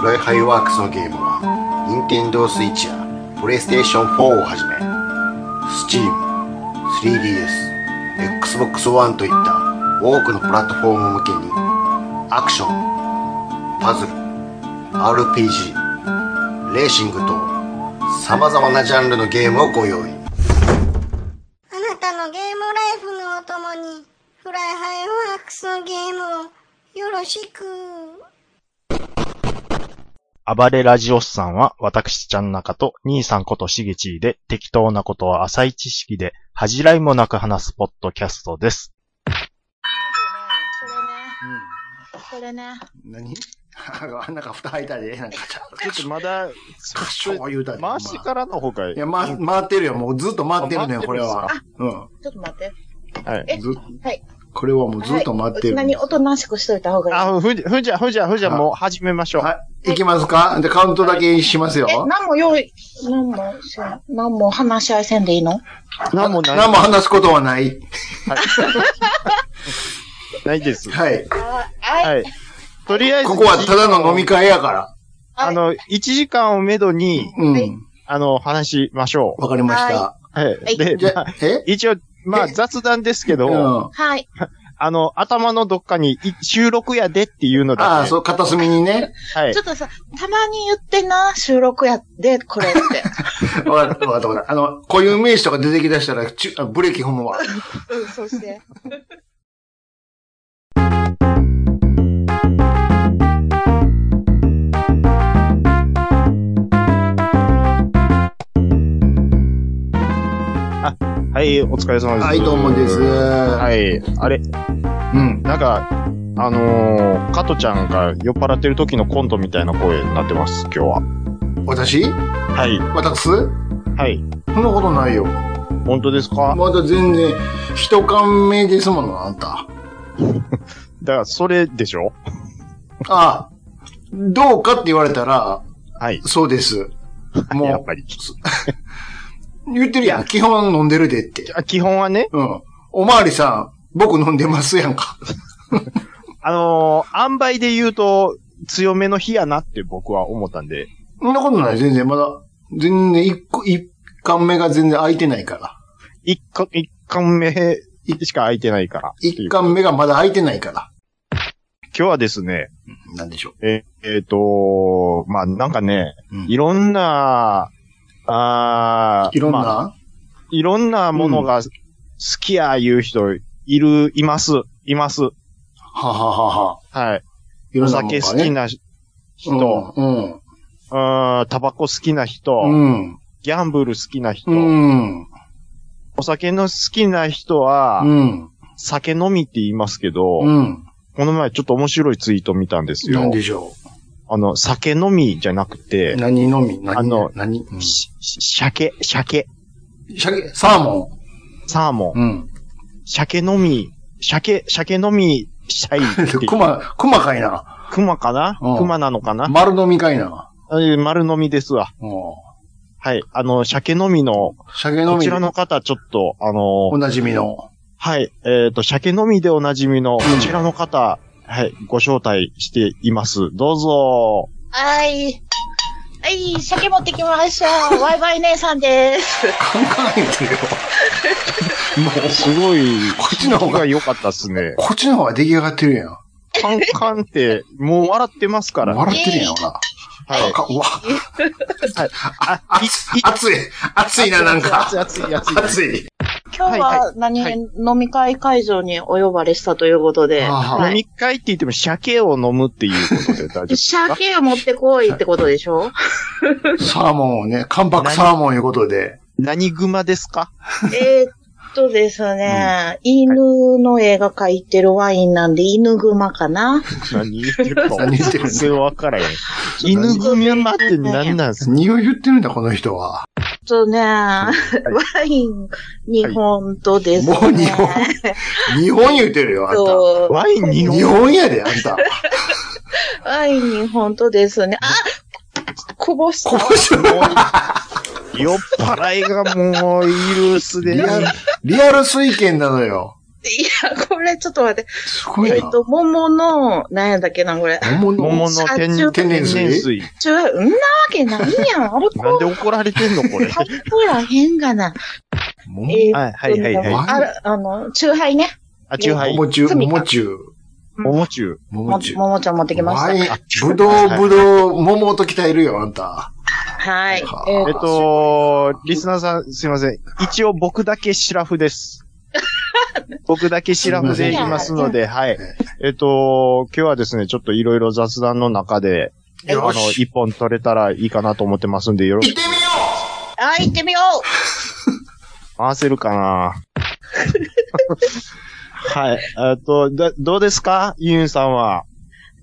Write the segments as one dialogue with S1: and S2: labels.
S1: ブライハイワークスのゲームは、ニンテンドースイッチや、プレイステーション4をはじめ、Steam、3DS、Xbox One といった多くのプラットフォーム向けに、アクション、パズル、RPG、レーシングと、様々なジャンルのゲームをご用意。
S2: あなたのゲームライフのお供に、フライハイワークスのゲームをよろしく。
S3: 暴れラジオスさんは、私ちゃん中と、兄さんことしげちーで、適当なことは浅い知識で、恥じらいもなく話すポッドキャストです。
S4: これね、
S1: 何 あんなんか蓋開いたで、なんかちゃ
S5: ちょっとまだ、
S1: カショー言うたで。
S5: 回しからの方がい
S1: いや、ま、回ってるよ。もうずっと回ってるのよ、
S5: あ
S1: これは。う
S4: ちょっと待って。
S5: はい。
S4: え
S1: ん。ずっ
S4: はい。
S1: これはもうずっと回ってる。
S4: はい、何おとなしくしといた方がいい。
S5: あ、ふんじゃ、ふんじゃ、ふんじゃ、ふんじゃ、
S1: はい
S5: もう始めましょう。
S1: はい。いきますかで、カウントだけしますよ
S4: え、。何も用意、何もしな、何も話し合いせんでいいの
S5: 何もない
S1: 何も話すことはない。
S5: ないです。
S1: はい。
S4: はい。
S5: はい。とりあえず、
S1: ここはただの飲み会やから。
S5: あの、1時間をめどに、
S1: う
S4: はい
S1: ん。
S5: あの、話しましょ
S1: わかりました
S4: は。
S5: う。はいい。で、
S1: じゃ
S5: ま
S1: あ
S5: あ、
S1: え
S5: 一応、まあ、
S1: え
S5: 雑談ですけ
S1: う
S5: ど、
S1: ん。
S4: はい。
S5: あの、頭のどっかにい収録やでっていうのだけ。
S1: ああ、そう、片隅にね。
S5: はい
S4: ちょ。っとさ、たまに言ってな、収録やで、これって。
S1: わかった、わかった、わかった。あの、固有名詞とか出てきだしたら、ちゅあブレーキ踏むわ。
S4: うん、そして。
S5: はい、お疲れ様です。
S1: はい、どうもです。は。
S5: はいい。あれ、
S1: うん。
S5: なんか、あのー、加トちゃんが酔っ払ってる時のコントみたいな声になってます、今日は。
S1: 私
S5: はい。
S1: 私
S5: はい。
S1: そんなことないよ。
S5: 本当ですか
S1: まだ全然、一感目ですもの、あんた。
S5: だから、それでしょ
S1: ああ、どうかって言われたら、
S5: はい。
S1: そうです。
S5: や
S1: も
S5: っぱり。
S1: う、言ってるやん。基本飲んでるでって。
S5: あ基本はね、
S1: うん。おまわりさん、僕飲んでますやんか。
S5: あのー、塩梅で言うと、強めの火やなって僕は思ったんで。
S1: そんなことない、全然。まだ、全然、一個、一巻目が全然空いてないから。
S5: 一か、一巻目しか空いてないから。
S1: 一巻目がまだ空いてないから。
S5: 今日はですね、
S1: なんでしょ
S5: えっ、えーとまあ、なんかね、
S1: う。うん
S5: いろんな、あー
S1: いろんな、
S5: まあいろんなものが好きや言う人、いる、います、います。
S1: はははは。
S5: はい。
S1: いろ
S5: お
S1: んなもん
S5: 酒
S1: が
S5: 好き
S1: ね。
S5: な人、う
S1: うん。
S5: ーんタバコ好きな人、
S1: うん。
S5: ギャンブル好きな人、
S1: うん。
S5: お酒の好きな人は、
S1: うん。
S5: 酒飲みって言いますけど、
S1: うん。
S5: この前ちょっと面白いツイート見たんです
S1: なん
S5: よ。
S1: でしょ
S5: あの、酒飲みじゃなく
S1: う。
S5: て、
S1: 何のみ何
S5: あの
S1: 何、うん、
S5: しし鮭、鮭、
S1: 鮭サーモ
S5: サーモン、
S1: ン。 うん。
S5: 鮭飲み、鮭、鮭飲みしたいっていう。
S1: 熊、熊かいな。
S5: 熊かな
S1: うん
S5: 熊なのかな
S1: 丸飲みかいな。
S5: あ丸飲みですわ。
S1: うん。
S5: はい。あの、鮭飲みの、
S1: 鮭飲
S5: こ
S1: み
S5: ちら、の方ちょっと、あ
S1: お
S5: の、
S1: なじみの。
S5: はい。えっ、と、鮭飲みでおなじみの、こちらの方、はい、ご招待しています。どうぞ。
S4: はい。はい、鮭持ってきました。ワイワイ姉さんです。
S1: 関係ないんだよ。もう、
S5: すごい、
S1: こっちの方
S5: 気
S1: が
S5: が、良かったっすね。
S1: こっちの方が出来上がってるやん。
S5: カンカンって、もう笑ってますから。はい。
S1: 笑ってるやん、ほら。かうわ、
S5: あ、いい
S1: 熱い。熱いな、なんか。
S5: 熱い熱い熱い熱い。
S1: 熱い。
S4: 今日
S5: はい
S4: は何、
S5: はい
S4: 飲み会会場にお呼ばれしたということで。
S1: はあはあ
S4: は
S5: 飲み
S4: い
S5: 会って言っても、鮭を飲むっていうことで大丈夫ですか
S4: 鮭を持ってこいってことでしょ
S1: サーモンをね、関白サーモンいうことで。
S5: 何熊ですか
S4: えーっとですね、犬の絵が描いてるワインなんで犬熊かな
S5: 何言ってるか。
S1: 何言ってるの
S5: 全然わからへん。犬熊って何なんすか
S1: 匂い言ってるんだ、この人は。
S4: えっとね、ワイン2本とですね。
S1: もう日本、日本言ってるよ、あんた。
S4: と
S5: ワイン日
S1: 日
S5: 本
S1: 本やで、あんた。
S4: ワイン2本とですね。あこぼした
S1: こ。ぼしの
S5: 酔っ払いがもう、イルスで。
S1: リアル、リアル水拳なのよ。
S4: や、これちょっと待って。
S1: すごい
S4: えっ
S1: な。
S4: と、桃の、何やったっけな、これ。
S1: 桃の
S5: 桃の天然
S1: 天然水
S5: 水。
S4: ちょ、んなわけないやん。ア
S5: な
S4: ル
S5: ん
S4: コー
S5: で
S4: ル
S5: 怒られてんのこれ。
S4: 入っとらへんがな。
S1: 桃
S4: えー
S5: はいはいはいはい
S4: ある、あの、チューハイね。
S5: あ、中杯。
S1: 桃中、
S4: 罪か
S1: 桃中、
S5: 桃中。
S1: 桃
S4: も、
S1: 中。
S4: ももちゃん持ってきま
S1: ワイ
S4: し
S1: ン、ぶどう、ぶどう、桃ときたいるよ、あんた。
S4: た。はい。え
S1: は
S5: えっ
S4: ー
S5: と、リスナーさん、すいません。一応僕だけシラフです。僕だけシラフでいますので、はい。えっと、今日はですね、ちょっといろいろ雑談の中で、あの
S1: よ、し。
S5: 一本取れたらいいかなと思ってますんで、よろ
S1: 行っ
S5: してく
S1: みよ
S4: あ、行ってみよ
S5: 回せるかなはい。えっと、だどうですかユンさんは。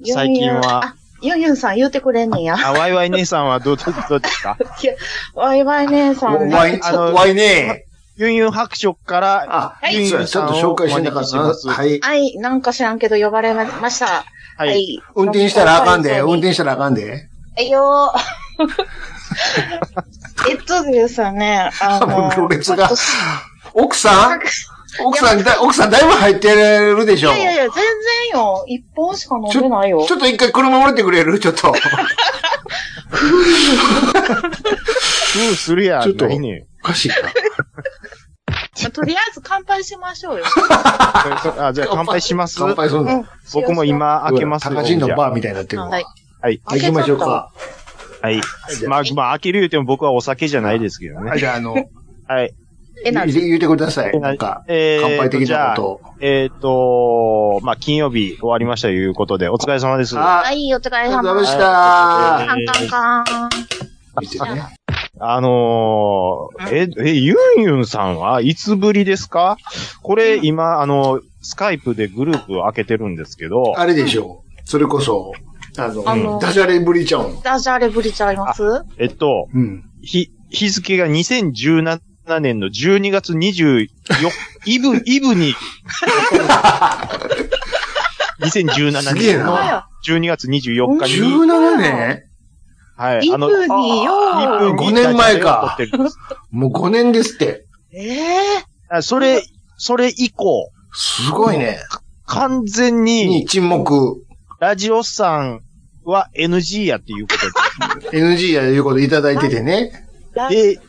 S4: う
S5: 最近は。
S4: ユンユンあユンユンさん言うてくれんねや。
S5: あ、ワイワイ姉さんはどう、どうですか
S4: ワイワイ姉さんね。
S1: ワイン、
S5: あの
S1: ワインね。
S5: ユンユン白色か
S1: あ、
S5: ら、
S4: はい
S1: そうやちゃんと紹介してなかったな。
S5: お招きします
S1: はい。
S4: はい、なんか知らんけど呼ばれました。
S5: は。
S4: はいい。
S1: 運転したらあかんで、運
S4: 運転。
S1: 転したらあかんで。
S4: はいよー。え っとですね、あ
S1: も
S4: の
S1: う、行列が
S4: ちょっと
S1: 奥さん奥さん、だ奥さんだいぶ入ってるでし
S4: い
S1: ょ。
S4: やいやいや、全然よ。一本しか飲んでないよ
S1: ちょ。っと一回車降りてくれるち ょっ と。
S5: うん、するやん。
S1: ちょっと
S5: 何ね
S1: おかしいな。
S4: まあとりあえず乾杯しましょうよ。
S5: それあ、じゃあ乾杯します。
S1: 乾杯するんだ。
S5: 僕も今開けますよ。
S1: 高人の
S5: じゃあ
S1: バーみたいになってるわ。
S4: は
S1: はいい。。
S5: はい。
S1: 行きましょうか。
S5: はい。まあ、まあ、開ける言うても僕はお酒じゃないですけどね。
S1: はいじゃあ、あの、
S5: はい。
S4: えな
S1: 言言ってくださ
S5: え
S1: い。なんか、
S5: え
S1: 乾杯
S5: ーと、
S1: 的
S5: じゃ
S1: な
S5: あ、
S1: こ
S5: えっと、まあ、金曜日終わりましたということで、お疲れ様です。
S1: と。あ、
S4: はい、お疲
S1: お
S4: れ
S1: 疲れ
S4: 様
S1: 様
S4: で
S1: で
S4: し
S1: した
S4: た。カンカンカン。
S1: 見てね。
S5: あのー、え、え、ユンユンさんはいつぶりですかこれ、今、あの、スカイプでグループ開けてるんですけど、
S1: あれでしょう。それこそ、あ
S4: あの
S1: の、ダジャレぶりちゃうの。
S4: ダジャレぶりちゃいます
S5: えっと、
S1: うん。
S5: 日、日付が2017年の12月24日、イブ、イブに、2017
S1: すげえ
S5: 年の
S1: な
S5: 12月24日に、
S1: 17年
S5: はい、
S4: イブによ
S5: あイブに
S1: 五年前か
S5: 撮ってるんです
S1: もう5年ですって。
S4: ええ
S5: あそれ、それ以降、
S1: すごいね。
S5: 完全に
S1: に、沈黙、
S5: ラジオさんは NG やっていうこと
S1: NG やいうこといただいててね。
S4: ラジ
S5: で、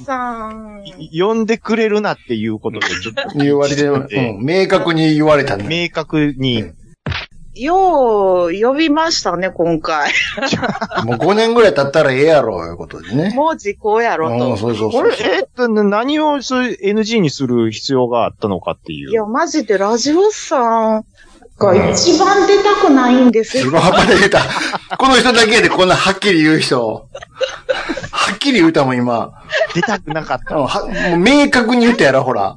S4: オさん。
S5: い呼んでくれるなっていうことで、ちょっと
S1: 言われて、うん、明確に言われたね。
S5: 明確に、
S4: よう、呼びましたね、今回。
S1: もう5年ぐらい経ったらええやろ、いうことでね。
S4: もう時効やろ
S1: うん、
S4: と。
S1: そうそう
S5: こ
S1: そう
S5: れ、。えっと、な何をそういう NG にする必要があったのかってい。
S4: いうや、マジでラジオさんが一番出たくないんですよ。
S1: 自分はばれた。この人だけやでこんなはっきり言う人。はっきり言うたもん、今。
S5: 出たくなかっ
S1: う
S5: た。
S1: んはもう明確に言ったやろ、ほら。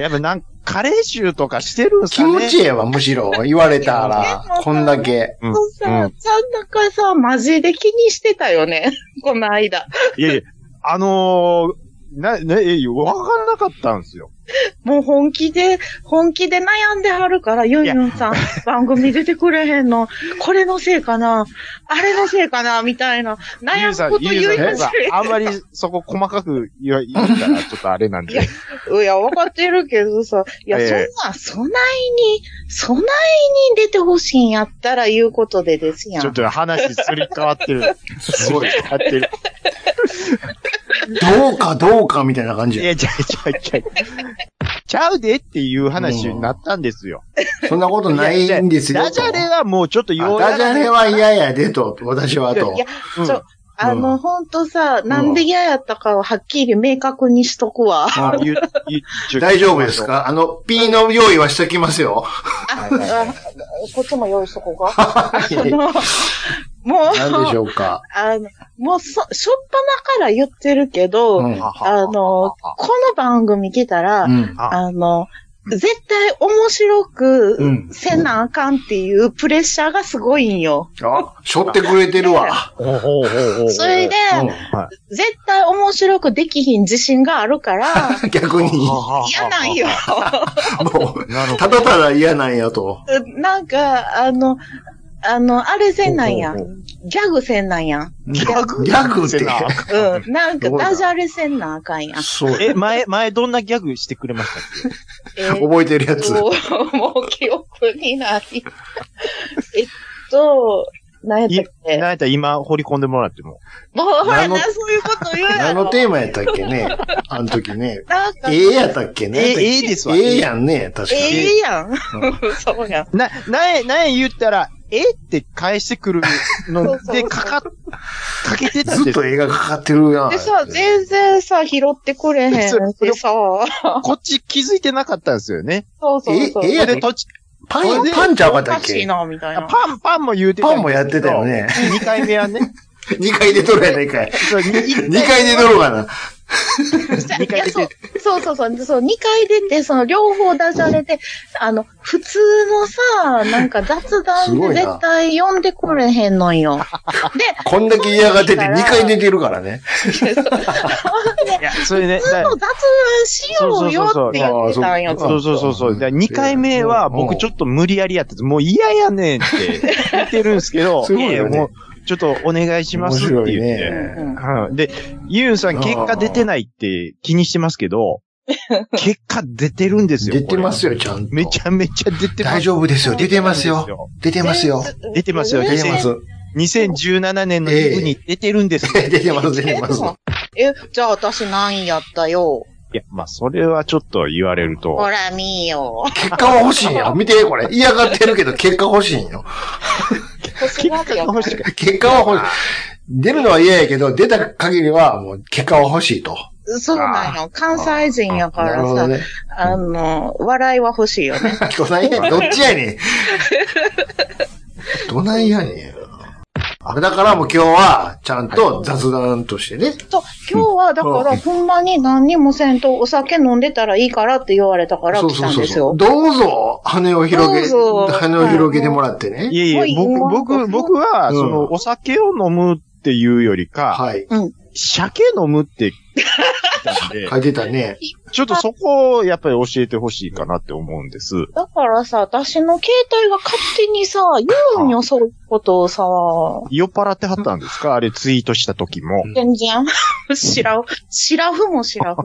S5: やっぱなんか、カレー臭とかしてるんす
S1: 気
S5: かね
S1: 持ちええわ、むしろ。言われたら。こんだけ。
S5: うん
S4: そうさ、
S5: うん
S4: ちゃん中さ、マジで気にしてたよね。 この間。
S5: いやいや、あのー、な、ね、えわかんなかったんですよ。
S4: もう本気で、本気で悩んではるから、ユンユンさん、番組出てくれへんの。これのせいかなあれのせいかなみたいな。
S5: ゆ
S4: 悩
S5: うさ
S4: む
S5: ん
S4: こ、と
S5: ゆ
S4: 言
S5: う
S4: い
S5: さん
S4: 始
S5: があんまりそこ細かく言わ言ったらちょっとあれなん
S4: いや
S5: で。
S4: めいや、わかってるけどさ。いや、
S5: え
S4: そん
S5: え
S4: な、そないに、そないに出てほしいんやったら言うことでですや
S5: ちょっ
S4: ん。
S5: と話すり替わってる。
S1: すごい。
S5: やってる。
S1: どうかどうかみたいな感
S5: い
S1: じや。
S5: や、ちゃうちゃうちゃう。ちゃうでっていう話になったんですよ。
S1: そんなことないんですよ。
S5: ダジャレ
S1: と
S5: はもうちょっとよ
S1: あ
S5: うや
S1: ダジャレは嫌やでと、私はいと
S4: い。や、
S5: うん
S4: ちょ、あ
S1: う
S4: の、
S1: ん
S4: ほんとさ、なんで嫌やったかをはっきり明確にしとくわ。
S5: あ言う言うちょ
S1: 大丈夫ですかあの、P の用意はしときますよ。
S4: あ、あこっちも用意しとこうか。
S1: いや
S4: あのも
S1: なんでし
S4: う、
S1: ょうか。
S4: あの、もうそ、しょっぱなから言ってるけど、
S1: うん。
S4: あの、この番組来たら、
S1: うん。
S4: あの、絶対面白
S1: う
S4: く
S1: ん
S4: せなあかんっていうプレッシャーがすごいんよ。
S1: あ、しょってくれてるわ。
S5: ほうほうほうほう
S4: それで、
S1: う
S4: 絶対面白くできひん自信があるから、
S1: ん。逆に、も
S4: 嫌なんよ。
S1: う、ただただ嫌なんやと。
S4: なんか、あの、あの、あれせんなんや
S5: ほうほう。
S4: ギャグせんなんや。
S5: ギャグ
S1: ギャグって
S5: な。
S4: うん。なんか、
S5: すごいな
S4: ダジャレせんなあかんや。
S1: そう。
S3: え、前、前どんなギャグしてくれましたっ
S4: えー
S1: 覚えてるやつ。
S4: そう もう記憶にない。えっと、何やったっ
S3: け
S4: け
S3: なんやったら今掘り込んでもらっても。
S4: もうほら
S1: 何の
S4: な、そういうこと言うや
S1: 何
S4: ろ
S1: の。テーマやったっけねあの時ね。
S4: なんか、
S1: ええやったっけね
S3: えええですわ
S1: ええやんね、確かに。
S4: ええやん。 そうやん。
S5: な、なえ、なえ言ったら、えって返してくるので、かか、かけてたん
S1: ず
S5: で
S1: っ
S5: す
S1: と映画かかってるやん。
S4: でさ、全然さ、拾ってくれへんし
S5: そ
S4: さ
S5: れ、こっち気づいてなかったんですよね。
S4: そうそうそう。
S1: ええ
S5: そ
S1: や
S5: れ
S1: で
S5: で途中、
S1: パン、パンちゃうか
S4: お
S1: ったっ
S4: かし
S1: け
S4: いな、みたいな。
S5: パン、パンも言うてた。
S1: パンもやってたよね。
S5: 2回目はね。
S1: 2回で撮るやない かい。
S5: そう
S1: 2回で撮ろうかな。
S5: 二回出て
S4: いやそうそうそうそう、そう、二回出て、その両方出されて、あの、普通のさ、なんか雑
S1: す
S4: 談
S1: ご
S4: で
S1: いな
S4: 絶対読んでくれへんのよ。
S1: こんだけ嫌がってて2回 出てるからね。
S4: で、そうほんで
S5: いや、それね、
S4: 普通
S5: だ
S4: の雑談しようよって言ってたんよ。
S1: そう
S5: そうそうそうそう。だから2回目は僕ちょっと無理やりやってて、もう嫌やねんって言ってるんですけど、
S1: すごいよね
S5: やもうちょっとお願いしますって言って。
S1: 面白い
S4: う
S1: ね
S4: んうん
S5: はいで、ユンさん結果出てないって気にしてますけど、結果出てるんですよ。。
S1: 出てますすよ、ちゃんと。
S5: めちゃめちゃ出てます。
S1: 大丈夫ですよ、出てますよ。出てますよ。
S5: 出てますよ
S1: 出てます。
S5: 2017年の2部に出てるんですよ。
S1: 出てます、出 てます。
S4: え、じゃあ私何位やったよ。
S5: いや、まあ、それはちょっと言われる
S4: ほ
S5: と。
S4: ら見よ。
S1: 結果は欲しいん よ。見て、これ。嫌がってるけど、結果欲しいんよ。
S4: 結果
S5: 欲しく
S1: 結果は欲しい。出るのは嫌やけど、出た限りは、もう、結果は欲しいと。
S4: そうなんよ。関西人やか
S1: なる
S4: ら
S1: ほど
S4: さ、
S1: ね。
S4: あの、笑いは欲しいよ ね。
S1: どないやねん。どっちやねん。どないやねん。あだからもう今日は、ちゃんと雑談としてね。
S4: そう、今日はだか
S1: うん
S4: ら、ほんまに何にもせんと、お酒飲んでたらいいからって言われたから来たんですよ。
S1: どうぞ、羽を広げ、
S4: どうぞ
S1: 羽を広げてもらってね。
S5: いやいや、
S4: もう
S5: 僕、僕、僕は、
S1: うん
S5: その、お酒を飲むっていうよりか、
S1: はい。
S5: 鮭飲むって言ったんで、
S1: 書いてたね。
S5: ちょっとそこをやっぱり教えてほしいかなって思うんです。
S4: だからさ、私の携帯が勝手にさ、言うんよ、そういうことをさ。
S5: 酔っ払ってはったんですかあれツイートした時も。
S4: 全然、 シラフ、シラフもシラフ。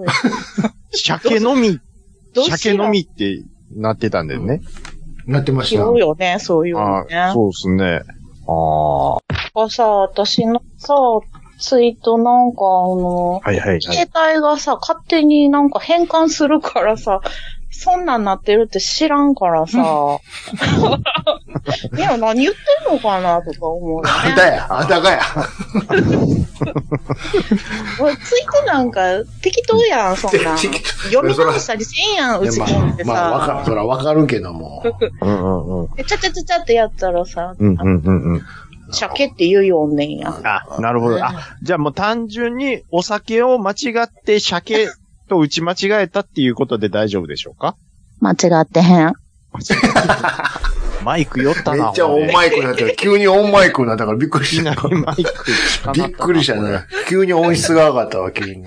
S5: 鮭飲み、
S4: どう
S5: 鮭飲みってなってたんだよね。
S1: なってまし
S4: し
S1: た。
S4: ようよね、そういう
S5: あ
S4: のね。
S5: そうですね。ああ
S4: かさ、私のさ、ツイートなんか、あの、
S5: ー。はいはいはい。
S4: 携帯がさ、勝手になんか変換するからさ、そんなんなってるって知らんからさ。いや、何言ってんのかなとか思うよ
S1: あん
S4: ね
S1: た。や、あんたかや。
S4: もうツイートなんか適当やん、そんなん。
S1: 適当
S4: 読み直したりせんやん、うち
S1: ま
S4: にっ
S1: あ
S4: て、さ。
S1: まあ、わかる、そらわかるけども。
S5: うんうんうん。
S4: でちゃちゃちゃちゃってやったらさ、
S5: うんうんうんうん。
S4: 鮭って言うよんねんや。
S5: あ、なるほど。あ、じゃあもう単純にお酒を間違って鮭と打ち間違えたっていうことで大丈夫でしょ うか
S4: 間違ってへん。
S5: マイク酔った
S1: め
S5: な。
S1: っちゃオンマイクになってる。急にオンマイクになったからびっくり
S5: いき
S1: し
S5: な
S1: た。
S5: りマイク。
S1: びっくりしたね。急に音質が上がったわ、 急に。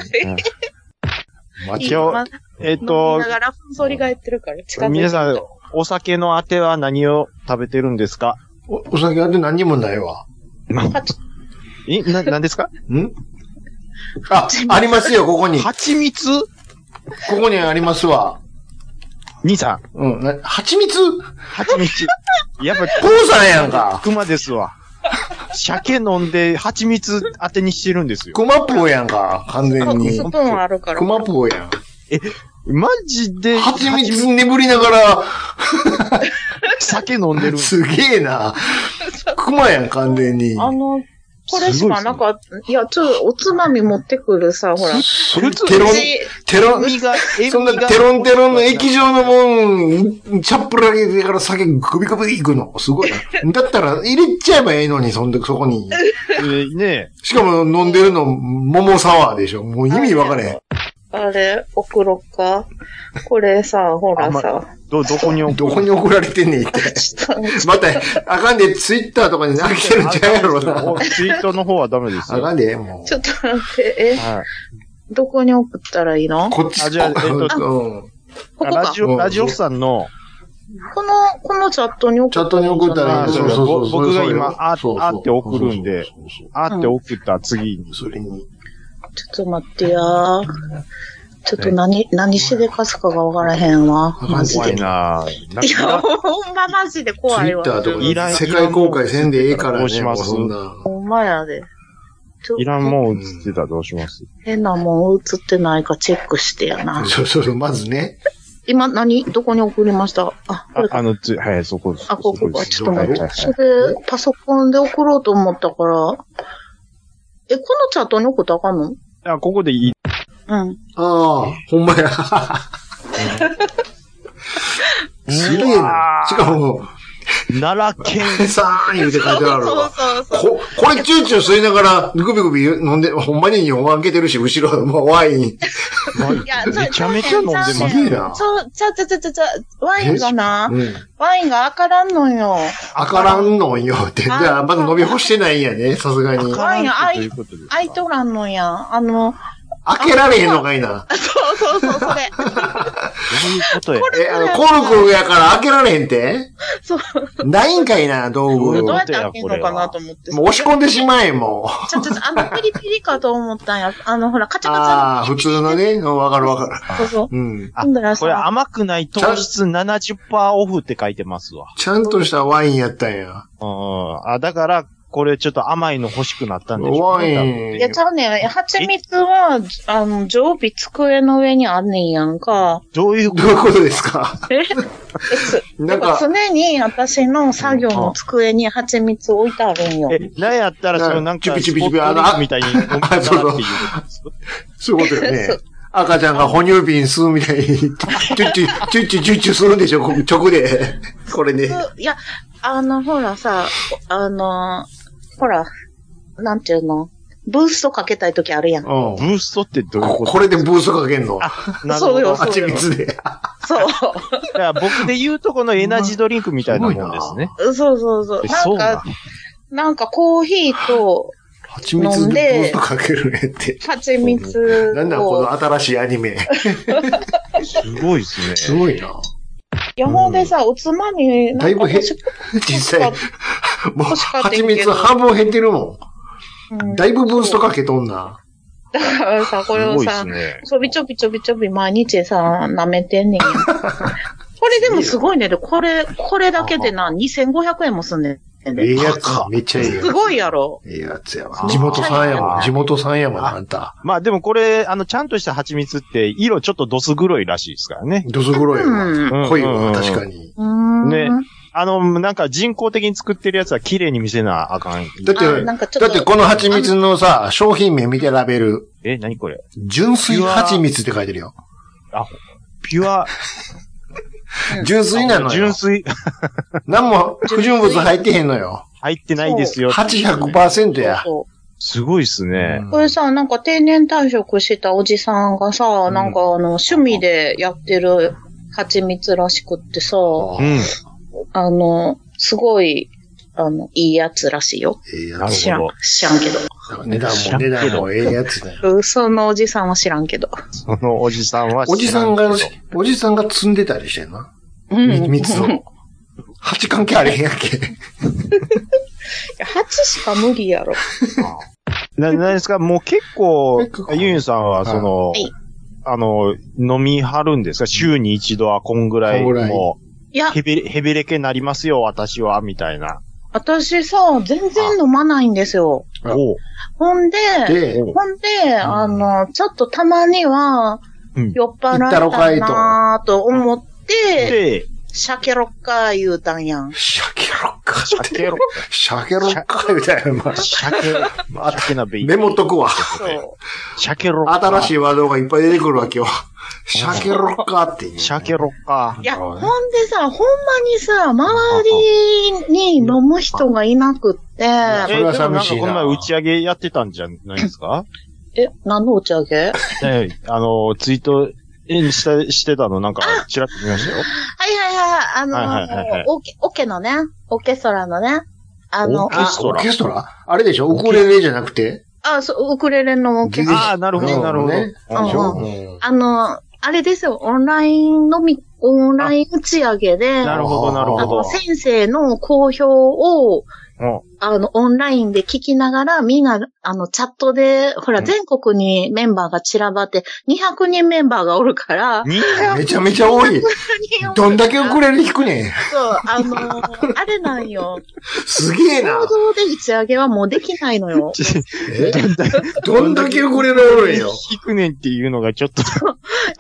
S1: 間違
S4: い
S1: い
S4: い
S5: 今日
S4: ま
S5: えっ
S4: 飲
S5: と
S4: みな、がら、ふんそり返ってるから、近づいて
S5: 皆さん、お酒のあては何を食べてるんですか
S1: おお酒なんて何にもないわ。
S5: え、な、何ですか
S1: んあ、ありますよ、ここに。こ
S5: 蜂蜜
S1: こにありますわ。
S5: 兄さ
S1: うん。な蜂蜜
S5: ん、蜂蜜。やっぱ、
S1: 父さんやんか。
S5: 熊ですわ。鮭飲んで蜂蜜当てにしてるんですよ。
S1: 熊プーやんか、完全
S4: あ
S1: に
S4: スプ。ーンあるから。
S1: 熊プーやん。
S5: マジで、
S1: 蜂蜜眠りなが
S5: 酒飲んで
S1: ら、
S5: るんです。
S1: すげえな。熊やん、完全に。
S4: あの、これしかなかった。いや、ちょっとおつまみ持ってくるさ、ほら。
S1: そ
S5: 普
S1: れ
S5: 通
S1: テロン、
S4: ち
S1: テロン、
S5: 海が、
S1: そんな
S5: 塩味が
S1: テロンテロンの液状のもん、チャップラげてから酒グビグビいくの。すごいな。だったら入れちゃえばええのに、そんで、そこに。
S5: えーね
S1: しかも飲んでるの、桃サワーでしょ。もう意味わかれへん。
S4: あれ、送ろっか。これさ、ほらさ。
S5: ど、どこに置く
S1: どこに送られてんねんって。
S4: ちょっと
S1: また、あかんで、ツイッターとかに投げてるんちゃうやろな。
S5: おツイートの方はダメです
S1: あ
S5: よ。
S1: か
S5: はい。
S1: んで、も
S4: ちょっと待って、え、どこに送ったらいいの
S1: う。
S4: こ
S1: こっち、
S5: あじゃあえっと
S1: うん
S4: こ
S5: ラ
S4: か。
S5: ジオ、ラジオさんの、
S4: この、このチャットに送っ
S1: チャットに送ったらいい
S5: あ
S1: そうそうそう。
S5: 僕が
S1: それ
S5: 今あ
S1: それ
S5: あって送るんで
S1: そうそうそう
S5: あーって送った次に。
S1: そうそれに。
S4: ちょっと待ってやー。ちょっと何、何しでかすかがわからへんわ。マジ
S5: 怖
S4: で。
S5: い
S4: い
S5: なぁ。い
S4: や、ほんまマジで
S1: ツイ
S4: 怖い
S1: ッ
S4: わ。
S1: ターと
S5: いら
S1: か
S5: ん
S1: 世界公開せんでええからね。
S5: どうします
S1: もうそんな。
S4: ほんまやで。ちょ
S5: いらんもん映ってたらどうします
S4: 変なもん映ってないかチェックしてやな。
S1: そうそうそう、まずね。
S4: 今何どこに送りましたあ、こ
S5: あ
S4: れ、か。
S5: あの、つはい、そこです。
S4: あ、ここ
S5: そ
S4: か。
S5: です
S4: ちょっと待っ
S5: はい。
S4: てそれ、パソコンで送ろうと思ったから。え、このチャットに送ったらあかんの
S5: はいあ、ここでいい。
S4: うん。
S1: ああ、ほんまや。 すげえな。しかも、
S5: 奈良県。
S1: さーん言うて書いてあるわ。
S4: そうそう。
S1: こ、これチューチュー吸いながら、グビグビ飲んで、ほんまに4開けてるし、後ろ、 もうワイン。
S4: いや、ちょ
S5: めちゃめちゃ飲んでます
S1: ねすげえな
S4: そう、ちゃうちゃうちゃうちゃうちゃう、ワインがな
S1: う、ん。
S4: ワインが赤らんのよ。
S1: あからんのんよって。じゃあ、まだ飲み干してないんやね、さすがに。
S4: ワインあい
S5: ということですか
S4: 開いとらんのや。あの、
S1: 開けられへんのかいな。
S4: そうそうそう、それ。
S5: どういうことや。
S1: え、あの、コルクやから開けられへんて
S4: そう。
S1: ないんかいな、道具。
S5: ど
S4: どう
S1: も
S4: やって開けんのかなと思って。
S1: う押し込んでしまえ、も
S4: ちょちょちょ、あの、ピリピリかと思ったんや。あの、ほら、カ
S1: う。
S4: チャ
S1: ああ、
S4: カチャ
S1: 普通のね。うんわかるわかる。
S4: の。そうそう。
S1: うん。
S5: あ
S4: ほんだら
S5: これ
S4: さ、
S5: 甘くない糖質70%オフって書いてますわ。
S1: ちゃんとしたワインやったんや。
S5: うん。あ、だから、これちょっと甘いの欲しくなったんでしょ
S1: ワイ
S5: ン。
S1: ン
S4: い。や、ちゃうねん。蜂蜜は、あの、常備机の上にあんねんやんか。
S5: どういうこ
S1: どういうことですか
S4: えつ
S1: なん
S4: だ
S1: か、
S4: ら常に私の作業の机に蜂蜜置いてあるんよ
S5: と。え、なんやったら、そのなんか、
S1: チュピチュピチュピ
S5: スポットリンクみたいに飲みながらっていうことですか。
S1: そういうことよね。赤ちゃんが哺乳瓶吸うみたいに、チュッチュ、チュッチュチュッチュするんでしょ、こ直で。これね。
S4: いや、あの、ほらさ、あの、ほら、なんていうのブーストかけたい時あるやん。
S1: うん。
S5: ブーストってどういう
S1: こ
S5: こと
S1: これでブーストかけんの
S5: なるほ
S4: そう
S5: ど。
S4: よ
S5: だ
S1: 蜂蜜で。
S4: そう。
S5: から僕で言うとこのエナジードリンクみたいなもんですね。
S4: そうそうそう。
S5: え
S4: な
S5: そうんな
S4: か、なんかコーヒーと
S1: 蜂蜜でブーストかけるねって。
S4: 蜂蜜
S1: なんだこ
S4: を
S1: の。新しいアニメ。
S5: すごいですね。
S1: すごいな。
S4: いや、ほんでさ、おつまみ、
S1: だ
S4: ないん
S1: ぶ
S4: か
S1: 減
S4: 欲しく、
S1: 実際、もう
S4: 欲しかったけ
S1: 蜂
S4: ど
S1: 蜜半分減ってるも
S4: うん
S1: ん。
S4: だ
S1: だいぶブーストかけとんな。
S4: から さ、これをさ、
S5: ね。
S4: ちょびちょびちょびちょび毎日さ、舐めて んねん。これでもすごいね。で、これ、これだけでな、2500円もすんねん
S1: ええ
S4: で。
S1: やつ、めっちゃええや
S4: す
S1: つ。
S4: ごいやろ。
S1: ええやつやわ。地元三山、地元三山なあんた。
S5: まあでもこれ、あの、ちゃんとした蜂蜜って、色ちょっとドス黒いらしいですからね。
S1: どす黒いわ。
S4: う
S1: 濃いわ、
S5: うん
S1: 確かに。
S4: ん。
S5: ねあの、なんか人工的に作ってるやつは綺麗に見せなあかん。
S1: だって、
S4: あなんかちょっ
S1: だ
S4: と
S1: ってこの蜂蜜のさ、商品名見てラベル、
S5: え、何これ
S1: 純粋蜂蜜って書いてるよ。
S5: ピュア。
S1: 純粋なのよ。
S5: 純粋。
S1: 何も不純物入ってへんのよ。
S5: 入ってないですよ。
S1: 800%や。
S4: そう
S5: すごいですね。
S4: これさ、なんか定年退職したおじさんがさ、
S1: ん
S4: なんかあの、趣味でやってる蜂蜜らしくってさ、
S1: う
S5: うん
S1: え
S5: ん。
S4: あの、すごい、あの、いいやつらしいよ。
S1: えや
S5: なるほど
S1: つ。
S4: 知らん、知らんけ
S1: 値段も、値段もええやつだよ。
S4: ど。そのおじさんは知らんけど。
S5: そのおじさんは
S1: おじさん
S5: 知ら
S1: が
S5: けど、
S1: おじさんが積んでたりしてんな。
S4: う
S1: み
S4: ん。
S1: 蜜を。蜂関係あれへんやん け。
S4: 蜂しか無理やろ。
S5: な、なんですかもう結構
S1: 結、構
S5: ユンさんは、その
S4: はい、
S5: あの、飲みはるんですか週に一度はこんぐらい、
S1: こんぐらい
S5: も
S4: いや
S5: う、、へべれ、へべれけなりますよ、私は、みたいな。
S4: 私さ、全然飲まないんですよ。
S1: あ
S5: おう
S4: ほんで、
S1: で、
S4: ほんで、あの、ちょっとたまには
S5: うん、
S4: 酔っ払ったなぁと思って、
S5: で、
S4: シャケロッカー言うたんやん。
S1: シャケロッカ
S5: シ
S1: ーっ
S5: ャ
S1: て。
S5: ケロ、
S1: シャケロッカーみたいな。まあ
S5: シャケロ、シャケなベイビー
S1: メモっとくわ。
S4: そう。
S5: シャケロッカー。
S1: 新しいワードがいっぱい出てくるわ、今日。シャケロッカーっていう。
S5: シャケロッカ
S4: いや、
S1: なるほ
S4: ほ
S1: ど
S4: ん
S1: ね
S4: でさ、ほんまにさ、周りに飲む人がいなくって、
S5: ー。
S1: そ
S5: え、
S1: れ
S5: でも
S1: は
S5: なん
S1: 寂
S5: か
S1: しいな
S5: この前打ち上げやってたんじゃないですか
S4: え、何の打ち上げはい
S5: ねあの、ツイート、え、した、してたのなんか、ちらっと見ましたよ。
S4: はいはい、あのー
S5: はいはいはいはい
S4: オケ、オケのね、オケソラのね、あの
S5: オ、ケ
S1: あ
S5: ストラ
S1: オーケストラあれでしょウクレレじゃなくて
S4: あ、そう、ウクレレのオケ
S1: ギ
S4: ソ
S1: リ
S4: ラ。
S5: ああ、なるほど、なるほど。
S1: ね
S5: あ
S1: でし
S4: う
S1: ょ
S4: ん
S1: うん
S4: あのー、あれですよ、オンライン飲みオンライン打ち上げで、
S5: なるほど、なる
S4: あ
S5: ほ
S4: の、
S5: ど。
S4: 先生の好評
S5: う
S4: を、
S5: ん
S4: あの、オンラインで聞きながら、みんな、あの、チャットで、ほら、
S5: うん
S4: 全国にメンバーが散らばって、200人メンバーがおるから、
S5: に
S1: めちゃめちゃ多い。どんだけウクレレ弾くねん。
S4: そう、あの、あれなんよ。
S1: すげえな
S4: 共。同で打ち上げはもうできない のよ。
S1: えどんだけウクレレおるんよ。
S5: 引くねんっていうのがちょっと、
S4: い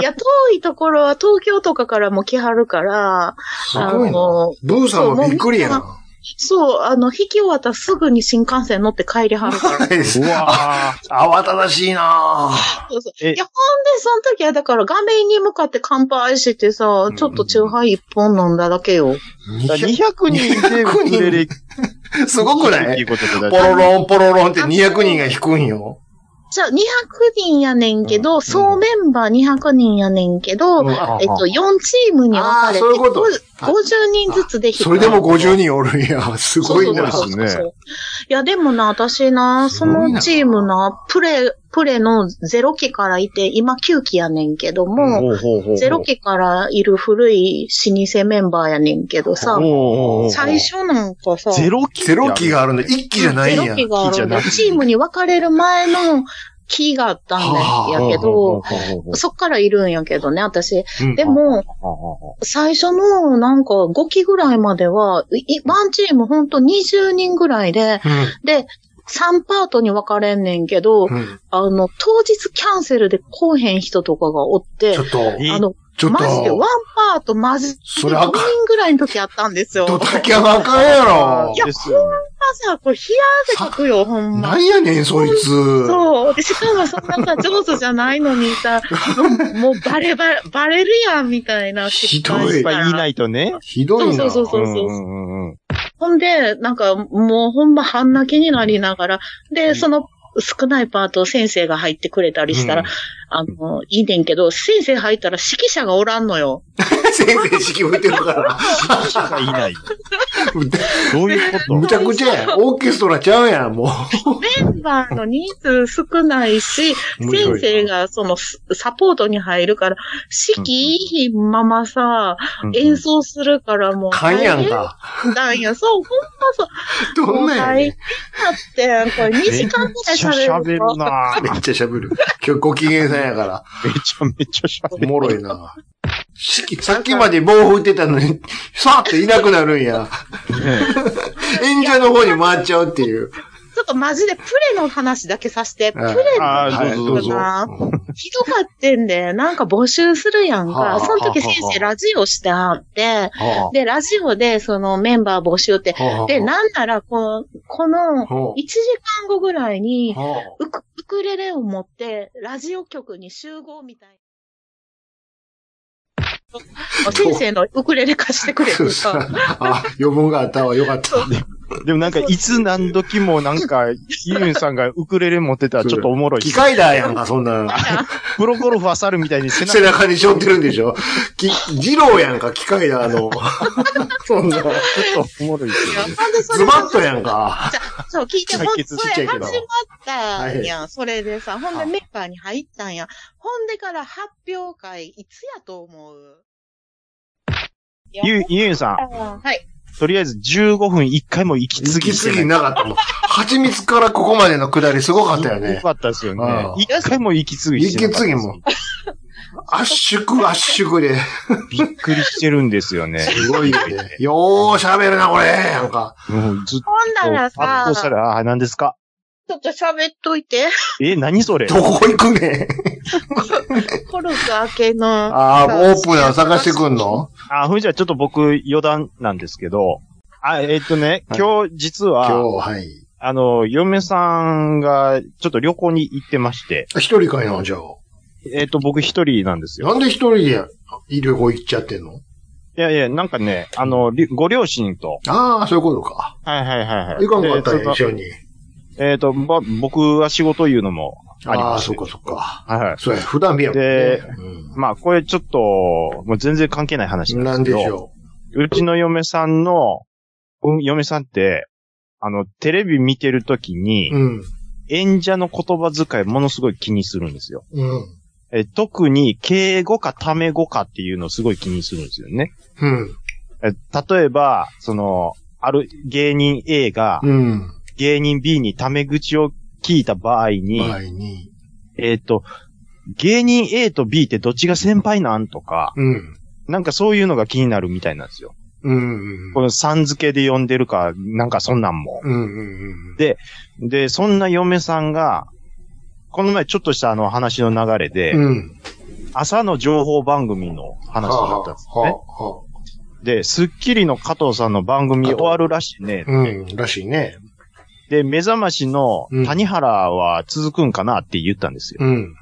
S4: や、遠いところは東京とかからも来はるから、
S1: す
S4: あ
S1: ごいな。
S4: の、
S1: ブーさんもびっくりやな。
S4: そう、あの、引き終わったらすぐに新幹線乗って帰りはるから。
S5: うわー
S1: 慌ただしいな
S4: そうそう
S5: え
S4: いや、ほんで、その時は、だから画面に向かって乾杯してさ、ちょっとチューハイ一本飲んだだけよ。
S5: 200人でウクレレ
S1: すごく
S5: 弾く
S1: な
S5: ってい
S1: いう
S5: ことだ
S1: ポロロンポロロンって200人が弾くんよ。
S4: じゃあ、200人やねんけど、総メンバー200人やねんけど、
S1: うんあ
S4: えっと、4チームに分かれて、
S1: あーそういうこと
S4: ご50人ずつで弾く
S1: それでも50人おるんや。すごいな。
S4: そうそうそうそう
S5: す
S4: いや、でもな、私な、
S1: す
S4: そ
S1: ごいな
S4: のチームな、プレ、プレの0期からいて、今9期やねんけども、
S5: ほうほうほう
S4: 0期からいる古い老舗メンバーやねんけどさ、最初なんかさ、
S5: ゼロ期
S1: ゼロ期があるんだ。一期じゃないん
S4: ゼ
S1: や
S4: ロ。期があるん
S5: いい
S4: だ
S5: じゃない
S4: チームに分かれる前の期があったんだやけど、そっからいるんやけどね、私。でも、最初のなんか5期ぐらいまでは、いワンチームほんと20人ぐらいで、で、3パートに分かれんねんけど、
S1: うんうん
S4: あの、当日キャンセルで来おへん人とかがおって
S1: ちょ、っと、
S5: い
S4: あの、
S1: ちょっ
S4: マジでワ
S1: と、
S4: ンパートマジで
S1: それあか
S4: 5
S1: ん
S4: 人ぐらいの時あったんですよ。
S1: ドタキャンあかんやろ
S4: い。や
S5: ですよね
S4: まさ、これ冷や汗かくよ、ほんま
S1: な。んやねん、そいつ。
S4: そう。で、しかもそんなさ、上手じゃないのに さ、もうもうバレバレ、バレるやん、みたいな。
S1: ひどい
S4: 失敗
S5: い
S4: し
S5: ったぱい
S4: ら
S5: 言いないとね。
S1: ひどいな。
S4: そうそうそうそう
S5: うんうんうん
S4: ほんで、なんか、もうほんま半泣きになりながら、
S5: う
S4: で、
S5: ん
S4: その少ないパートを先生が入ってくれたりしたら、
S1: うん
S4: あの、いいねんけど、先生入ったら指揮者がおらんのよ。
S1: 先生式置いてるから。
S5: 指揮者がいない。どういうこと
S1: むちゃくちゃや。オーケストラちゃうやん、もう。
S4: メンバーの人数少ないし、
S1: 無理無
S4: 先
S1: 理
S4: 生がそのスサポートに入るから、指揮いいままさ、演奏するからもう。
S1: かんやんか。
S4: なんや、そう、ほんまそう。
S1: どん
S4: もう
S1: なんや
S4: 大
S1: ね
S4: 変だって、これ2
S5: め
S4: 時
S5: っちゃ
S4: 間ぐらい喋
S5: 喋
S4: る
S5: る
S4: よ。
S5: なぁ
S1: ん。めっちゃ喋る。今日ご機嫌さんやから。
S5: めちゃめちゃ喋
S1: お
S5: る。
S1: もろいな。式さっきまで棒振ってたのに、さーっていなくなるんや。演者の方に回っちゃうっていう。
S4: ちょっとマジでプレの話だけさせて、プレ
S5: あーどうぞ
S4: どひどかってんで、なんか募集するやん
S1: はあ
S4: か。その時
S1: はあ
S4: 先
S1: はあ
S4: 生ラジオしてはって、
S1: は
S4: で、ラジオでそのメンバー募集って
S1: あ、はあはあ
S4: で、なんなら、この、この、
S1: は
S4: 1時間後ぐらいに
S1: あ、はあ
S4: ウクウクレレを持って、ラジオ局に集合みたいな。先生のウクレレ貸してくれ
S1: そう
S4: る
S1: そう
S4: か。
S1: あ、余分があったわ。よかった。
S5: でもなんか、いつ何時もなんか、ユンさんがウクレレ持ってたらちょっとおもろい
S1: 機。械だやんか、そんなの。
S5: プロゴルファー猿みたいに背
S1: 背
S5: 中
S1: 中に背負ってるんでしょき、二郎やんか、機械だ、あの。そんな。
S5: ちょっとおもろいですよね。
S4: ほんでそれ
S1: ズバッとやんか。
S4: そう、聞いて、ほん
S5: 解
S4: で、
S5: 決
S4: そ
S5: ち
S1: っちゃ
S4: れ
S1: い
S4: 始
S1: け
S4: ま
S1: ど
S4: ったやん。それでさ、ほんでメンバーに入ったんや。ほんでから発表会、いつやと思う
S5: ユン、ユンさん、
S4: はい。
S5: とりあえず15分1回も息継ぎ
S1: 息
S5: して
S1: 継
S5: ない
S1: ぎなかったもん。蜂蜜からここまでの下りすごかったよ
S5: よ
S1: ね。
S5: かったですよね
S1: うん。
S5: 一回も息継ぎしてなかったです
S1: 息圧縮圧縮で。
S5: びっくりしてるんですよね。
S1: すごいよね。よー喋るな、これ。なんか。
S5: もうずっと。
S4: ほんだら
S5: 圧
S4: さ、
S5: 倒した
S4: ち
S5: ら、ああ、何ですか
S4: ょっと喋っといて、
S5: え、何それ
S1: どこ行くね ん。
S4: コルク明けの。
S1: あー、オープナー探してくんの
S5: あ、ほんじゃ、ちょっと僕、余談なんですけど、あ、えっ、とね、
S1: はい
S5: 今日、実
S1: 今日、
S5: は、
S1: はい。
S5: あの、嫁さんが、ちょっと旅行に行ってまして、
S1: 一人かいな、じゃあ。
S5: えっ、と、僕一人なんですよ。
S1: なんで一人で旅行行っちゃってんの
S5: いやいや、なんかね、あの、りご両親と、
S1: ああ、そういうことか。
S5: はいはいはいはい。
S1: 行かんかった
S5: で
S1: ら
S5: ち
S1: 一
S5: ょっ
S1: 緒に。
S5: とえっ、と、ば、僕は仕事いうのもあり
S1: あ
S5: ま
S1: あ、
S5: す
S1: そっ。かそっか。
S5: はいはい。
S1: そうや、普段見やもんね
S5: で。
S1: うん
S5: まあ、これちょっと、もう全然関係ない話な
S1: なんん
S5: です
S1: で
S5: けど、
S1: しょ
S5: うちの嫁さんの、うん嫁さんって、あの、テレビ見てるときに、
S1: う。うん。
S5: 演者の言葉遣いものすごい気にするんですよ。
S1: うん。
S5: えー特に敬語かため語かっていうのをすごい気にするんですよね。
S1: うん。
S5: えー例えば、その、ある芸人 A が
S1: うん。
S5: 芸人 B にため口を聞いた場合に、
S1: 場合に。
S5: えっ、と、芸人 A と B ってどっちが先輩なんとか、
S1: うん。
S5: なんかそういうのが気になるみたいなんですよ。
S1: うん。
S5: このさん付けで呼んでるか、なんかそんなんも。
S1: うん。うん。
S5: でで、そんな嫁さんが、この前ちょっとしたあの話の流れで、
S1: うん。
S5: 朝の情報番組の話になったんですよね。
S1: は
S5: で、スッキリの加藤さんの番組終わるらしいね
S1: あ。はあうん。らしいね。
S5: で、目覚ましの谷原は続くんかなって言ったんですよ。
S1: うん。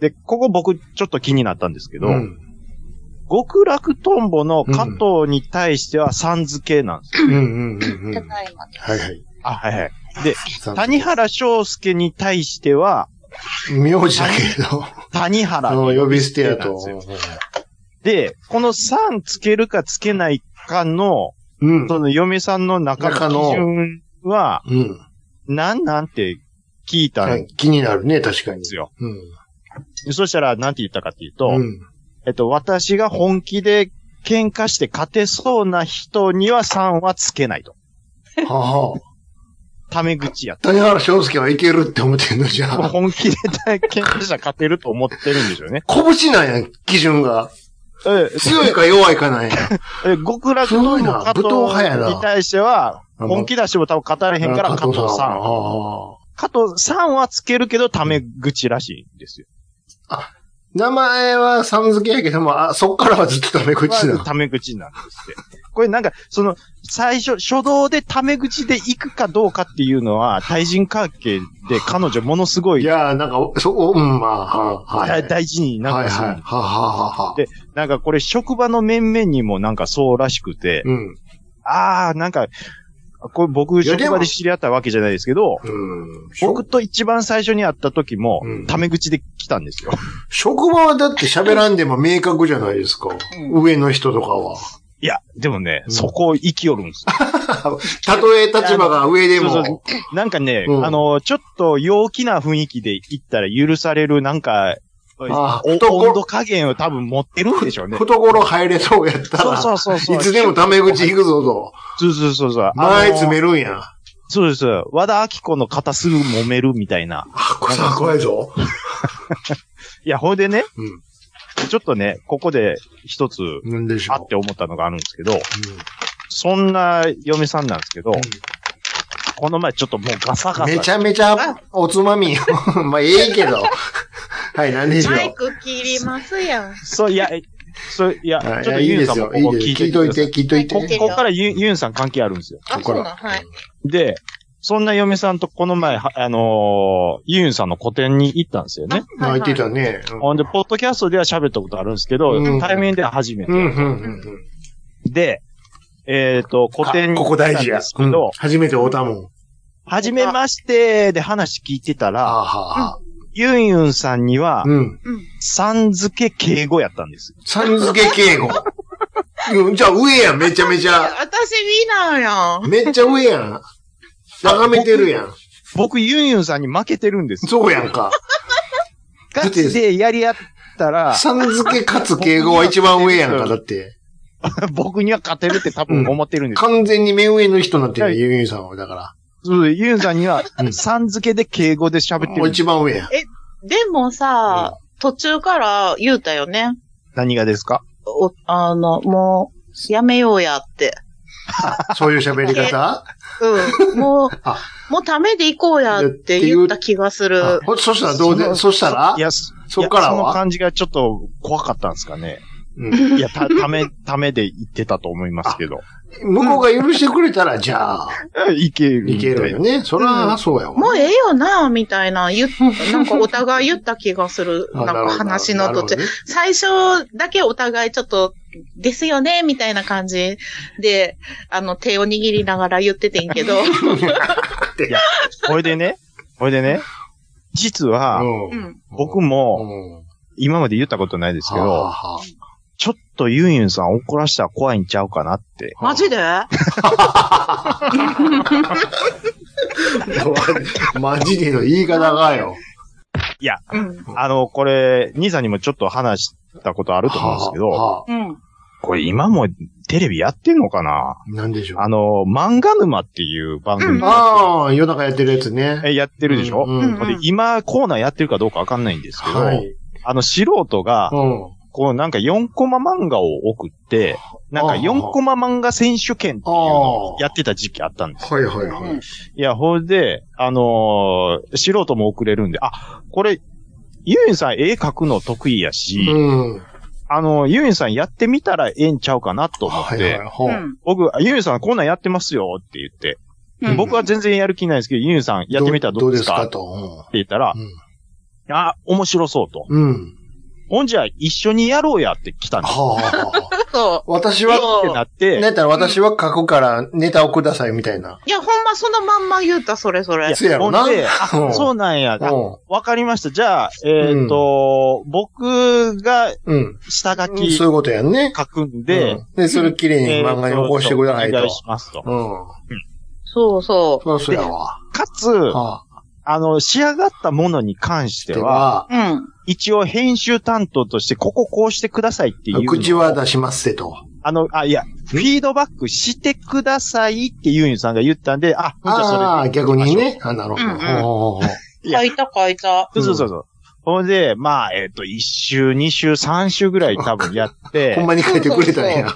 S5: で、ここ僕ちょっと気になったんですけど、
S1: うん。
S5: 極楽とんぼの加藤に対してはさん付けなんですよ。
S1: うん。うん。うん。
S4: た
S1: は
S4: だいま。
S1: いはい。
S5: あ、はいはい。谷原章介に対しては、
S1: 名字だけど、
S5: 谷原
S1: あ。の、呼び捨てやと。
S5: で、このさんつけるかつけないかの、
S1: うん。
S5: その嫁さんの中
S1: 中
S5: の
S1: の
S5: 基準は、
S1: うん。
S5: なんなんて聞いたんで
S1: 気になるね、確かに。
S5: すよ。
S1: うん。
S5: そしたら、なんて言ったかっていうと、
S1: うん。
S5: えっと、私が本気で喧嘩して勝てそうな人には3はつけないと。
S1: はあはあ。
S5: タメ口やと。
S1: 谷原章介はいけるって思ってんのじゃあ。
S5: 本気で喧嘩したら勝てると思ってるんでしょうね。
S1: 拳なんや、基準が。
S5: え
S1: 強いか弱いかなんや。
S5: え、極楽
S1: すご
S5: の
S1: いな
S5: 加
S1: 武闘派やな
S5: 藤に対しては、本気出しても多分勝たれへんから加藤
S1: は
S5: さん。
S1: あはあ
S5: 加藤さんはつけるけど、タメ口らしいんですよ。
S1: 名前はさん付けやけども、あ、そっからはずっとタメ口
S5: は
S1: な。
S5: タメ口なんですって。これなんか、その、最初、初動でタメ口で行くかどうかっていうのは、対人関係で彼女ものすご
S1: い
S5: い
S1: やー、なんか、そ、おうん、まあ、はい。は
S5: 大
S1: い
S5: 大事になん
S1: はい、
S5: かす
S1: は
S5: る
S1: い。はあはあはあ
S5: でなんかこれ職場の面々にもなんかそうらしくて、
S1: うん。
S5: あー、なんか、これ僕
S1: いや
S5: 職
S1: でも
S5: 場で知り合ったわけじゃないですけど、
S1: うん。
S5: 僕と一番最初に会った時も
S1: うん、
S5: タメ口で来たんですよ。
S1: 職場はだって喋らんでも明確じゃないですか。上の人とかは。
S5: いや、でもね、
S1: うん
S5: そこを生きよるんですよ。
S1: たとえ立場が上で
S5: そうそ
S1: も。
S5: なんかね、
S1: うん
S5: あの、ちょっと陽気な雰囲気で行ったら許される、なんか、
S1: あ
S5: お
S1: 懐
S5: 温度加減を多分持ってるんでしょう ね。
S1: 懐入れそうやった
S5: そうそ
S1: ら、
S5: うそうそう。
S1: いつでもタメ口行くぞと。
S5: そうそうそうそう。
S1: 前詰め
S5: る。
S1: るんや。
S5: そうです。和田明子の肩すぐ揉めるみたいな。
S1: あ、これさ、怖いぞ。
S5: いや、ほいでね、
S1: うん
S5: ちょっとね、ここで一つ、
S1: なんでし
S5: あ
S1: ょ
S5: っ
S1: う。
S5: て思ったのがあるんですけど、そんな嫁さんなんですけど、この前ちょっともうガサ
S1: うん
S5: ガサ。
S1: めちゃめちゃ、おつまみ。 まあ、ええけど。 はい、なんでしょう。
S4: マイク切りますやん。
S5: そう、いや、えそう、いや、ちょ
S1: はい
S5: っ
S1: いや
S5: と
S1: いい
S5: ユ
S1: で
S5: ンさ
S1: す
S5: んも
S1: よ。
S5: こ
S1: いい
S5: こ
S1: です。
S5: 聞いて
S1: 聞い
S5: く
S1: とい
S5: ださい。
S1: て、聞いといて。
S4: 聞いて
S5: ここからユンユンさん関係あるんですよ。
S4: あ、
S1: こ
S4: そ
S1: ら
S4: うなん、はい。
S5: で、そんな嫁さんとこの前、はあのーユンさんの個展に行ったんですよね。
S1: あ、
S4: はいはい
S1: 言ってたね。
S5: ほんで、ポッドキャストでは喋ったことあるんですけど、
S1: うん
S5: 対面では初めて。
S1: うん、うん、うんうん。
S5: で、えっ、と、個展
S1: あ
S5: に
S1: こ
S5: 行
S1: こ
S5: ったん
S1: 大事や
S5: で。す
S1: う
S5: け
S1: ん
S5: ど、
S1: 初めておたもん。
S5: はじめましてで話聞いてた
S1: あ
S5: ら、
S1: はは
S5: ユンユンさんには、
S1: うん。
S5: さん付け敬語やったんです。
S1: さん付け敬語。うんじゃあ上やん、めちゃめちゃ。
S4: 私ウィナーやん。
S1: めっちゃ上やん。眺めてるやん。
S5: 僕、ユンユンさんに負けてるんです。
S1: そうやんか。
S5: ガチでやり合ったら、
S1: さん付けかつ敬語は一番上やんか、だって。
S5: 僕には勝てるって多分思ってるんです。
S1: 完全に目上の人になってるよ、ゆうゆうさんは。だか
S5: そうユンさんには
S1: う、ん
S5: さん付けで敬語で喋
S1: ら。
S5: って
S1: もう
S5: る。
S1: 一番上やん。
S4: でもさ、途中から言うたよね。
S5: 何がですか
S4: お、あの、もう、やめようやって。
S1: そういう喋り方
S4: うん。もう
S1: あ、
S4: もうためで行こうやって言った気がする。
S1: あほそしたらどう
S5: そ
S1: で、
S5: の
S1: そしたら
S5: いや、そ
S1: そっから
S5: いやその
S1: は
S5: 感じがちょっと怖かったんですかね。
S1: うん
S5: いや、た、ため、ためで言ってたと思いますけど。
S1: 向こうが許してくれたら、じゃあ、
S5: いける。
S1: いけるよ。ね。そら、そうやわ。
S4: もうええよな、みたいな、言っ、なんかお互い言った気がする。
S1: あ
S4: なんか話の途。中
S1: な。る
S4: 最初だけお互いちょっと、ですよね、みたいな感じで、あの、手を握りながら言っててんけど。
S5: これでね、これでね、実
S1: ほ
S5: は、
S1: ど
S4: う
S1: ね
S4: ん。
S1: うん。
S5: 僕
S1: も、
S5: も、今まで言ったことないですけ
S1: はあ
S5: ど、
S1: はあ
S5: ちょっとユンユンさん怒らしたら怖いんちゃうかなって。
S4: マジで
S1: マジでの言い方がよ。
S5: いや、
S4: うん。
S5: あの、これ、兄さんにもちょっと話したことあると思うんですけど、
S1: はあは
S4: うん。
S5: これ今もテレビやってんのかな
S1: あなんでしょう。
S5: あの、漫画沼っていう番組、
S4: うん
S1: ああ、夜中やってるやつね。
S5: えやってるでしょ、
S1: うん
S4: うん
S5: ほんで今コーナーやってるかどうかわかんないんですけど、
S1: はい。
S5: あの素人が、
S1: うん。
S5: こうなんか4コマ漫画を送って、なんか4コマ漫画選手権っていうのをやってた時期あったんです。
S1: はいはいはい。
S5: いや、ほんで、あのー素人も送れるんで、あ、これ、ユーインさん絵描くの得意やし、
S1: うん。
S5: あの、ユーインさんやってみたらええんちゃうかなと思って、
S1: はいはいほ
S4: う
S1: う。
S4: ん。
S5: 僕、ユーインさんこんなんやってますよって言って、
S4: うん
S5: 僕は全然やる気ないんですけど、ユーインさんやってみたらどうですか
S1: ど
S5: って
S1: と。
S5: 言ったら、あ、面白そうと。
S1: うん。うん。
S5: ほんじゃ、一緒にやろうやって来たんです。
S1: はあはあはあ。
S4: そ
S1: 私
S4: う。
S1: は、
S5: ってなって、
S1: ねたら私は過去からネタをくださいみたいな。
S4: いや、ほんまそのまんま言うた、それそ
S5: い
S4: れ
S5: や。
S1: せやろな
S5: ほんであ
S1: うん
S5: そうなんや。あ
S1: う
S5: わかりました。じゃあ、えっ、と、僕が
S1: ん。うん。
S5: 下書
S1: そう
S5: き
S1: いうことやんね。
S5: 書くんで、
S1: うん、で、それ綺麗
S5: え
S1: に
S5: ーと
S1: 漫画に残してください
S5: お願
S1: と
S5: い。しますと。
S1: うん。
S4: そうそ
S1: そうそうやわ。
S5: かつ、
S1: は
S5: あの、仕上がったものに関して
S1: で
S5: は、
S1: は、
S4: う。うん。
S5: 一応編集担当として、こここうしてくださいっていうのを。
S1: 口は出しますせと。
S5: あの、あ、いや、フィードバックしてくださいってユーユンさんが言ったんで、あ、じゃあそれで
S1: ああ、逆にね。あ、なるほど。
S4: うんうん
S1: ほうほうほう
S5: いや
S4: 書いた書いた。
S5: そうそうそうそう。ほんで、まあ、えっ、と、一週、二週、三週ぐらい多分やって、
S1: ほんまに書いてくれたんや。
S5: ほい
S4: や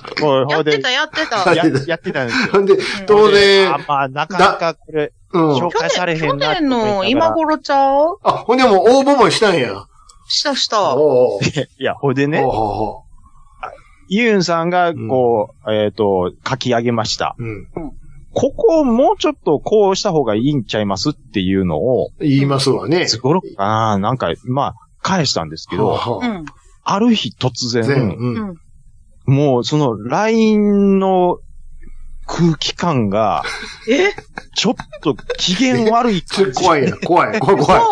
S5: ほ
S4: っ
S5: んで
S4: てた、やってた。
S1: は
S4: 去
S1: い
S5: ややってたんです
S1: ほ
S5: よ。
S1: んで、
S4: そ
S1: 当然
S5: あ、、まあ、なかなかこれ、
S1: うん
S5: 紹。介され
S4: 年、
S5: へ
S4: 去
S5: んなって
S4: 年
S5: 思いながら。
S4: の今頃ちゃう
S1: あ、ほんでもう応募もしたんや。
S4: したした。
S1: おうおう
S5: いや、ほんでね
S1: ほう、ほうほ
S5: ユーンさんが、こう、えっ、と、書き上げました。
S1: う。うん。
S5: ここをもうちょっとこうした方がいいんちゃいますっていうのを、
S1: 言いますわね
S5: い。つ頃かななんか、まあ、返したんですけど、
S1: ほう
S4: う
S1: ほ
S4: ん。
S5: ある日突
S1: う
S5: 然、
S1: 全部。
S4: う
S1: うんん。
S5: もうその LINE の空気 感が、
S4: え
S5: ちょっと機嫌悪い
S1: そ
S5: 感
S1: れ
S5: じ。
S1: 怖いや。怖い。怖い。怖い。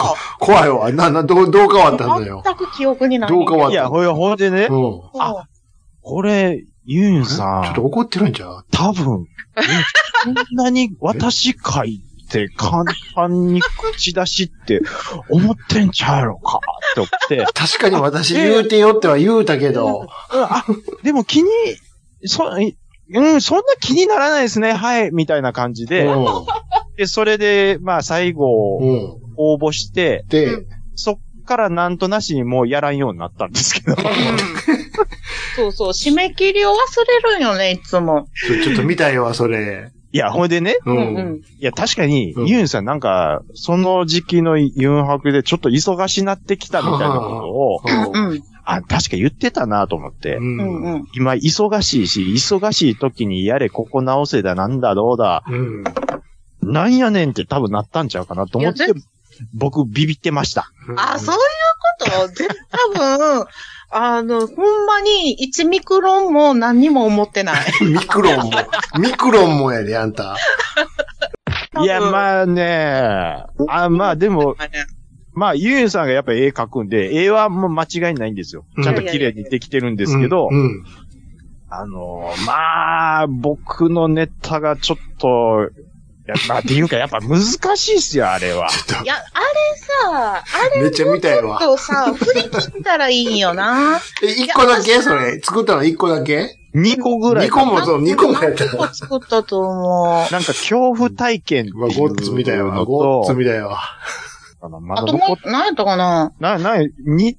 S1: 怖いわ。な、な、どう、どう変わったのよ。
S4: 全く記憶にない。
S1: どう変わ
S5: い
S1: った
S5: や、ほいほいでね、
S1: うん。
S4: あ、
S5: これ、ユンユンさ
S1: ちょっと
S5: ん、
S1: 怒ってるんじゃう
S5: 多分、こんなに私書いて簡単に口出しって思ってんちゃうやろかって思って、
S1: 確かに私
S5: あええ
S1: 言うてよっては言うたけど、
S5: あ、でも気に、そ、うん、そんな気にならないですね、はい、みたいな感じ
S1: う
S5: で、
S1: ん。
S5: で、それで、まあ最後、
S1: うん。
S5: 応募して、
S1: で、
S5: そっからなんとなしにもうやらんようになったんですけど。
S4: そうそう、締め切りを忘れるんよね、いつも。
S1: ちょちょっと見たいわ、それ。
S5: いや、ほいでね、
S1: う。。
S4: うん
S5: いや、確かに、
S1: うん
S5: ユンさんなんか、その時期のユンハクでちょっと忙しなってきたみたいなことを、
S4: うん。
S5: あ、確か言ってたなと思って、
S1: うん。
S4: う。
S1: うんん。
S4: うん。
S5: 今忙しいし、忙しい時にやれ、ここ直せだ、なんだ、どうだ、
S1: うん。
S5: なんやねんって多分なったんちゃうかなと思っ
S4: い
S5: て
S4: や、
S5: 僕ビビってました。
S4: あ、そういうことで、多分、あの、ほんまに1ミクロンも何にも思ってない。
S1: ミクロンも、ミクロンもやで、あんた。
S4: 多分
S5: いや、まあね、あ、まあでも、まあ、ユンさんがやっぱ絵描くんで、絵はもう間違いないんですよ。ちゃんと綺麗にできてるんですけど、
S1: うん。
S5: あのーまあ、僕のネタがちょっと、やまあ、っていうか、やっぱ難しいっすよ、あれは。
S4: いや、あれさ、あれ
S1: めっちゃ見たいわ。
S4: とさ、振り切ったらいいんよな。
S1: え、一個だけそれ。作ったの一個だけ
S5: 2個ぐらい。
S1: 二個もそう、二個もやった
S4: 何。個作ったと思う。
S5: なんか、恐怖体験っていう
S1: まあ、ゴッツみたい
S5: の
S1: わ。
S5: と、
S1: ゴッツみたいわ。
S5: あのま
S4: あ
S5: だ
S4: とも
S5: 残っ
S4: う、何やったかな
S5: な、な、に、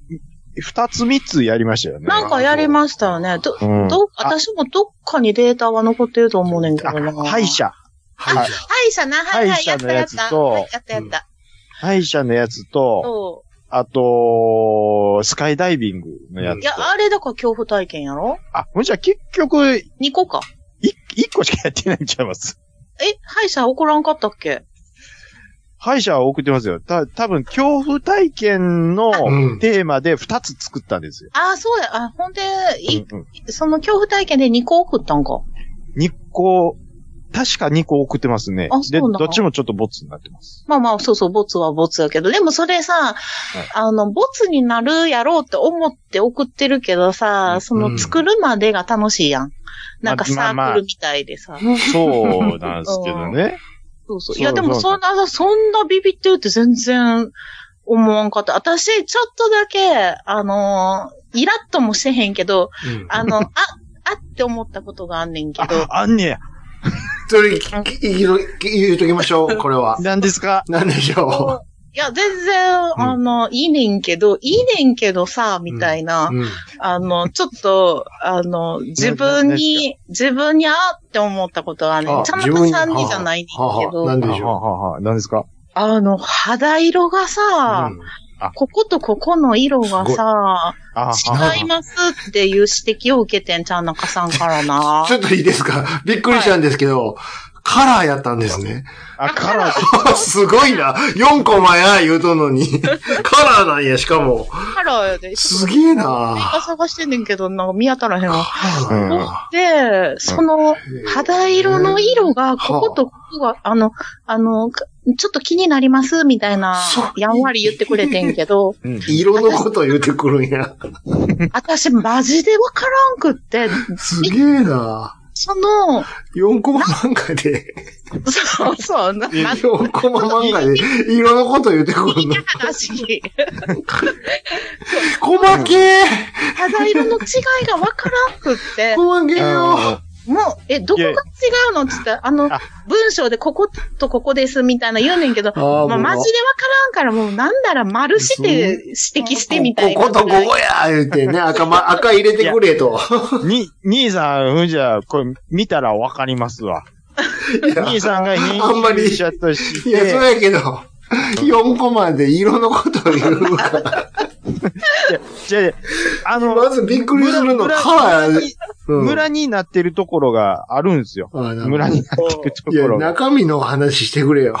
S5: 二つ三つやりましたよね。
S4: なんかやりましたよね。ど、
S5: うん
S4: ど、
S5: あ
S4: 私もどっかにデータは残ってると思うねんけどな。
S5: あ、敗。者。
S1: はい。
S4: 敗者な、はいはい、
S5: 敗
S4: や
S5: 者の
S4: ったや
S5: や
S4: っ
S5: つ
S4: た。
S5: と
S4: はいやったやった。
S5: 敗者のやつと、
S4: そ
S5: あと、スカイダイビングのや
S1: う
S4: う。
S5: つ
S4: い。や、あれだから恐怖体験やろ
S5: あ、ほんじゃ結局、い
S4: ?2 個か。
S5: 一個しかやってないんちゃいます
S4: え、敗者怒らんかったっけ
S5: 歯医者は送ってますよ。た、多分恐怖体験の
S1: うん
S5: テーマで2つ作ったんですよ。
S4: ああ、そうや。あ、ほんで、い、
S5: うんうん
S4: その恐怖体験で2個送ったんか。
S5: 2個、確か2個送ってますね
S4: あ。そ
S5: で、
S4: うなの
S5: どっちもちょっとボツになってます。
S4: まあまあ、そうそう、ボツはボツやけど。でもそれさ、あの、ボツになるやろうって思って送ってるけどさ、
S5: うん
S4: その作るまでが楽しいやん。なんかサ
S5: まあまあ
S4: ークルみたいでさ。
S5: そう なんですけどね。
S4: そうそう。
S5: そう
S4: いや、でも
S5: そ
S4: そ
S5: うん
S4: な、そんなビビってるって全然思わんかった。私、ちょっとだけ、あのー、イラッともしてへんけど、
S1: うん
S4: あの、あ、あって思ったことがあんねんけど
S5: あ、、あんねや。。
S1: それ、きき言うと言うときましょう、これは
S5: 何ですか
S1: なんでしょ
S4: いや、全然、あの、いいねんけど、いいねんけどさ、みたいな、
S1: う。うん。
S4: あの、ちょっと、 あの、自分に、自分にあーって思ったことがあんねん。
S1: あ
S4: ちゃん
S1: 自分
S4: と
S1: に
S4: さんにじゃないねんけ
S1: はあはあはあなん
S4: ど、
S1: でし
S5: は
S1: ょ
S5: あはあはあ何ですか
S4: あの、肌色がさ、
S1: うん
S4: こことここの色がさ、
S5: あ
S4: 違いますっていう指摘を受けてんちゃん中さんからな。
S1: ちょっといいですかびっくりしたんですけど、カラーやったんですね。
S5: あ、カラー
S1: すごいな。4コマや、言うとんのに。カラーなんや、しかも。
S4: カラーで。
S1: すげえ
S4: メーカー
S1: な。
S4: 探してんねんけど、なんか見当たらへんわ。
S1: カラーなんや
S4: で、その、肌色の色が、こことここが、あの、あの、かちょっと気になります、みたいな
S1: そう、
S4: やんわり言ってくれてんけど、
S5: うん。
S1: 色のこと言うてくるんや。
S4: 私マジでわからんくって、
S1: すげえな。
S4: その、
S1: 4コマ漫画で、
S4: そうそう、な、な
S1: 4コマ漫画で、色のこと言うてくるの。
S4: 話、
S1: 細けー
S4: 肌色の違いがわからんくって、
S1: 細けーよ
S5: あ
S4: もう、え、どこが違うのって言ったら、あの
S5: あ、
S4: 文章でこことここです、みたいな言うねんけど、
S1: あー
S4: ま
S1: もう
S4: あ、マジでわからんから、もう、なんなら丸して、指摘してみたいな。
S1: こことここや言うてね、赤ま、赤入れてくれと。
S5: に、兄さん、うんじゃ、これ見たらわかりますわ。
S1: いや
S5: 兄さんが編
S1: あんまり
S5: 集者とし
S1: いや、そうや
S5: て、
S1: けど、4コマで色のことを言うから、
S5: じゃああの、
S1: まずびっくりするの
S5: 村
S1: カラー
S5: 村に
S1: うん
S5: 村になってるところがあるんですよ。
S1: あなんか
S5: 村になってるとこ
S1: いや、
S5: ろが。
S1: 中身の話してくれよ。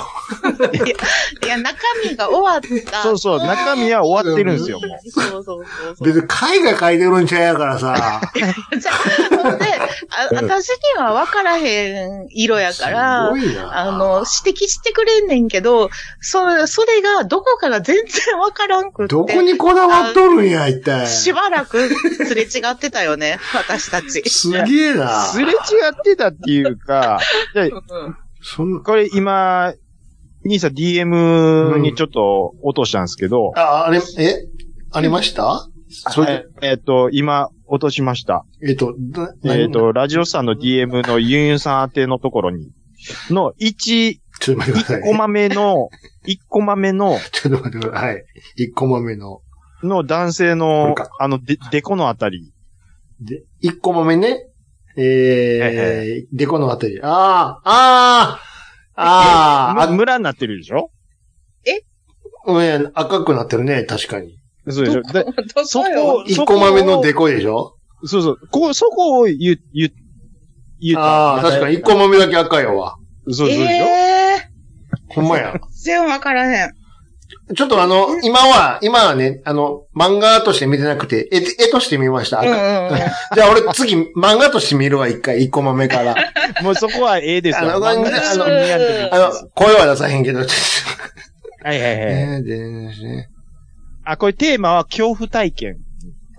S4: いや、中身が終わった。
S5: そうそう、中身は終わってるんですよ、もう。
S4: そうそうそうそう。
S1: 別に絵画描いてるんちゃうやからさ。
S4: じゃあほんで、あ、私には分からへん色やから、
S1: すごいな。
S4: あの、指摘してくれんねんけど、そ、それがどこかが全然分からんくって。
S1: どこにこだわっとるんや、一体。
S4: しばらくすれ違ってたよね、私たち。
S1: すげえな。
S5: すれ違ってたっていうか、で
S4: うん
S1: そん
S5: これ今、兄さん DM にちょっと落としたんですけど、
S1: あ、あれ、えありましたそれ、
S5: ええっと、今、落としました。
S1: えっと、な
S5: えっ、、と、ラジオさんの DM のユンユンさん宛てのところに、の1、
S1: ちょっと待ってくだ
S5: 1
S1: さ
S5: コ
S1: い。
S5: マ 目の、1コマ目の、
S1: ちょっと待ってください。はい。1コマ目の。
S5: の男性
S1: これ
S5: の
S1: か、
S5: あの、で、でこのあたり。
S1: で、1コマ目ね。
S5: え
S1: えー、でこのあたり。ああ、ああ、ああ、
S5: あ、村になってるでしょ
S1: うん、赤くなってるね、確かに。
S5: そうでしょでそこを、
S1: 1
S5: そ
S1: コ
S5: こ
S1: マ目のデ
S5: こ。
S1: コでしょ
S5: そうそう。ここ、そこを言う、言う、言うた。
S1: ああ、確かに1コマ目だけ赤やわ。
S5: そうそう
S4: え
S5: でしょ、
S4: え
S1: ほんまや。
S4: ー、全然分からへん。
S1: ちょっとあ の、今は、今はね、あの、漫画として見てなくて、絵、絵として見ました。
S4: うんう
S1: 赤
S4: んうん。
S1: じゃあ俺次、漫画として見るわ、一回、1コマ目から。
S5: もうそこはええですよ。
S1: あの
S5: まあ
S1: あの
S5: そう見られてる
S1: あの、声は出さへんけど、ちょっ
S5: はいはい
S1: と。
S5: はい。
S1: えーで
S5: あ、これテーマは恐怖体験。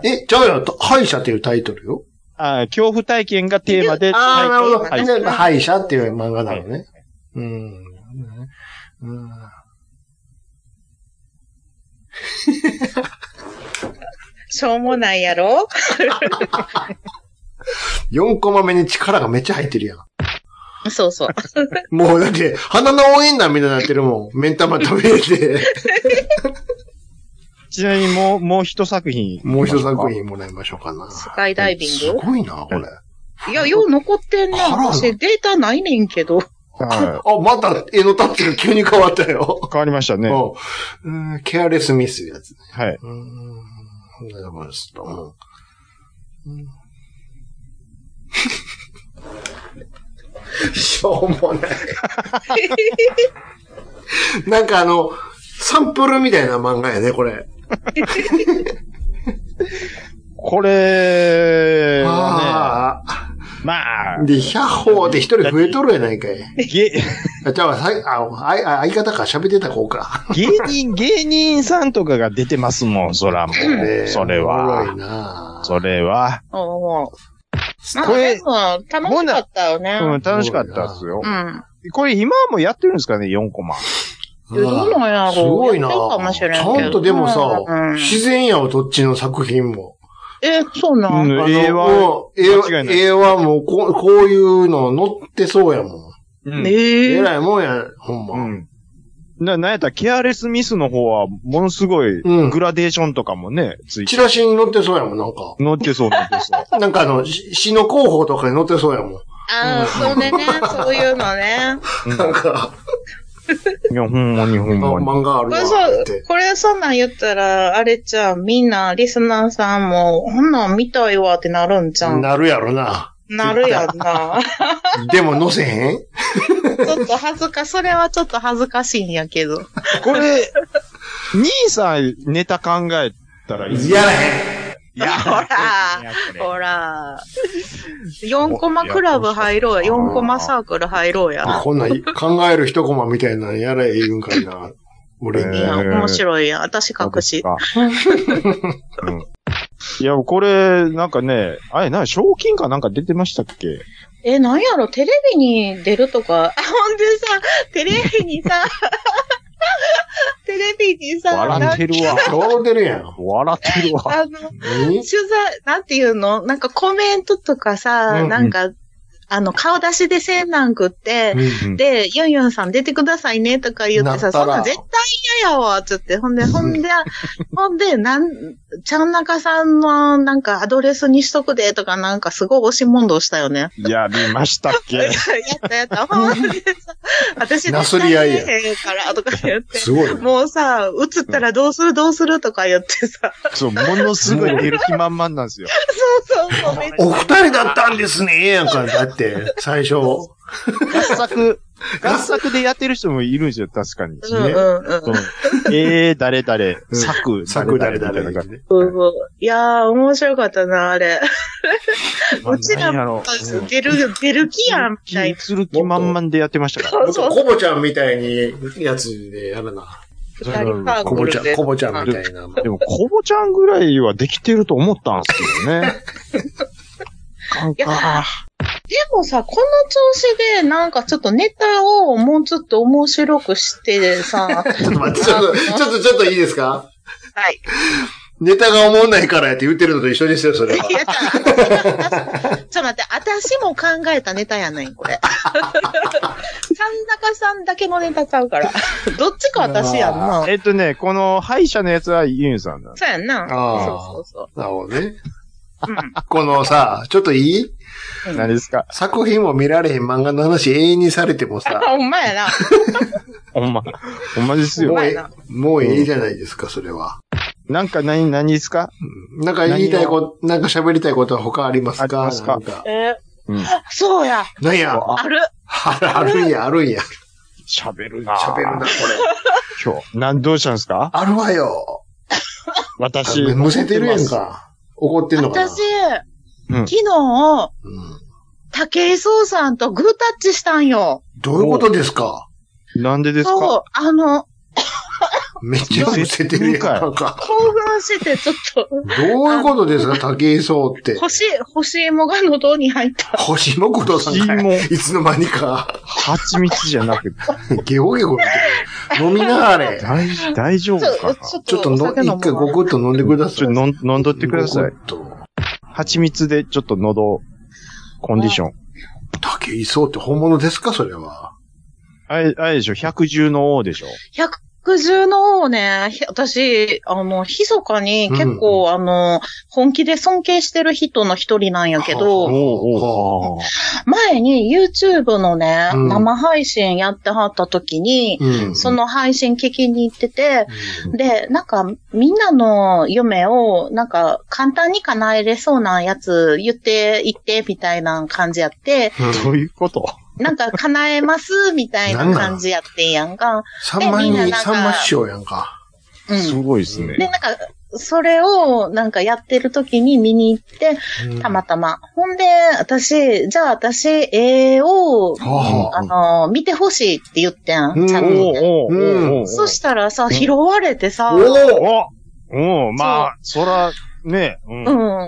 S1: え、ちゃうよ、と歯医者っていうタイトルよ。
S5: あ恐怖体験がテーマで。
S1: ああ、なるほど。
S5: はい
S1: じゃあ、歯医者っていう漫画なのね。うん。うん
S4: しょうもないやろ
S1: 4コマ目に力がめっちゃ入ってるやん。
S4: そうそう。
S1: もうだって、鼻の応援団みたいになってるもん。目ん玉食べれて。
S5: ちなみにもう、もう一作品。
S1: もう一作。品もらいましょうかな。
S4: スカイダイビン
S1: す
S4: グ
S1: ごいな、これ。
S4: いや、よう残ってんね
S1: あらら
S4: 私、データないねんけど。
S5: は
S1: あ、また絵のタッチが急に変わったよ。
S5: い。変わりましたね。は
S1: うんうん、ケアレスミスやつ。
S5: い。
S1: うん。なるほどです。うんしょうもない。なんかあの、サンプルみたいな漫画やね、これ。
S5: これは
S1: あ
S5: ね、まあ
S1: あ。、で、100歩で一人増えとるやないかい。
S5: 芸、
S1: あ、じゃあ、さいあああ相方か喋ってた子か。
S5: 芸人、芸人さんとかが出てますもん、そらも
S1: ねえ
S5: う。それ
S1: おもろい
S5: は。
S1: な
S5: それは。
S4: おうおうま
S5: こ
S4: あ、
S5: れ
S4: でも、楽しかったよね。
S5: うん、楽しかったですよ
S4: う。ん。
S5: これ今もやってるんですかね、4コマ。
S4: どうなんやろう。
S1: すごいな
S4: やってるかもしれんけ
S1: ち
S4: ど
S1: ゃんとでもさ、
S4: うん
S1: 自然やわ、どっちの作品も。
S4: え、そうな
S5: うん
S4: ん。
S1: あの
S5: 絵は
S1: もう絵
S5: 間違
S1: は、
S5: いない
S1: 絵はもうこう、こういうの載ってそうやもん。
S5: うん
S4: え
S1: え
S4: え
S1: らいもんや、ほん
S5: う
S1: ま。
S5: ん。な、なんやったら、ケアレスミスの方は、ものすごい、
S1: うん
S5: グラデーションとかもね、ついて
S1: チ、ラシに載ってそうやもん、なんか。
S5: 乗ってそう、乗ってそう。
S1: なんかあの、し詩の候補とかに載ってそうやもん。
S4: ああ、そうね、そういうのね。
S1: なんか、
S5: いや、ほんまにほ
S1: あ
S5: ん まに。
S1: 漫画ある
S4: こ
S1: わ
S4: れそ
S1: っ
S4: う
S1: て。、
S4: これそんなん言ったら、あれじゃん、みんな、リスナーさんも、こんなん見たいわってなるんじゃん。な
S1: なるやろ な。
S4: るやん な。
S1: でも載せへん
S4: ちょっと恥ずか、それはちょっと恥ずかしいんやけど。
S5: これ、兄さん、ネタ考えたらいい。
S1: やらへん。
S5: いや、
S4: ほら、ほら。4コマクラブ入ろうや。4コマサークル入ろうや。
S1: こんなん考える一コマみたいなのやらええ言うんかいな。俺
S4: い
S1: に。
S4: や、面白いやん。私隠し。
S5: そうですか うんいや、これ、なんかね、あれ、な、賞金かなんか出てましたっけ
S4: え、なんやろ、テレビに出るとか、あ、ほんでさ、テレビに さ、テレビにさ、
S5: 笑ってるわ。
S1: 笑うてるやん。
S5: 笑ってるわ。
S4: あの、
S1: 何
S4: 取材、なんていうのなんかコメントとかさ、
S1: うん
S4: なんか、あの、顔出しでせんなんくって、で、ユンユンさん出てくださいねとか言って
S1: な
S4: さ、
S1: ったら
S4: そんなん絶対嫌やわ、つって。ほんで、ほん で、ほんで、なん、ちゃんなかさんのなんかアドレスにしとくでとかなんかすごい押し問答したよね。
S5: やりましたっ け
S4: やった やった。ほんでさ、私
S1: なすり合いや
S4: 絶対言えへんからとか言って。
S1: すごいな。
S4: もうさ、映ったらどうするどうするとか言っ てさ。
S5: そう、ものすごい出る気満々なんですよ。
S4: そうそうそう、めっちゃ
S1: お二人だったんですね、ええやんか。だって、最初。
S5: 合作、合作でやってる人もいるんですよ、確かに。
S4: うんうんうん。
S5: うんえー、誰々、
S1: ん
S5: 作、
S1: 作誰々
S5: みたいな感じ
S4: そうそういやー、面白かったな、あ れ。うちら
S5: 何やろ
S4: も出る、出る気やん、みたいな。
S5: する気満々でやってましたから。
S4: そうそう
S1: コボちゃんみたいに、やつでやるな。
S4: 二人サー
S1: コ
S4: ク
S1: ボ
S4: ル
S1: ちゃん、
S4: で。
S1: コボちゃんみたいな。
S5: でも、コボちゃんぐらいはできてると思ったんですけど ね。なん
S4: い
S5: か
S4: や、でもさ、この調子で、なんかちょっとネタをもうちょっと面白くしてさ、
S1: ちょっと待って、ちょっと、ちょっと、ちょっといいですか
S4: はい。
S1: ネタが思わないからやって言ってるのと一緒ですよ、それは。
S4: いや、 ちょっと待って、私も考えたネタやねん、これ。三中さんだけのネタちゃうから。 どっちか私やんな。
S5: えっとね、この歯医者のやつはユンさんなんです。
S4: そうやんな。
S1: あー
S4: そうそう
S1: なるほどね。
S4: そう。うん
S1: このさ、ちょっといい
S5: 何ですか
S1: 作品も見られへん漫画の話永遠にされても
S4: あ
S1: さ、
S4: ほんまやな。
S5: ほんま、ほんまです
S1: も
S5: よ
S1: う。え
S4: お前な
S1: もういいじゃないですか、それは。
S5: なんか何、何ですか
S1: なんか言いたいこと、なんか喋りたいことは他ありますか
S5: ありますか
S1: なんか
S4: え
S5: うん
S4: そうや。
S1: なんや、
S5: あ
S4: ある。
S1: ああるんや、あるんや。
S5: 喋るな
S1: 喋るな、これ。
S5: 今日。なん、どうしたんですか
S1: あるわよ。
S5: 私。
S1: むせてるやん。か。怒ってんのかな。
S4: 私、
S5: うん
S4: 昨日、
S1: うん
S4: 武井壮さんとグータッチしたんよ。
S1: どういうことですか
S5: なんでです
S4: そ
S5: か
S4: う、あの、
S1: めっちゃむせてるやんなんか。
S4: 興奮して、ちょっと、
S1: どういうことですか竹井壮って。
S4: 星、星芋が喉に入った。
S1: 星のことさんか
S5: 星
S1: いいつの間にか、
S5: 蜂蜜じゃなくて。
S1: ゲホゲホ見てる。飲みながれ。
S5: 大、大丈夫かなちょ
S1: ちょっとの、
S4: お酒飲も
S1: 一
S4: う
S1: 回ごくっと飲んでくだ
S5: っ
S1: さい。
S5: と飲ん飲んどってください
S1: ご。っと。
S5: 蜂蜜でちょっと喉、コンディション。
S1: 竹井壮って本物ですかそれは。
S5: あれ、あれでしょ百獣の王でしょ
S4: 百獣の王をね、ひ私、あの、密かに結構、あの、本気で尊敬してる人の一人なんやけ
S1: お
S4: ど、
S1: お
S5: うおう。
S4: 前に YouTube のね、
S1: うん
S4: 生配信やってはった時に、
S1: うん。
S4: その配信聞きに行ってて、
S1: うん
S4: で、なんか、みんなの夢を、なんか、簡単に叶えれそうなやつ言って、言って、みたいな感じやって、
S5: どういうこと
S4: なんか叶えます、みたいな感じやってんやんか。
S1: 三万
S4: えみんな
S1: 人、
S4: なんか
S1: 三万師匠やんか。
S4: うん。
S5: す
S4: で、
S5: ごいですね。
S4: なんか、それを、なんかやってる時に見に行って、
S1: うん
S4: たまたま。ほんで、私、じゃあ私、絵を、
S1: は
S4: あの、見てほしいって言ってん、
S1: うん
S4: チャンネルで。
S5: おうおう
S1: うん
S5: おう
S4: そしたらさ、拾われてさ、
S5: おおうん、まあ、そら、ね、うん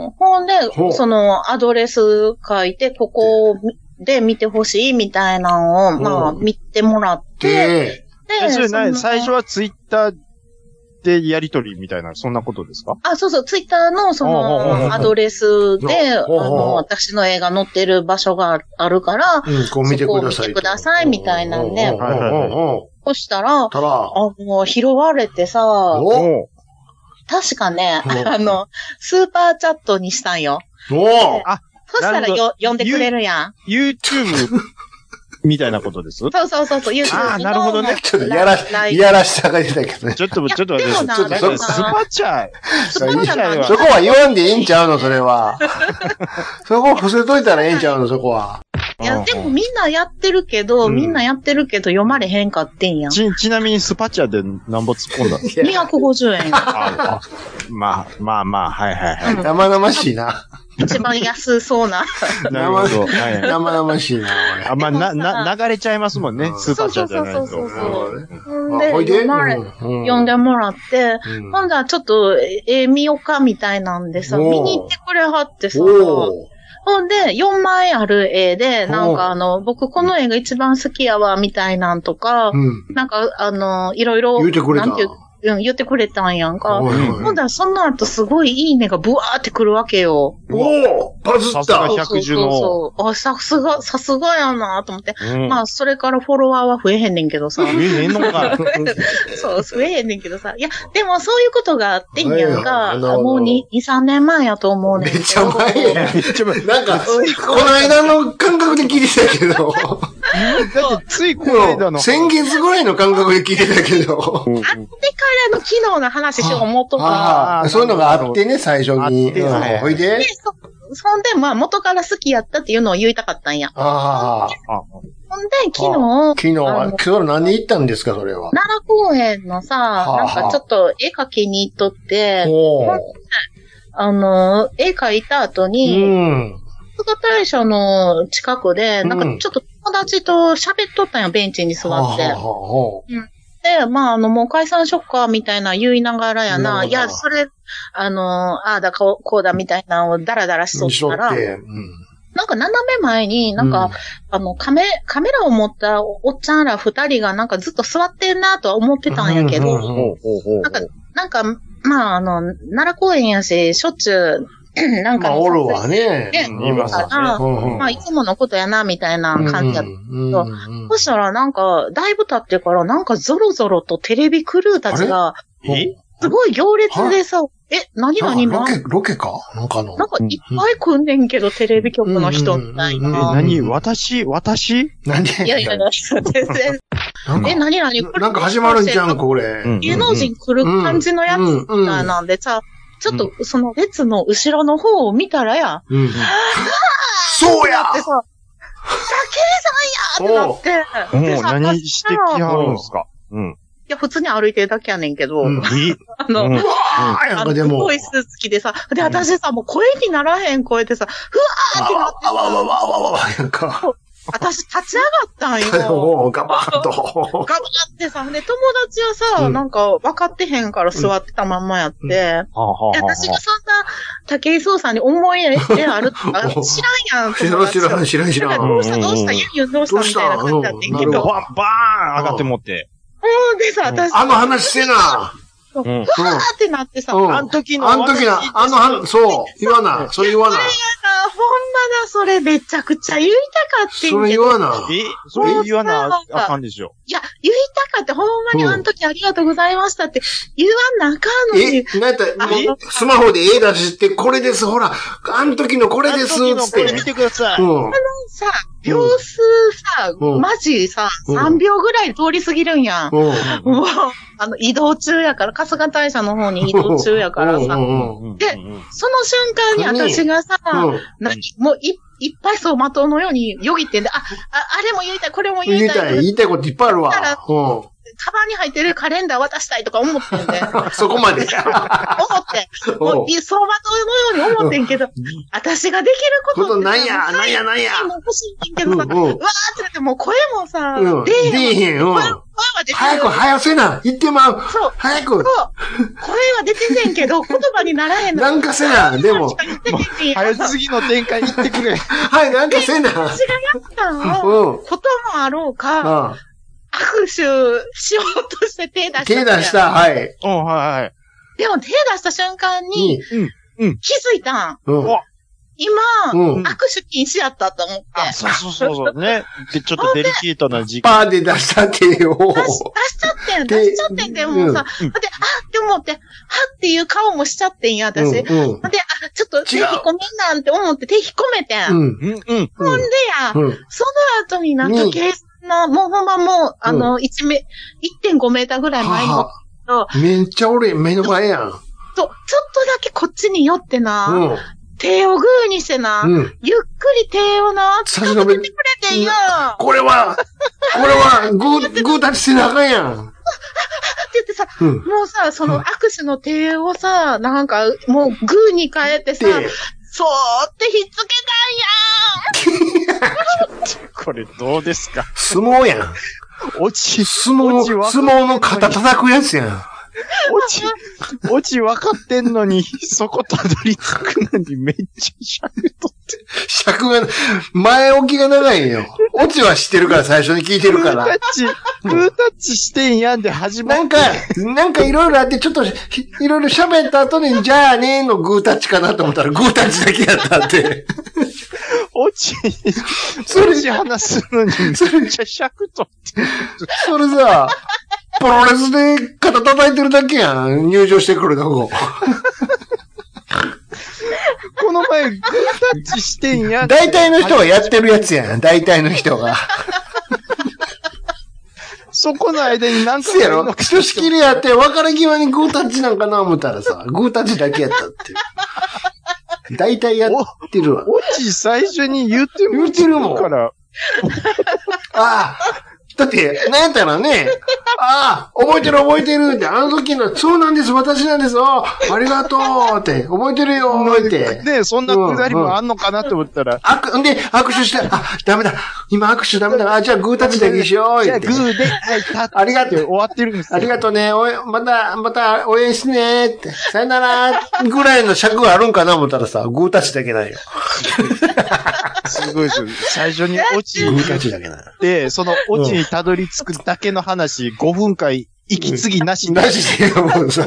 S4: うん。ほんで
S1: ほう、
S4: そのアドレス書いて、ここで見てほしいみたいなのを、
S1: ほう
S4: まあ、見てもらって、
S1: で、
S4: で、
S5: えそれな
S4: そんな
S5: 最初はツイッターでやりとりみたいな、そんなことですか
S4: あ、そうそう、ツイッターのそ
S5: おうおうおうおう
S4: のアドレスで、あ
S1: おうおうおう
S4: の、私の映画載ってる場所があるあるから、
S1: うん、こう見てください。
S4: そこを見てくださいみたいなんで
S1: うんうんうんうん。
S4: そしたら、あ
S1: たら、
S4: の、拾われてさ、
S1: お
S5: おう
S4: 確かね、
S1: お
S4: あの、スーパーチャットにしたんよ。
S1: お
S4: そした
S5: な
S4: ら
S5: るほど
S4: よ、呼んでくれるやん。
S5: YouTube みたいなこと です
S4: そうそうそうそう、YouTube の
S5: あーなるほどね
S1: ちょっとやらし、いやらしさが出たけ どね。
S5: ちょっと、
S4: や
S5: ちょっと待って
S4: でもな
S5: ちょっと
S1: でもな
S5: スパチャ
S4: スパチャなんだ
S1: そこは言わんでいいんちゃうの、それは。 そこ伏せといたらええんちゃうの、そこは。
S4: いや、でもみんなやってるけど、
S1: うん
S4: みんなやってるけど読まれへんかってんやん。
S5: ち、ちなみにスパチャで何ぼ突っ込んだの
S4: 250円。
S5: ああまあ、まあまあ、はいはいは
S1: 生々しいな。
S4: 一番安そうな。
S5: い。なるほど。はいはい
S1: 生々しいな、
S5: あ、まあ、な、な、流れちゃいますもんね
S1: う。ん
S5: スーパーチャじゃないと。
S4: そうそうそう
S1: 俺。なるほどね
S4: ほん
S1: あ
S4: で、
S1: ほいで
S4: 読まれ、
S1: うん
S4: 読んでもらって、
S1: うん
S4: ほんだらちょっと、ええ見ようかみたいなんでさ、
S1: おう
S4: 見に行ってくれはってさ、ほ
S1: おー
S4: んで、4枚ある絵で、なんかあの、僕この絵が一番好きやわ、みたいなんとか、
S1: うん。
S4: なんかあの、いろいろ、
S1: 言うてくれた
S4: なんていううん、言ってくれたんやんか。
S1: おいおい
S4: ほんだらその後すごいいいねがブワーってくるわけよ。
S1: おーバズっ
S5: さすが
S1: た
S5: 110
S4: そうそうそう。あ、さすが、さすがやなと思って。
S5: うん
S4: まあ、それからフォロワーは増えへんねんけどさ。
S5: 見えねえの か。
S4: そう、増えへんねんけどさ。いや、でもそういうことがあってんやん
S1: は
S4: か。
S1: いなるほど
S4: もう2、2 3年前やと思うね
S1: め
S4: んけ
S1: っ
S4: ど。
S1: ちゃ前や。
S5: ちょっと待って
S1: なんか、この間の感覚で聞いてたけど。
S5: だって、ついこの間
S1: でも
S5: の。
S1: 先月ぐらいの感覚で聞いてたけど。
S4: でからの昨日の話しよう思うとか。
S1: ああ、そういうのがあってね、最初に。
S5: あってはい
S1: うんほいで
S4: で、。そ、そんで、まあ、元から好きやったっていうのを言いたかったんや。
S1: ああ、
S5: あ
S4: ほんで、昨日、
S1: 昨日
S4: あ
S1: は
S4: の、
S1: 今日何で行ったんですか、それは。
S4: 奈良公園のさ、
S1: はあ
S4: なんかちょっと絵描きに行っとって、
S1: おー
S4: あの、絵描いた後
S1: う
S4: に、
S1: ん。
S4: 菅大社の近くで、なん
S1: うん
S4: かちょっと友達と喋っとったんや、ベンチに座
S1: はあ
S4: って。
S1: は
S4: で、まあ、あの、もう解散しよっか、みたいな言いながらや
S1: な
S4: な。
S1: るほ
S4: い
S1: ど
S4: や、それ、あの、ああだ、こうこうだ、みたいなのをダラダラし
S1: あは
S4: と
S1: あ。
S4: っ
S1: しと
S4: た
S1: っ
S4: ら、
S1: て。うん
S4: なんか斜め前に、なんか、
S1: うん
S4: あの、カメ、カメラを持ったおおっちゃんら二人がなんかずっと座ってんなとは思ってたんやけど、
S1: うんうんうん
S5: ほうほうほう
S4: なんか、なんか、まあ、あの、奈良公園やし、しょっちゅう、 なんか
S1: まあ、
S4: の、
S1: おるわね。
S4: ね
S1: うん
S5: いますわね
S4: あ
S1: うんうん
S4: まあ、いつものことやな、みたいな感じやった。
S1: うんうんうん
S4: そしたら、なんか、だいぶ経ってから、なんか、ゾロゾロとテレビクルーたちが、
S5: え
S4: すごい行列でさ、え、何々
S1: なん
S4: な
S1: かロケ、ロケかなんかの
S4: な。んか、いっぱい来んねんけど、テレビ局の人、みたい
S1: うんうんうんうん
S4: な。
S5: 何私私
S1: 何
S4: いやいや、全然。
S1: なん
S4: え、
S1: か
S4: 何々来る
S1: なんか始まるんちゃうん、これ。
S5: うん
S4: 芸能人来る感じのやつみたいなんでさ、ちょっとその列の後ろの方を見たらや、
S1: うんそう や
S4: だってさ、武井さんやーってなって、
S5: もう
S4: でさ
S5: 何してきはるんすかうん。
S4: いや、普通に歩いてるだけやねんけど、
S1: うん
S5: え
S4: あ
S5: う
S4: の、
S5: ん
S1: あやんか
S4: あの、
S1: ですも
S4: ご。いスーツ着でさ、で、私さ、もう声にならへん声でさ、ふわーってなって、
S1: あわわわわわわ、なんか。
S4: 私立ち上が ったんよ。
S1: もう、ガバッと。
S4: ガバってさ、で、友達はさ、
S1: うん
S4: なんか分かってへんから座ってたまんまやって、
S1: うん
S4: で
S5: はあはあはあ
S4: 私がそんな、武井壮さんに思い入れある、あ知らんやん、
S1: 知
S4: 友
S1: らん知
S4: 達は
S1: らん知らん知
S4: なん
S1: ら
S4: か
S1: ん。
S4: どうしたどうしたユンユンどうしたみたいな感じだってんけ
S1: なる
S4: ど。
S1: ほ
S4: ほ
S1: ど
S5: わバーン上がってもって。
S4: んでさ、私、
S1: あの
S4: わ
S1: 話せな。
S5: うん。
S1: うん。
S4: ーってなってさ、
S1: う
S4: ほ
S1: ん
S4: んま
S5: あの時の。
S1: あの時な、あの話、そう、言わな。それ言わな。
S4: だ、それめちゃくちゃ言いたかって
S1: そ
S4: ん
S1: れ
S4: け
S1: 言
S4: ど。
S1: わな。
S5: えそれ言わなあかんでしょ。
S4: いや、言いたかって、ほんまに
S1: うん
S4: あの時ありがとうございましたって言わなあかんの
S1: え
S4: に、、
S1: なんやったらもうスマホで絵出して、これです、ほら、あの時のこれです、
S5: あの時の
S1: つっ
S5: これ見
S1: て。
S5: てくださ
S1: う
S5: い。
S1: ん。
S4: さ、秒数さ、
S1: うん
S4: マジさ、
S1: うん
S4: 3秒ぐらい通り過ぎるんやん。
S1: うん。
S4: もう、あの、移動中やから、春日大社の方に移動中やから
S1: う
S4: さ、
S1: んうんうん。
S4: でその瞬間に私がさ、
S1: うん
S4: 何もういいっぱい走馬灯のようによぎってんで、あ、あ、あれも言いたい、これも言
S1: 言
S4: い
S1: い
S4: たい、
S1: たい、言いたいこといっぱいあるわ。う
S4: カバンに入ってるカレンダー渡したいとか思ってん で、思
S1: ん。そこまで。
S4: って、も
S1: お
S4: うい走馬灯のように思ってんけど、私ができる
S1: こ
S4: こ
S1: とと
S4: って
S1: なんや、なんや、なんや。
S4: も欲しいんけ
S1: う
S4: ど
S1: ん
S4: さ、
S1: うん
S4: わーってなって、もう声もさ、
S1: うん。
S4: 出
S1: 出
S4: え
S1: え
S4: へん。
S1: へん、うん
S4: 声。は出てる。
S1: 早く、早せな。行ってまう。
S4: そう。
S1: 早
S4: そう
S1: く。
S4: 声は出てんねん けど、言葉にならへんの。
S1: なんかせな。でも、
S4: 言ってへんやん
S5: 早次の展開行ってくれ。
S1: はい、なんかせな。
S4: 私がやった
S1: うん
S4: のこともあろうか、
S1: あ
S4: 握手しようとして手出した。
S1: 手出した、はい。
S5: おはいはい。
S4: でも手出した瞬間に
S1: に、
S4: 気づいたん。
S1: うん。
S4: 今、
S1: うん。
S4: 握手禁止やったと思って。
S5: あ、そうそうそうそう。ね。で、ちょっとデリケートな時期。
S1: パーで出した手を。
S4: 出し、出しちゃってん、
S1: で
S4: 出しちゃってんけど、もうさ、
S5: うん
S4: だって、あって思って、はっていう顔もしちゃってんや、私。で、
S1: うん。うん。
S4: あ、ちょっと手引っ込めんなんて思って手引っ込めてん。
S1: うん。
S5: うんうん。
S4: ほんでや、
S1: うん。
S4: その後になん
S1: う
S4: か
S1: ん
S4: 警察の、もうほんまもう、あの、1メ、1.5メーターぐらい前に、と、
S1: ははめっちゃ俺、目の前やん。
S4: ちょっとだけこっちに寄って
S1: う
S4: な、
S1: ん。
S4: 手をグーにしてな、
S1: うん。
S4: ゆっくり手をな、
S1: 差し伸べ
S4: てくれてんよ、って
S1: これは、これは、グー、グー立ちせなあかんやん。
S4: 言ってさ、
S1: うん。
S4: もうさ、その握手の手をさ、なんか、もうグーに変えてさ、
S1: で、
S4: そうってひっつけ
S5: これどうですか
S1: 相撲やん。
S5: 落ち、
S1: 相撲、
S5: 落ちわ
S1: 相撲の肩叩くやつやん。
S5: 落ち、落ち分かってんのに、 そこたどり着くのにめっちゃ尺取ってる。
S1: 尺が、前置きが長いんよ。オチは知ってるから、最初に聞いてるか
S5: グー タッ
S1: ら。
S5: チ、グータッチしてんやんで始ま
S1: な
S5: る。
S1: んか、なんかいろいろあって、ちょっと、ひいろいろ喋った後に、じゃあねーのグータッチかなと思ったら、グータッチだけやった って。
S5: 落ち、
S1: それ
S5: 落ち話すのにめっちゃ尺取ってる。
S1: それさ、プロレスで肩叩いてるだけやん。入場してくるとこ。
S5: この前、グータッチしてんやん。
S1: 大体の人はやってるやつやん。大体の人が。
S5: そこの間に何か
S1: そうやろひとしきりやって、別れ際にグータッチなんかな思ったらさ、グータッチだけやったって。大体やってるわ。
S5: オチ最初に言っても
S1: 言うてるもん
S5: から、
S1: ああ。だって、なんやったらね、ああ、覚えてる覚えてるって、あの時の、そうなんです、私なんです、ああありがとうって、覚えてるよ、覚えて。
S5: ねそんなくだりもあんのかなって思ったら、
S1: あく、んで、握手して、あ、ダメだ、今握手ダメだ、あ、じゃあグータッチだけしよう、
S5: じゃ
S1: 言
S5: あ
S1: って
S5: グ。ーで、はい、立って
S1: ありがと
S5: 終
S1: う。
S5: わってるんですよ。
S1: ありがとうね、おえまた、また応援してねって、さよならぐらいの尺があるんかな思ったらさ、グータッチだけないよ。
S5: すごいですよ。最初にオチ
S1: グータッ
S5: に
S1: チだけない。
S5: で、そのオチにたどり着くだけの話、5分間、息継ぎなし
S1: なしで、もうさ、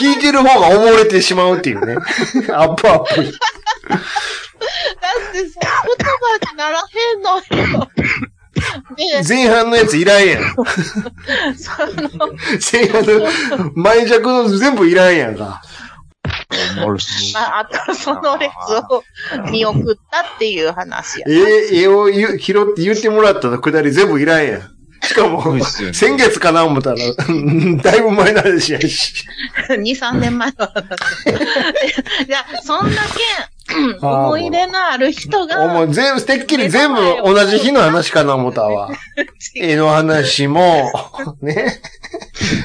S1: 聞いてる方が溺れてしまうっていうね。アップアップ。
S4: だってさ、言葉にならへんのよ。で、
S1: 前半のやついらんやん。
S4: その、
S1: 前半の、前弱の全部いらんやんか。
S4: まあ、あとその列を見送ったっていう話や。
S1: 絵、絵を言う拾って言ってもらったのくだり全部いらんやん。しかも、先月かな思ったら、うんだいぶ前の話やし。
S4: 2、3年前の話。 いや、そんだけ、うん
S1: あー
S4: 思い入れのある人が、
S1: もう全部、てっきり全部同じ日の話かな思ったわ。絵の話も、ね。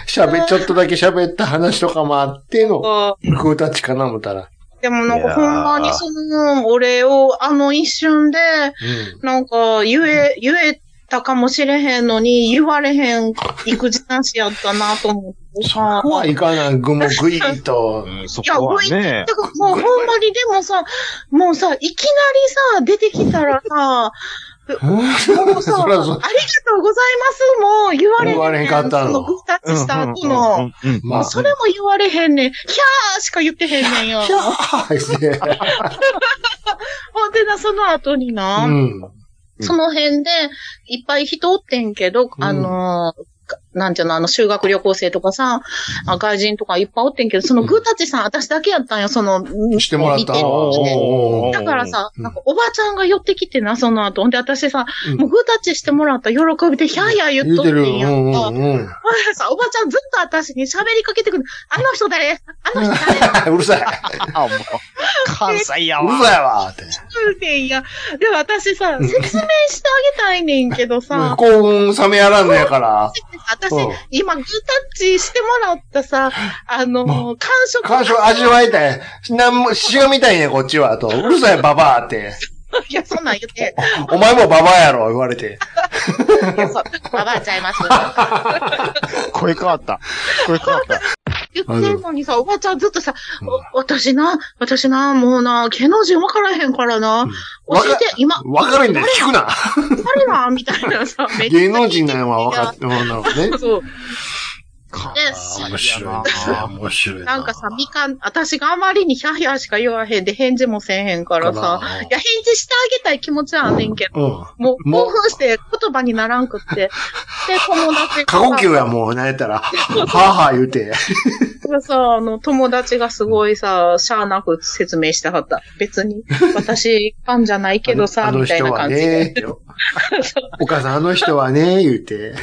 S1: 喋、ちょっとだけ喋った話とかもあっての、
S4: こう
S1: グータッチかな思ったら。
S4: でもなん
S5: いやー
S4: かほんまにその、お礼をあの一瞬で、
S1: うん。
S4: なんか言え、言えたかもしれへんのに、言われへん育児なしやったなと思ってさ。
S1: ここはいかない、ぐもぐいっと。
S5: そ
S4: いや、
S5: こ
S4: ご
S5: はいね
S4: だ。からもうほんまにでもさ、もうさ、いきなりさ、出てきたらさ、もうさ、
S1: そ
S4: あり
S1: ら
S4: が
S1: そ
S4: とうございますも言われへんねん。
S1: 言われへんかったの
S4: そのグータッチした後の。
S5: うんうんうんうん
S1: まあ、
S4: それも言われへんねん。ひゃーしか言ってへんねんよ。
S1: キャーって。
S4: ほんでな、その後にな、
S1: うん。
S4: その辺で、いっぱい人おってんけど、
S1: うん
S4: あのー、かなんていうの、あの、修学旅行生とかさ、あ外人とかいっぱいおってんけど、そのグータッチさん、私だけやったんよ、その、
S1: してもらった
S4: 見て
S1: おーおーおー
S4: だから、さ、
S1: うん
S4: なんかおばちゃんが寄ってきてな、その後。ほんで、私さ、
S1: うん
S4: もうグータッチしてもらった喜びで、ひゃーや言っ
S1: 言
S4: と
S1: う
S4: って
S1: てる。
S4: んや
S1: うん
S4: ん
S1: う
S4: か。
S1: んうん。
S4: ほらさ、おばちゃんずっと私に喋りかけてくる。あの人誰あの人誰
S1: うるさい。
S5: あ、もう、関西や
S1: うる
S5: わ。
S1: さいわって。
S4: 言うてんや。で、私さ、説明してあげたいねんけどさ、
S1: 興奮冷めやらんのやから。
S4: 私
S1: うん、
S4: 今、グータッチしてもらったさ、あのー、感触。
S1: 感傷味わいたい。なんも、しがみたいね、こっちは。と。うるさい、ババアって。
S4: いや、そんなん言って。
S1: お前もババアやろ、言われて。
S4: いや、そう、ババアちゃいます。
S5: 声変わった。声変わった。
S4: 言ってんのにさ、おばちゃんずっとさ、お私な、私な、もうな、毛の字分からへんからな、教えて、今、
S1: わかるんだよ、聞くな。
S4: 誰なみたいなさ、めっちゃ聞いて
S1: 芸能人なのは分かってもらうのね。
S4: そう。
S1: あー面白いな。面白いな。
S4: なんかさ、みかん、私があまりにヒャヒャしか言わへんで返事もせえへんからさ、
S1: かない
S4: や、返事してあげたい気持ちはあんねんけど、
S1: うん。
S4: もう
S1: もう
S4: 興奮して言葉にならんく って、で、友達
S1: 過呼吸
S4: が
S1: やもう、なんやったら、はぁはぁ言うて。
S4: さ、さ、あの、友達がすごいさ、しゃあなく説明してはった。別に、私、ファンじゃないけどさ、
S1: あの
S4: みたいな感
S1: あの
S4: じで。
S1: 人 はね、お母さんあの人はね、言うて、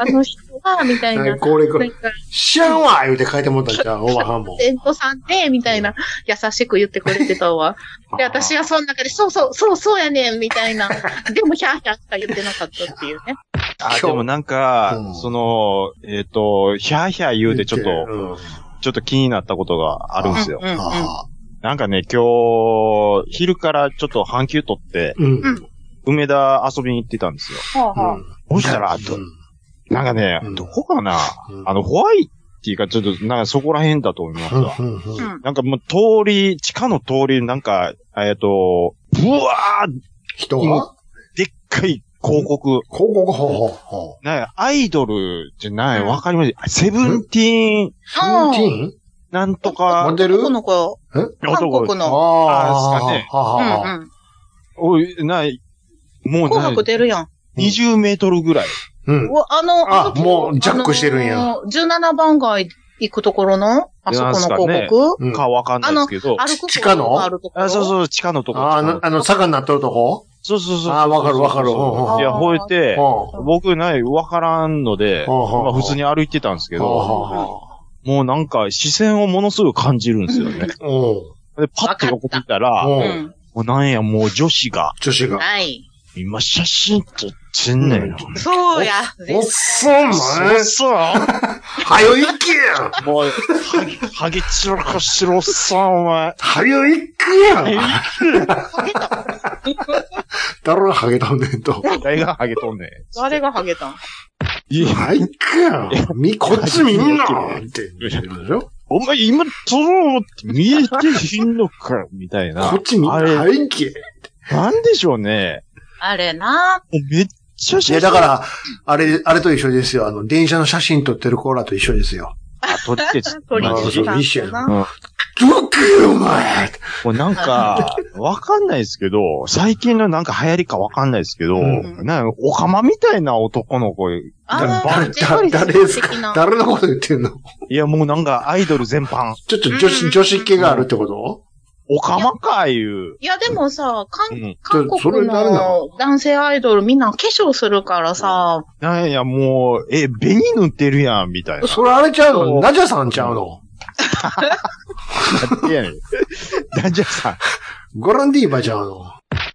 S4: あの人が、みたい
S1: なん
S4: な。
S1: かこれこ
S4: な
S1: れ
S4: ん、か、
S1: 知らんわ言うて書いてもらったんちゃうおばはんも。
S4: 生徒さんで、みたいな、優しく言ってくれて たわ。で、私はその中で、そうそう、そうそうやねん、みたいな。でも、ヒャーヒャーしか言ってなかったっていうね。
S5: あ、でもなんか、
S1: うん
S5: その、えっ、と、ヒャーヒャー言うてちょっと、
S1: うん
S5: ちょっと気になったことがあるんですよ。
S4: うんうんうん
S1: あ
S5: なんかね、今日、昼からちょっと半休取って、
S1: ーうん。
S4: うん
S5: 梅田遊びに行ってたんですよ。
S4: はあはあ
S5: そしたら、どなんかね、
S1: うん
S5: どこかな、
S1: うん
S5: あの、ホワイっていうか、ちょっと、なんかそこら辺だと思いますわ。
S1: うんうんうん
S5: なんかもう通り、地下の通り、なんか、えっと、うわー、
S1: 人が
S5: でっかい広告。
S1: 広告方法。ほ
S5: なんかアイドルじゃない、
S4: うん
S5: わかりますセブンティー
S1: う
S5: ン、
S1: ルーティーン
S5: なんと
S1: モ
S5: か、
S1: デル
S4: 男の子。韓
S5: 男
S4: 国
S1: あ
S4: の。
S5: あーですかね
S1: はあ
S4: う
S1: はあはあ
S4: んうん。
S5: おい、ない、もう
S4: 紅
S5: ない
S4: 白、出るやん。
S5: 20メートルぐらい。
S1: うん。
S4: うわあの、
S1: あ
S4: の時
S1: もうジャックしてるんや
S4: あの17番街行くところの、あそこの広
S5: なんす
S4: 告、
S1: うん
S5: かわかんないですけど。
S4: 歩く
S1: 地下の
S4: あるところ。
S5: あそう
S4: う。
S5: そう、地下のとこ。
S1: ああ
S5: 地下の
S1: の、あの、坂になっとるとこ
S5: そうそうそう。
S1: あーわかるわかるうんうん
S5: いや、吠えて、
S1: う
S5: 僕ない、わからんので、
S1: うんうんうん
S5: まあ普通に歩いてたんですけ
S1: ん。はあ
S5: ど、
S1: はあはあ
S5: もうなんか視線をものすごく感じるんです よね。で、
S1: うん。
S5: パッと横見たら、も
S1: う。
S4: うんん。
S5: うなんや、もう女子が、
S1: 女子が。
S4: はい。
S5: 今写真撮ってんねん。
S4: そうや。
S1: おっそんね。
S5: そうそう。
S1: はよ行けや
S5: もう、はげ散らかしてるおっさん、お前。
S1: はよ行くやんだろハゲたんねんと。
S5: 誰がハゲとんねん。
S4: 誰がハゲたん
S5: いや
S1: はい、行くやん。み、こっちみんなって言ってるでしょ
S5: お前今撮ろうって見えてひんのか、みた いな。
S1: こっちみんな、
S5: あれ、
S1: はい、行け。い
S5: なんでしょうね。
S4: あれな
S5: もうめっちゃ写真。
S1: や、だか、ら、あれ、あれと一緒ですよ。あの、電車の写真撮ってるコーラと一緒ですよ。
S5: 撮って、
S4: トリ
S1: あ
S4: ッ
S1: ー
S4: ク
S1: そう
S4: さん
S1: 一緒や
S4: と
S1: な
S4: な。
S1: どけよ、お前
S5: もうなんか、わかんないですけど、最近のなんか流行りかわかんないですけど、
S1: うん
S5: なんか、おかまみたいな男の子、い
S4: あ
S1: 誰
S4: ー、ジェイ
S1: 誰、誰
S4: ソン
S1: です
S4: 的
S1: か
S4: な
S1: 誰のこと言ってんの
S5: やもうなんかアイドル全般、
S1: ちょっと女子、女子系があるってこと
S5: おかまかいう、
S4: いや、でもさ、
S5: う
S4: 韓
S5: ん。
S4: 韓
S1: それ
S4: 国
S1: 誰な
S4: の男性アイドルみんな化粧するからさ、
S5: なんやもう、え、紅塗ってるやん、みた いな。
S1: それあれちゃう
S5: そ
S1: の
S5: う
S1: ナジャさんちゃうの
S5: いやね、なんじゃさ、
S1: ゴランディーバちゃうの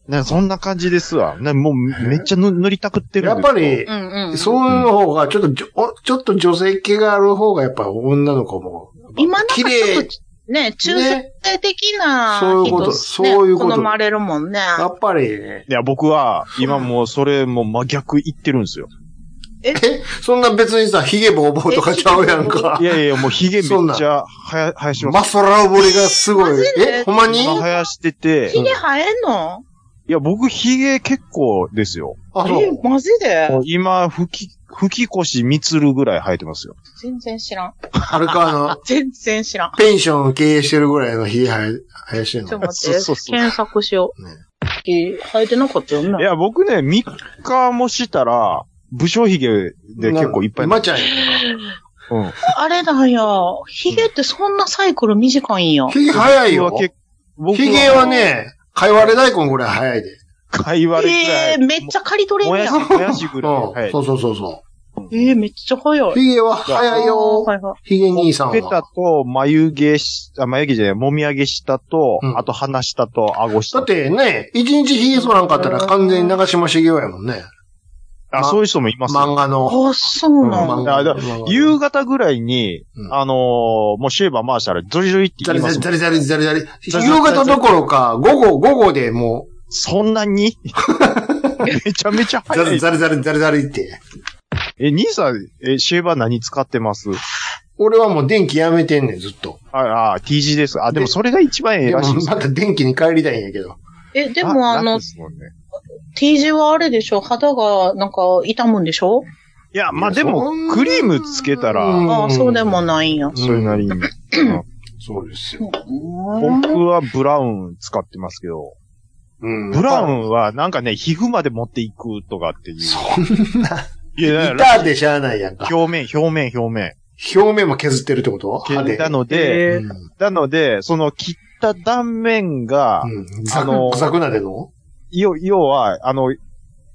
S5: なそんな感じですわ。なもう、めっちゃ塗塗りたくってる
S1: や
S5: ん
S1: っ
S5: です
S1: ぱ
S5: よ
S1: り
S4: う、んうん。
S1: そういう方が、ちょっとじょ、おちょっと女性系がある方が、やっぱ女の子も。
S4: 今なんか
S1: 綺
S4: ちょっ
S1: 麗
S4: と。ね、中性的
S1: ね
S4: な
S1: そういう
S4: 人
S1: こと
S4: ね
S1: そういうこと
S4: 好まれるもんね。
S1: やっぱりね。
S5: いや、僕は、今もう、それもう真逆言ってるんですよ。
S1: え、そんな別にさ、ヒゲボーボーとかちゃうやんか
S5: い。やいや、もう、ヒゲめ
S1: そんな
S5: っちゃ、はや、生やします。
S1: マッサラボリがすごい
S4: マジ。で
S1: え、ほんまに
S5: 今生やしてて、
S4: ヒゲ生えんの
S5: いや、僕、ヒゲ結構ですよ。
S1: あ、そ
S4: え
S1: う。、
S4: マジで
S5: 今、吹き、吹き腰みつるぐらい生えてますよ。
S4: 全然知らん。
S1: あれか、あの、
S4: 全然知らん。
S1: ペンションを経営してるぐらいのヒゲ生え生やしてん
S4: ちょっ
S1: の。
S4: と待っ
S5: そ
S4: て、
S5: うそうそう
S4: 検索しよう。
S1: ね
S4: え生えてなかったよ
S5: い
S4: ね。
S5: や、僕ね、3日もしたら、武将髭で結構いっぱい。
S1: 今ちゃんやんか。
S5: うん。
S4: あれだよ。ヒゲってそんなサイクル短いんや。
S1: ヒゲ早い
S5: 僕
S1: よ
S5: は。結僕
S1: ヒゲは、ね、かいわれ大根ぐらい早いで。
S5: かいわれぐらい。
S4: ええー、めっちゃ刈り取れ
S5: も
S4: る
S5: や
S4: や
S5: し、
S4: ん。
S5: もやしぐらい。
S1: う
S5: は
S1: ん。
S5: い
S1: そ。うそうそうそ
S4: ええー、めっちゃ早
S1: う。
S4: い。
S1: ヒゲは早いよ
S4: あー。はいはい
S1: ヒゲ兄さん
S5: ペタ
S1: は。
S5: と眉毛し、あ、眉毛じゃない、もみあげ下と、
S1: うん
S5: あと鼻下と顎下。
S1: だってね、一日ヒゲ剃らんかったら完全に長島茂雄やもんね。
S5: あ、そういう人もいますよ
S1: 漫画の。
S4: あ、そうなん
S1: 漫
S4: だ。
S1: 画
S5: あだ
S1: の。
S5: 夕方ぐらいに、
S1: うん
S5: あのーもうシェーバー回したら、ジョリジョリって
S1: ザ
S5: 言
S1: リ
S5: いま
S1: ザ
S5: す
S1: リ
S5: もん
S1: ザリザリザリザリ。
S5: ザ
S1: 夕
S5: リザリ
S1: 方どころか、午後、午後でも
S5: そんなにめちゃめちゃ
S1: う、ザ
S5: 早
S1: リ
S5: い。
S1: ザリザリザリザリって。
S5: え、兄さん、え、シェーバー何使ってます
S1: 俺はもう電気やめてんねん、ずっと。
S5: ああ、T 字です。あ、でも
S1: で
S5: それが一番ええ
S1: でも
S5: らしいです
S1: また電気に帰りたいんやけど。
S4: え、でもあの、T 字はあれでしょ肌がなんか痛むんでしょ
S5: いや、まあ
S1: いや
S5: でも
S1: そん、な
S5: クリームつけた
S1: うん
S5: ら、
S4: ああ、そうでもないんや。
S5: それなりに。
S1: そうですよ。
S5: 僕はブラウン使ってますけど、
S1: うん
S5: ブラウンはなんかね、皮膚まで持っていくとかっていう。
S1: そんな、
S5: いや、だ
S1: ギ
S5: か。
S1: ターでしゃあないやんから
S5: 表面、表面、表面。
S1: 表面も削ってるってこと歯で。
S5: なので、
S4: え
S1: うん
S5: なので、その切った断面が、
S1: うん。ザ
S5: あの
S1: クザクなでの
S5: 要要は、あの、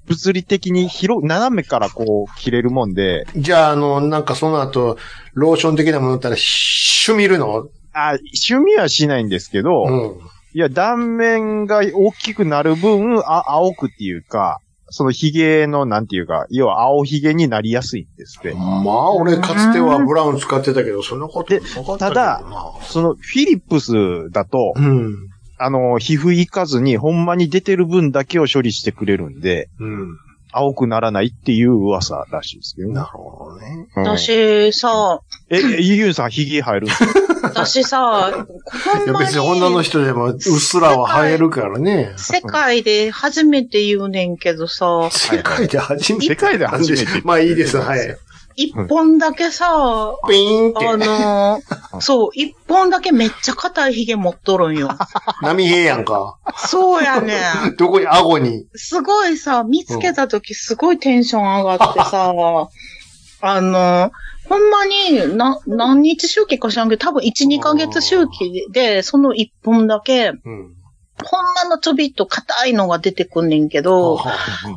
S5: 物理的に広、斜めからこう切れるもんで、
S1: じゃあ、あの、なんかその後、ローション的なものだったら、シュミるの
S5: あ、趣味はしないんですけど、
S1: うん。
S5: いや、断面が大きくなる分、あ、青くっていうか、その髭の、なんていうか、要は青髭になりやすいんですって。
S1: まあ、俺かつてはブラウン使ってたけど、そんなことなかったけどな
S5: ただ、その、フィリップスだと、
S1: うん。
S5: あの、皮膚いかずに、ほんまに出てる分だけを処理してくれるんで、
S1: うん。
S5: 青くならないっていう噂らしいですけどね
S1: なるほどね。
S5: うん
S4: 私さ、
S5: え、ゆうさん、髭生えるんですか
S4: 私さ、
S1: い
S4: ほん
S1: や、
S4: ま
S1: 別に女の
S4: に
S1: 人でも、うっすらは生えるからね。
S4: 世界で初めて言うねんけどさ、
S1: 世界で初め
S5: 世
S1: て。
S5: 界で初め て。
S1: まあいいです、はい。
S4: 一本だけさ、
S1: ピーン
S4: あ
S1: って。
S4: のー、そう、一本だけめっちゃ硬い髭持っとるんよ。
S1: 波平やんか。
S4: そうやねん。
S1: どこに、顎に。
S4: すごいさ、見つけたときすごいテンション上がってさ、あの、ほんまに、な、何日周期か知らんけど、多分1、2ヶ月周期で、その1本だけ、
S1: うん。
S4: ほんまのちょびっと硬いのが出てくんねんけど、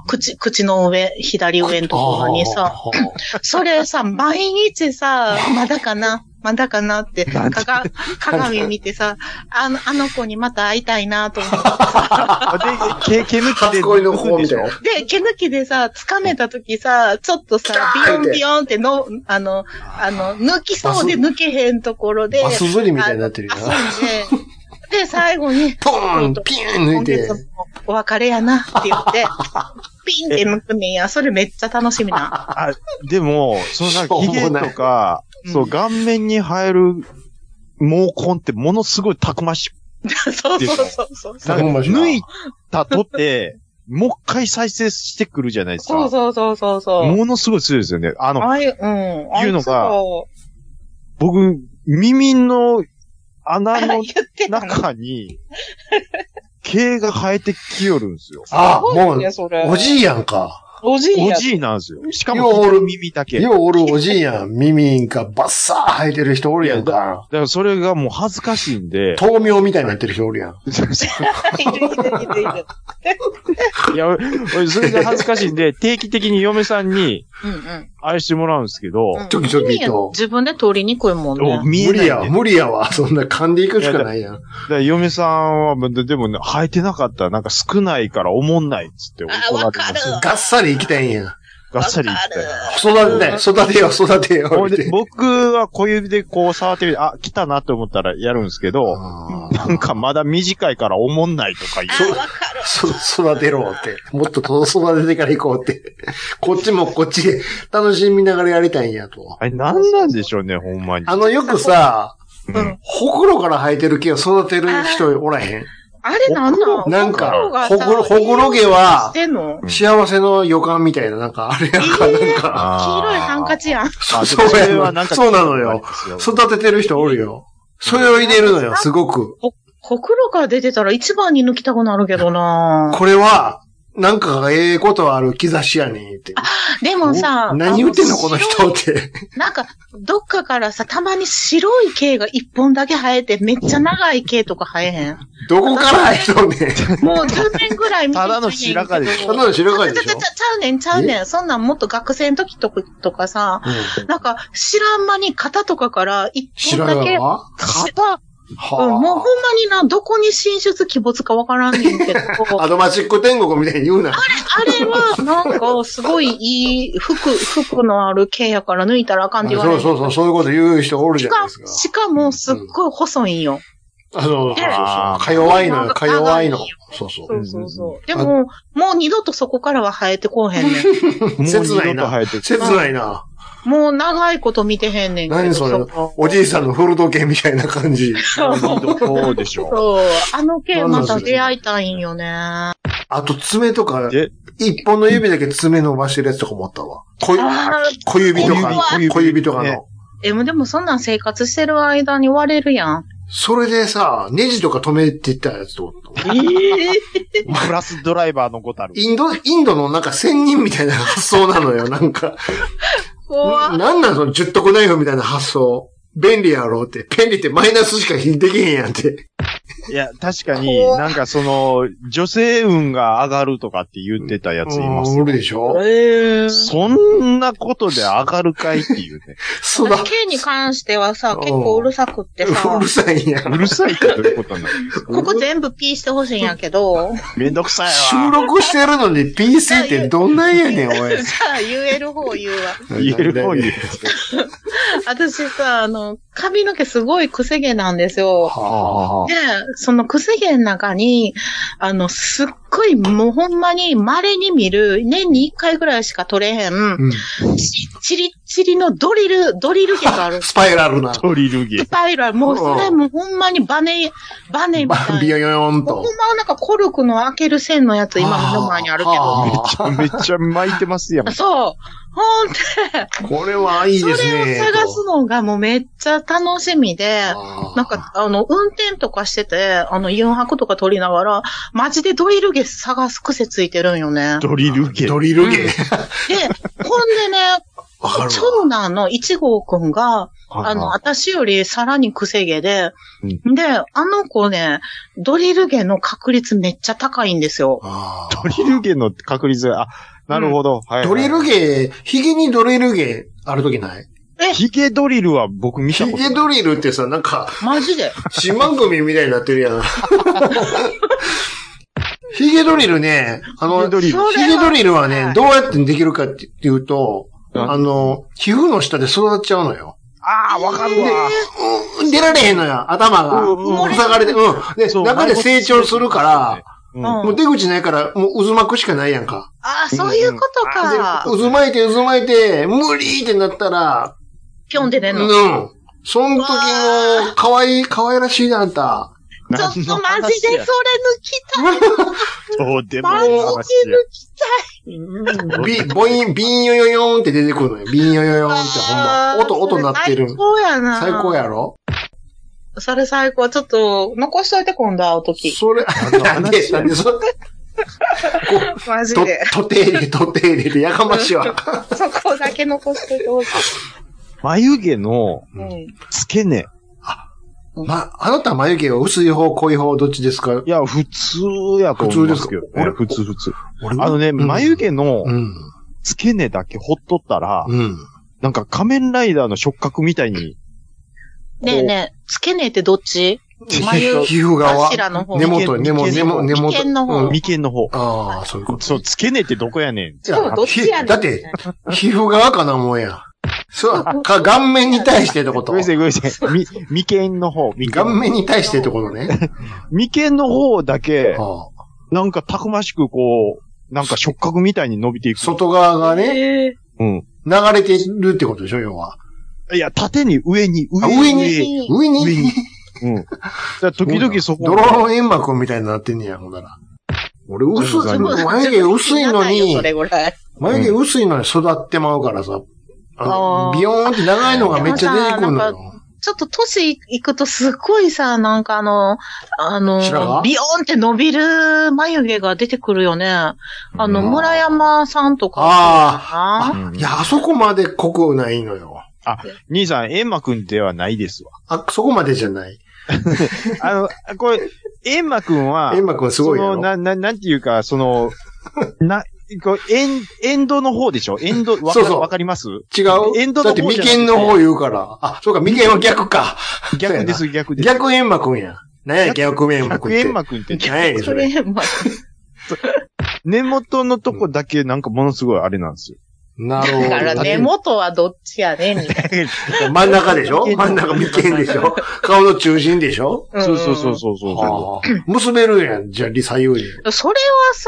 S4: 口、口の上、左上のところにさ、
S1: あー
S4: それさ、毎日さ、まだかな、まだかなって、かが、鏡見てさ、あの、あの子にまた会いたいなと思って
S5: で、毛、毛抜きで。
S1: 初恋の方みたいな。
S4: で、毛抜きでさ、掴めたときさ、ちょっとさ、ビヨンビヨンっての、あの、あの、抜きそうで抜けへんところで、
S1: バス釣りみたいになってるよ
S4: あ
S1: な
S4: の。遊んで、で、最後に、
S1: ポーンピーン抜
S4: 今
S1: いて
S4: 月。もお別れやなって 言って、ピンって抜くねんや。それめっちゃ楽し みな。
S5: あ、でも、そのなん
S1: し
S5: か、
S1: ょう
S5: 髭
S1: もない
S5: とか、
S4: うん
S5: そう、顔面に生える毛根ってものすごいたくまし
S4: そうそうそうそう。
S5: く、なんか
S1: ほんまじゃ
S5: 抜いたとって、もう一回再生してくるじゃないです
S4: そう
S5: か。
S4: そうそうそうそう。
S5: ものすごい強いですよね。あの、
S4: あい、うん。あ
S5: 言うのが
S4: そ
S5: 僕、耳の穴
S4: うあ
S5: の
S4: 言ってたの。
S5: 中に、毛が生えてきよるんですよ。
S1: あ、もう、
S4: それ
S1: おじいやんか。
S4: おじいや
S5: お
S4: ん
S5: じいなんですよ。しか
S1: よう
S5: も、
S1: おる
S5: 耳だけ。だ
S1: ようおるおじい やん。耳がバッサー生えてる人おるやんか。
S5: からそれがもう恥ずかしいんで、
S1: 豆苗みたいになってる人おるやん。
S4: いるいるいるいる。
S5: いや、俺それが恥ずかしいんで、定期的に嫁さんに
S4: うんうん。
S5: 愛してもらうんですけど、
S4: うん
S1: ちょきちょきと
S4: 自分で通りにくいもん
S5: お
S4: ね。
S5: 見え
S1: 無
S5: ない
S1: 理
S5: んで。
S1: やわ、無理やわ。そんな噛んでいくしかないやん。
S5: だから嫁さんは、ででもね、生えてなかったらなんか少ないから思んないっつって怒
S4: あ、わ
S5: られ
S4: か
S5: ま
S4: る
S5: す。。
S1: がっさり生きたいんや。
S5: がっさり言って。
S1: 育てたい、育てよう、育てよ
S5: ほ
S1: う。
S5: ん
S1: って
S5: で僕は小指でこう触ってみて、あ、来たなと思ったらやるんですけど、
S1: あー
S5: なんかまだ短いから思んないとか言う。
S1: そ育てろって。もっと育ててから行こうって。こっちもこっちで楽しみながらやりたいんやと。
S5: あれ何なんでしょうね、ほんまに。
S1: あの、よくさ、
S5: うん
S1: ほくろから生えてる毛を育てる人おらへん
S4: あれなんなん
S1: なんか
S4: ほくろがさ
S1: ほくろほくろ毛は
S4: してんの
S5: うん
S1: 幸せの予感みたいな、なんか、あれやんか、なんか、
S5: あー
S4: 黄色いハンカチやん。
S5: あで
S1: そ
S5: も
S1: う
S5: そ
S1: や
S5: れはなんか
S1: そうなのよ。
S5: そ
S1: 育ててる人おるよ。それを入れるのよ、すごく。
S4: ほくろから出てたら一番に抜きたくなるけどな
S1: これは、なんかがええことある兆しやねんって。
S4: でもさ、
S1: 何言ってんの、
S4: あ
S1: この
S4: 白
S1: 人
S4: い
S1: って。
S4: なんか、どっかからさ、たまに白い毛が一本だけ生えて、めっちゃ長い毛とか生えへん。
S1: どこから入るのねん。
S4: もう10年ぐらい
S5: た
S4: 見てきてんねんけど
S5: だの白髪でしょ
S1: そんなの知ら
S4: ち
S1: な
S4: ゃ
S1: い
S4: ち
S1: で
S4: ゃ
S1: し
S4: ちゃ
S1: ょ
S4: ちゃちゃうねん、ちゃうねん。そんなんもっと学生の時とかとかさ、なんか、知らん間に肩とかから一
S1: 白
S4: 本だ
S1: 髪
S4: け、
S1: は
S4: 肩、うん、もうほんま
S1: は
S4: にな、どこに進出鬼没かわからんねん けど、
S1: あ。
S4: あ
S1: アドマチック天国みたいに言うな。
S4: れは、なんか、すごいいい服、服のある毛やから抜いたらあかんって言わ
S1: そ
S4: れ
S1: う
S4: る。
S1: そうそう、そういうこと言う人おるじ
S4: し
S1: ゃない
S4: か
S1: ですか。
S4: しかも、すっごい細いんよ。
S1: あそうそうそうそう
S5: あ。ー
S1: か弱いのよ、か弱いの
S4: 長いよ。
S1: そうそう
S4: そ。
S5: ん
S4: うそうそう。でも、 もう二度とそこからは生えてこうへんねん。
S5: もう二度と生えてきて
S1: 切ないな。
S4: もう長いこと見てへんねんけど。
S1: 何それ
S4: う
S1: おじいさんの古時計みたいな感じ。
S5: そうでしょ
S4: そう。あの件また出会いたいんよね。
S1: あと爪とか
S5: え、
S1: 一本の指だけ爪伸ばしてるやつとか持ったわ。小
S4: あー
S1: 小指とか、
S5: 小
S1: 小
S5: 指
S1: 指小指とか
S5: ね
S1: の。
S4: でもでもそんなん生活してる間に割れるやん。
S1: それでさ、ネジとか止めてたやつと思った。
S5: う。プラスドライバーのごたる。
S1: インド、インドのなんか仙人みたいな発想な のよ、なんか。
S4: 怖
S1: ん
S4: っ
S1: なんなんその十徳ナイフみたいな発想。便利やろうって。便利ってマイナスしかできへんやんって。
S5: いや、確かに、なんかその、女性運が上がるとかって言ってたやついます
S1: うんお
S5: よ
S1: る。でしょ
S4: ええ
S5: そんなことで上がるかいっていう ね。
S1: そら、
S4: K に関してはさ、結構うるさくってさ
S1: うる、さいんや
S5: うるさいってどういうことなの
S4: ここ全部 P してほしいんやけど、
S5: めんどくさい
S1: 収
S5: わ。
S1: 録してるのに PC ってどん なんやねん、おい。
S4: さあ言える方言うわ。
S5: 言える 方言う。
S4: 私さ、あの、髪の毛すごいくせ毛なんですよ。
S1: はあはあ
S4: で、そのくせ毛の中に、あの、すっごいもうほんまに稀に見る、年に一回ぐらいしか取れへん、
S1: うん
S4: チリチリチリのドリル、ドリル毛がある。
S1: スパイラルな。
S5: トリルゲ
S4: ス。パイラル、もうそれもうほんまにバネ、バネみた
S1: ビ
S4: い
S1: ヨ
S4: な。
S1: ヨヨン
S4: もうほん
S1: と。
S4: まはなんかコルクの開ける線のやつ今目の前にあるけど。
S1: はあ
S5: めっちゃ巻いてますやん。
S4: そう。ほんで、
S1: これはいい
S4: そ
S1: で
S4: れを
S1: すね。
S4: 探すのがもうめっちゃ楽しみで、
S1: あー
S4: なんか、あの、運転とかしてて、あの、4泊とか取りながら、マジでドリルゲ探す癖ついてるんよね。
S5: ドリルゲ。
S1: ドリルゲー。
S4: で、ほんでね、
S1: わかるわ
S4: 長男の1号くんが、あの、私よりさらに癖毛で、で、あの子ね、ドリルゲの確率めっちゃ高いんですよ。
S1: あー
S5: ドリルゲの確率が、あ、なるほど。はいはい
S1: ドリルゲー、ヒゲにドリルゲーあるときない
S5: ヒゲドリルは僕見た
S1: ヒ
S5: ことない。
S1: ゲドリルってさ、なんか、
S4: マジで。
S1: 新番組みたいになってる やん。ヒゲドリルね、あ
S5: ヒ
S1: の
S5: ゲ、ドリル。
S1: ヒゲドリルは
S4: は
S1: ね、
S4: い
S1: どうやってできるかっていうと、
S5: うん
S1: あの、皮膚の下で育っちゃうのよ。
S5: ああ、わかる
S1: で
S5: わ。、
S1: うん出られへんのよ、頭が。
S5: うんうん
S1: 塞がれて、うん。で、中で成長するから、
S5: ら
S4: うん
S1: もう出口ないから、もう渦巻くしかないやんか。
S4: ああ、そういうことか。
S1: 渦巻いて渦巻いて、無理ってなったら、
S4: ぴょんで出
S1: うん
S4: の。
S1: ん。その時の、可愛い、可愛らしいな、あんた。
S4: ちょっとマジでそ れ抜きたい。
S5: どうでも
S4: マジ
S5: い
S4: で
S5: い
S4: 抜
S5: 話
S4: きたい。
S1: ビ、ボイン、ビンヨヨヨンって出てくるのよ。ビンヨヨヨンってほんま。音、音鳴ってる
S4: 最。高やな。
S1: 最高や。ろ
S4: それ最高。ちょっと、残しといて、今度会うとき。
S1: それ、なんで、なんで、それ、
S4: マジ
S1: と
S4: で。、
S1: とて入れ、とて入れて、やかましいわ。
S4: そこだけ残しといてほしい。
S5: 眉毛の
S4: うん。
S5: 付け根。
S1: ま、あなた眉毛は薄い方、濃い方、どっちですか
S5: いや、普通やと思いますけどね。
S1: 普
S5: 普通普通。
S1: 俺
S5: あのね、
S1: うん
S5: 眉毛の
S1: うん。
S5: 付け根だけほっとったら、
S1: うん。
S5: なんか仮面ライダーの触覚みたいに、
S4: ねえねえ、付けねえってどっち眉
S1: 皮膚側。
S4: 頭の方
S1: 根元、根元、根元、根元。
S4: 眉間の方
S1: うん
S5: 眉間の方。
S1: ああ、そういうこと。
S5: そう、付け根ってどこやねん。
S4: そうどっちやねん
S1: ひだって、皮膚側かな、もんや。そう、か、顔面に対してってこと
S5: ごめんなさい、ごめんなさい。み眉間の方。眉間
S1: 顔面に対してってことね。
S5: 眉間の方だけ、
S1: はあ
S5: なんかたくましくこう、なんか触覚みたいに伸びていく。
S1: 外側がね、
S4: ええ
S5: うん。
S1: 流れてるってことでしょ、要は。
S5: いや、縦に上に、
S1: あ
S5: 上に。
S1: 上に、上に、
S5: 上にうん。だから時々そこ
S1: ドローン煙幕みたいになってんねや、ほんなら。俺薄い、眉毛薄いの
S4: そ
S1: に、
S4: れぐらい。
S1: 眉毛薄いのに育ってまうからさ、あの
S4: あー
S1: ビヨーンって長いのがめっちゃ出てくるの
S4: でも
S1: よ。
S4: ちょっと歳行くとすっごいさ、なんかあの、あ
S1: 白
S4: の、
S1: 髪
S4: ビヨーンって伸びる眉毛が出てくるよね。あの、
S5: うん
S4: 村山さんとか。
S1: あ
S5: あ
S1: あ、いや、あそこまで濃くないのよ。
S5: 兄さん、エンマくんではないですわ。
S1: あ、そこまでじゃない。
S5: あの、これ、エンマくんは、
S1: 煙幕はすごい
S5: そ
S1: よ
S5: の、。な、な、なんていうか、そ の、な、こう、エン、エンドの方でしょエンド、わか
S1: そうそう
S5: わかります
S1: 違う
S5: エンドの
S1: だっ
S5: 方
S1: て
S5: じゃなくて
S1: 眉間の方言うから。あ、そうか、眉間は逆 か。
S5: 逆で
S1: そう
S5: す、逆です。
S1: やな。逆煙幕や。何や、逆煙幕っ
S5: 逆
S1: て。
S5: エンマくんって、
S1: 何やねん、そ
S4: そ
S1: れ。
S4: れ、まあ、
S5: 根元のとこだけなんかものすごいあれなんですよ。
S1: なるほど。
S4: だから根元はどっちやねんみたい
S1: 真ん中でしょ真ん中眉間でしょ顔の中心でしょ
S4: な。
S5: そうそうそう
S4: う
S5: そうそう
S1: はあ結べるやん、じゃあ、左右に。
S4: ん。それは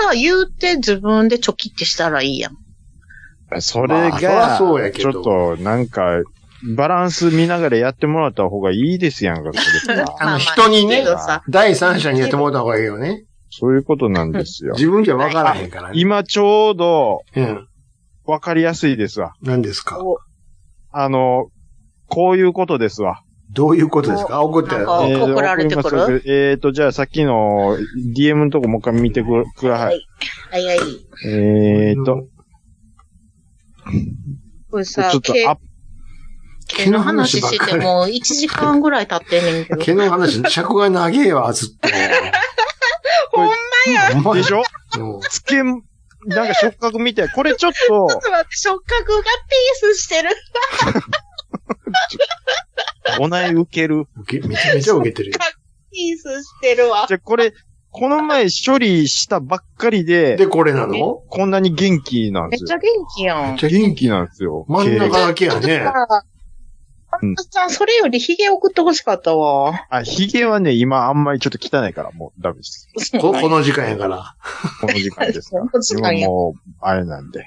S4: さ、言うて自分でチョキってしたらいいやん。
S5: それ
S1: まあそら
S5: が、
S1: そうやけ
S5: ち
S1: ど
S5: ょっと、なんか、バランス見ながらやってもらった方がいいですやんか、そ れ
S1: あの人にね
S4: けどさ
S1: 第三者にやってもらった方がいいよね。
S5: そういうことなんです よ。
S1: 自分じゃわからへんからね。
S5: 今ちょうど、
S1: うん。
S5: わかりやすいですわ。
S1: 何ですか
S5: あの、こういうことですわ。
S1: どういうことですかあ怒って
S4: なん
S1: る。
S4: かあ
S5: ー
S4: 送られてくる
S5: 送りますえっ、と、じゃあさっきの DM のとこもう一回見てくください。。
S4: はいはい。
S5: えっ、と、
S4: これ
S5: ちょ
S4: さ
S5: っ、と
S4: 毛
S5: アップ、
S4: 毛の話してもう1時間ぐらい経ってんねんけ
S1: うん、
S4: ど。
S1: 毛の話、尺が長えわ、ずっと。
S4: ほんま
S1: ほんま
S5: でしょ
S1: うん
S5: つけ、なんか触覚みたい。これちょっと
S4: ちょっ、と待って、触覚がピースしてる。
S5: お内受ける。
S1: 受けめちゃめちゃ受けてるよ。
S4: ピースしてるわ。
S5: じゃあこれ、この前処理したばっかりで、
S1: で、これなの
S5: こんなに元気なんで
S4: めっ
S5: す
S4: ち
S5: よ
S4: ゃ。元気やん。
S5: 元気なんですよ。
S1: 真ん中だけやね。
S4: あんたさん、それよりヒゲ送ってほしかったわ。
S5: あ、ヒゲはね、今あんまりちょっと汚いから、もうダメです。
S1: ここの時間やから。
S5: この時間 ですか
S4: この時
S5: ら。
S4: 間や
S5: 今もう、あれなんで。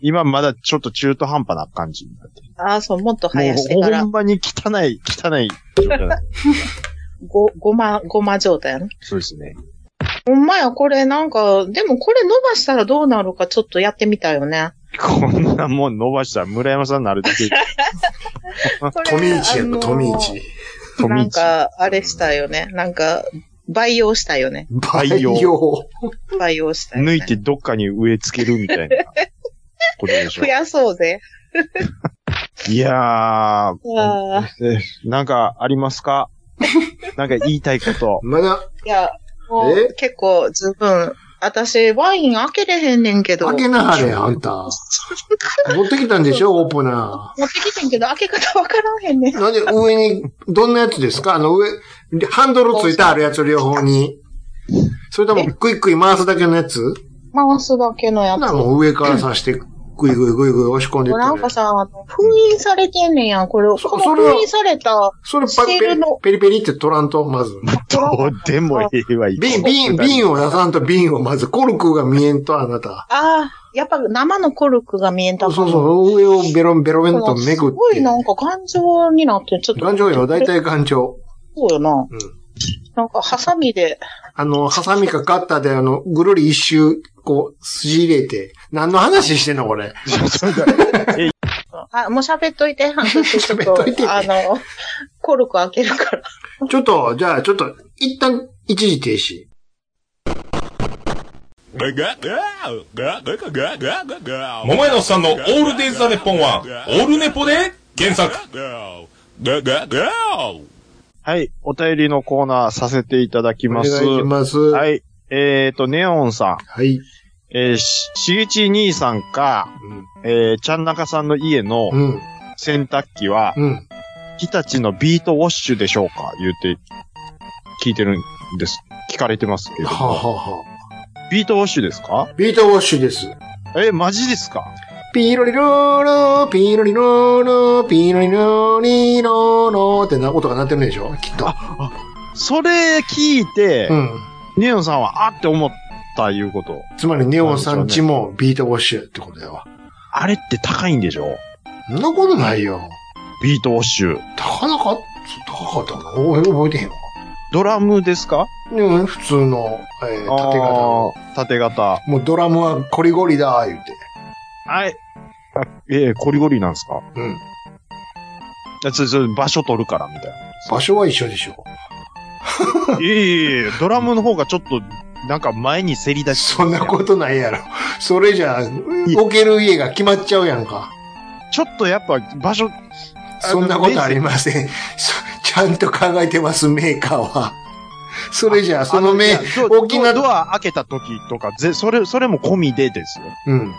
S5: 今まだちょっと中途半端な感じになってる。
S4: ああ、そう、もっと生やして
S5: も
S4: か
S5: うほ
S4: ら
S5: ん。まに汚い、汚い状態な んで。
S4: ご、ごま、ごま状態やな。
S5: そうですね。
S4: ほんまや、これなんか、でもこれ伸ばしたらどうなるかちょっとやってみたいよね。
S5: こんなもん伸ばしたら村山さんになるだ け、
S1: 富市や
S4: あの
S1: の
S4: ー
S1: 富市。
S4: な
S5: 富
S4: ん
S5: 市。
S4: か、あれしたいよね。なんか、培養したいよね。
S1: 培養。
S4: 培養したい、ね。
S5: 抜いてどっかに植え付けるみたいなことでしょ
S4: 増。やそうぜ。
S5: いやー、
S4: ああ
S5: えなんかありますか なんか言いたいこと。
S1: まだ、
S4: いや、もう
S1: え
S4: 結構十分。私、ワイン開けれへんねんけど。
S1: 開けなはれ、あんた。持ってきたんでしょオープナ
S4: 持ってきてんけど、開け方わからんへんねん
S1: ー。。なんで上に、どんなやつですかあの上、ハンドルついてあるやつ両方に。それともクイックイ回すだけのやつ
S4: 回すだけのや
S1: ほ
S4: つ。
S1: なもう上から刺して、グイグイグイグイ押し込んでいって
S4: なん
S1: ね
S4: か。さ、あの、封印されてんねんやん。これ、
S1: そ
S4: この
S1: それは
S4: 封印された、
S1: それパ
S4: シ
S1: ペ
S4: ールの
S1: ペリペリって取らんと、まず。
S5: どうでもええわ、
S1: 瓶、瓶、 瓶を出さんと瓶をまず、コルクが見えんと、あなた。
S4: ああ、やっぱ生のコルクが見えん
S1: そ
S4: た
S1: うそう
S4: う。
S1: そう、上をベロンベロベンとめくっ
S4: すごい
S1: て。
S4: なんか頑丈になって、ちょっと。
S1: 頑丈よ、大
S4: い。
S1: 体頑丈。
S4: そうよな。
S1: うん。
S4: なんか、ハサミで、
S1: あの、ハサミかカッターで、あの、ぐるり一周、こう、筋入れて。何の話してんの、これ。
S4: あ、もう喋っといて、ハンドちょっ
S1: 喋っといて
S4: と、あの、コルク開けるから。
S1: ちょっと、じゃあ、ちょっと、一旦、一時停止。
S6: 桃屋のおっさんのオールデイズ・ザ・ネッポンは、オールネポで原作。
S5: はい、お便りのコーナーさせていただき
S1: お願
S5: ま
S1: い
S5: す。
S1: します。。
S5: はいい、えーと、ネオンさん、
S1: はい。
S5: えーし、しげち兄さんか、えー、ちゃんなかさんの家の
S1: うん。うん。
S5: 洗濯機は、
S1: うん。
S5: 日立のビートウォッシュでしょうか言って、聞いてるんです。聞かれてますけど
S1: は。あ、はあは
S5: ビートウォッシュですか
S1: あ、ビートウォッシュです。
S5: え、マジですか
S1: ピロリローロー、ピロリローロー、ピロリローリローローってな音が鳴ってるんでしょきっと。
S5: それ聞いて、
S1: うん。
S5: ネオンさんは、あって思ったいうこと。
S1: つまりネオンさんちもビートウォッシュってことやわ。
S5: あれって高いんでしょ
S1: そんなことないよ。
S5: ビートウォッシュ。
S1: 高なかっ高かったかなお覚えてへんわ。
S5: ドラムですか
S1: でもね普通の、えー縦型の。
S5: あー縦型。
S1: もうドラムはコリゴリだ、言うて。
S5: はい。あええコリゴリなんですか
S1: うん。
S5: あそれそれ場所取るから、みたいな。
S1: 場所は一緒でしょ。
S5: いえいえいえ、ドラムの方がちょっと、なんか前にせり出し。
S1: そんなことないやろ。それじゃ、置ける家が決まっちゃうやんか。
S5: ちょっとやっぱ場所、
S1: そんなことありません。 そちゃんと考えてます、メーカーは。それじゃ、その
S5: 目
S1: 目、大きな
S5: ドア開けた時とか、ぜ、それ、それも込みでですよ。
S1: うん。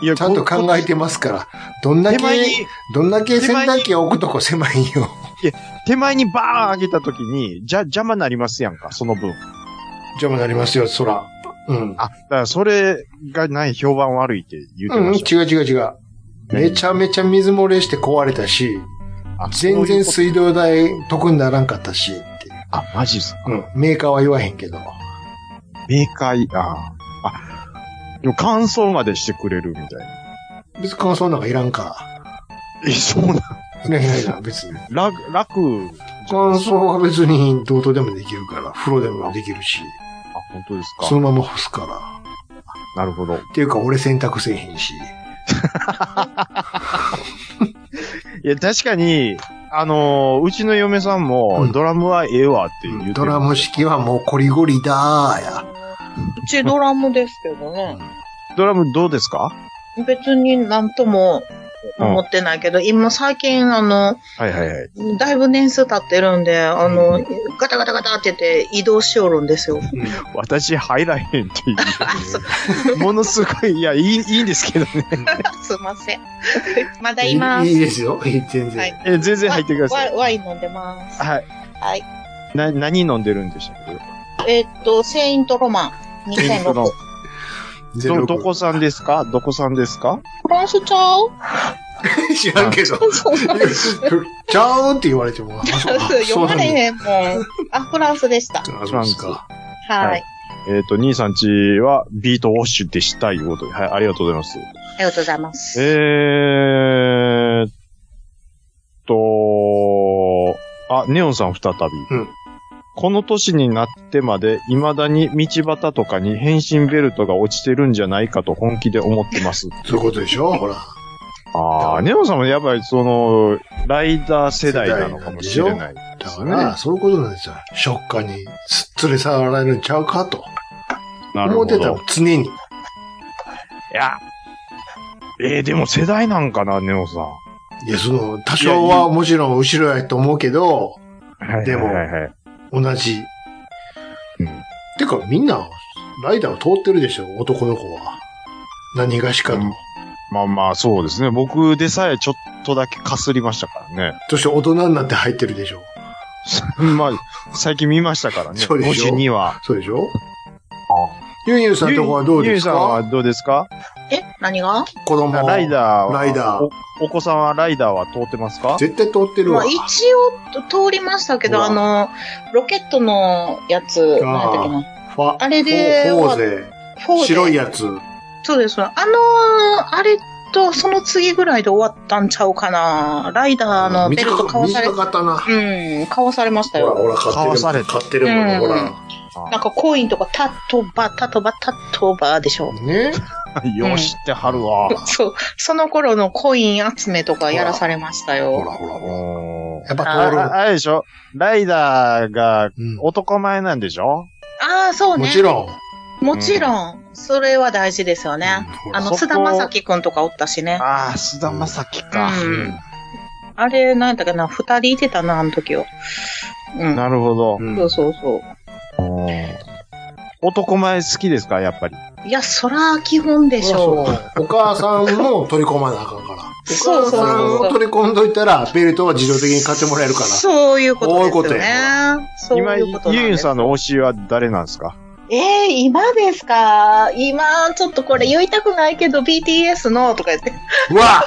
S5: いや
S1: ちゃんと
S5: こ
S1: 考えてますから。どんだ
S5: 手
S1: け、
S5: 前に、
S1: どんだけ洗濯機置くとこ狭いよ。
S5: 手前にバーン開けた時に、じゃ、邪魔になりますやんか、その分。
S1: 邪魔になりますよ、そら。うん。
S5: あ、だからそれがない評判悪いって言うて
S1: うん、
S5: ま
S1: 違
S5: したよ。
S1: う違う違う。めちゃめちゃ水漏れして壊れたし、
S5: あ
S1: 全然
S5: そうい
S1: 水
S5: う
S1: 道代得にならんかったし、っていう
S5: ことあ、マジっすか。
S1: うん。メーカーは言わへんけど。
S5: メーカーい、あーあ。でも感想までしてくれるみたいな。
S1: 別に感想なんかいらんか。
S5: え、そうなん
S1: いらんいらんいらん、別に。
S5: 楽、楽、
S1: 感想は別にどうとでもできるから、風呂でもできるし、
S5: あ、本当です
S1: そ
S5: か。
S1: のまま干すから。
S5: なるほど。
S1: っていうか、俺洗濯せえへんし。
S5: いや、確かに、あのーうちの嫁さんも、
S1: うん
S5: ドラムはええわって言ってる
S1: ドラム式はもうコリゴリだーや。
S4: うちドラムですけどね。
S5: ドラムどうですか
S4: 別になんとも思ってないけど、今最近あの、
S5: はいはいはい。
S4: だいぶ年数経ってるんで、あの、ガタガタガタって言って移動しおるんですよ。
S5: 私入らへんって いう。ものすごい、いや、いい、いいんですけどね。
S4: すいません。まだいま
S1: いい
S4: す。
S1: ですよ。いい全然。
S4: はい
S5: え全然入ってください。
S4: ワイワイ飲んでます。
S5: はい。
S4: はい。
S5: な、何飲んでるんでしたっけ
S4: えーっと、セイントロマン
S5: ど
S4: 2006。
S1: ゼロ
S5: ど、どこさんですかどこさんですか
S4: フランスちゃう
S1: 知らんけど。
S4: そうなんです。
S1: ちゃうって言われても。あそうあ
S4: 読
S1: そうな
S4: ま
S1: ん
S4: れ
S1: だ
S4: へんもん。あ、フランスでした。
S1: あそうですか。
S4: は
S5: はいい。えっ、と、兄さんちはビートウォッシュでしたいうことで。はい、ありがとうございます。
S4: ありがとうございます。
S5: えーっと、あ、ネオンさん再び。
S1: うん
S5: この年になってまで、未だに道端とかに変身ベルトが落ちてるんじゃないかと本気で思って ます。
S1: そういうことでしょほら。
S5: ああ、ネオンさんもやっぱりその、ライダー世代なのかもしれない。
S1: だから、そういうことなんですよ。ショッカーにすっ連れ触られるんちゃうかと。
S5: なる
S1: 思
S5: ほ
S1: って
S5: ど。
S1: た
S5: い
S1: の、常に。
S5: や。えー、でも世代なんかな、ネオンさん。
S1: いや、その、多少はもちろん後ろやと思うけど、
S5: はい
S1: でも
S5: はいはいはい
S1: 同じ。
S5: うん
S1: てか、みんな、ライダーを通ってるでしょ男の子は。何がしかの。
S5: うんまあまあ、そうですね。僕でさえちょっとだけかすりましたからね。
S1: そして大人になって入ってるでしょ
S5: まあ、最近見ましたからね。
S1: そうでしょ
S5: 5時には。
S1: そうでしょユンユンさんとこはどう
S5: ゆ
S1: で
S5: い
S1: す
S5: さんは
S1: か
S5: どうですか
S4: え、何が
S1: 子供。
S5: ライダーは
S1: ライダー。
S5: お。お子さんはライダーは通ってますか
S1: 絶対通ってる
S4: ま
S1: わ
S4: あ、。一応通りましたけ
S1: う
S4: ど、
S1: わ
S4: あの、ロケットのやつ、
S1: あー
S4: 何やったっけな。
S1: ファ
S4: あれで
S1: フォーゼ。
S4: フォーで
S1: 白いやつ。
S4: そうです。あのーあれとその次ぐらいで終わったんちゃうかな。ライダーのベル
S1: 短
S4: トか
S1: か
S4: わされ、
S1: 短
S4: う
S1: かったな。
S4: ん、かわされました
S1: ほら、
S4: よ。
S1: ほら、買
S5: 買わさ
S1: って
S5: れ
S1: る。
S5: た
S1: 買ってるも
S4: うん
S1: の、ほら。
S4: なんかコインとかタットバ、タトバ、タットバでしょ。
S1: ね
S5: よしってはるわ。
S4: そう。その頃のコイン集めとかやらされました
S1: ほ
S4: よ。
S1: らほらほら。
S5: お
S1: や
S5: ー
S1: っ
S5: あ
S1: ぱ
S5: ああれでしょライダーが
S1: 通る。うん
S5: 男前なんでしょ
S4: ああ、そうね。
S1: もちろん。
S4: もちろん。それは大事ですよね。
S1: うん
S4: あの、
S5: そこ
S4: 菅田正樹くんとかおったしね。
S5: ああ、須田まさきか。
S4: うん。あれ、なんだかな、二人いてたな、あの時は。うん。
S5: なるほど。
S1: うん
S4: そうそうそう。
S5: おー男前好きですかやっぱり。
S4: いや、そら、基本でしょう。
S1: お母さんも取り込まなあかんから。お
S4: そ
S1: 母
S4: うそうそう
S1: さんを取り込んどいたら、ベルトは自動的に買ってもらえるから。
S4: そういうことです
S1: こういうこと
S4: よね。そう
S5: 今、
S4: いうことなんです。
S5: ゆうゆうさんの推しは誰なんですか
S4: えー、今ですか今、ちょっとこれ言いたくないけど、BTS の、とか言って。
S1: うわ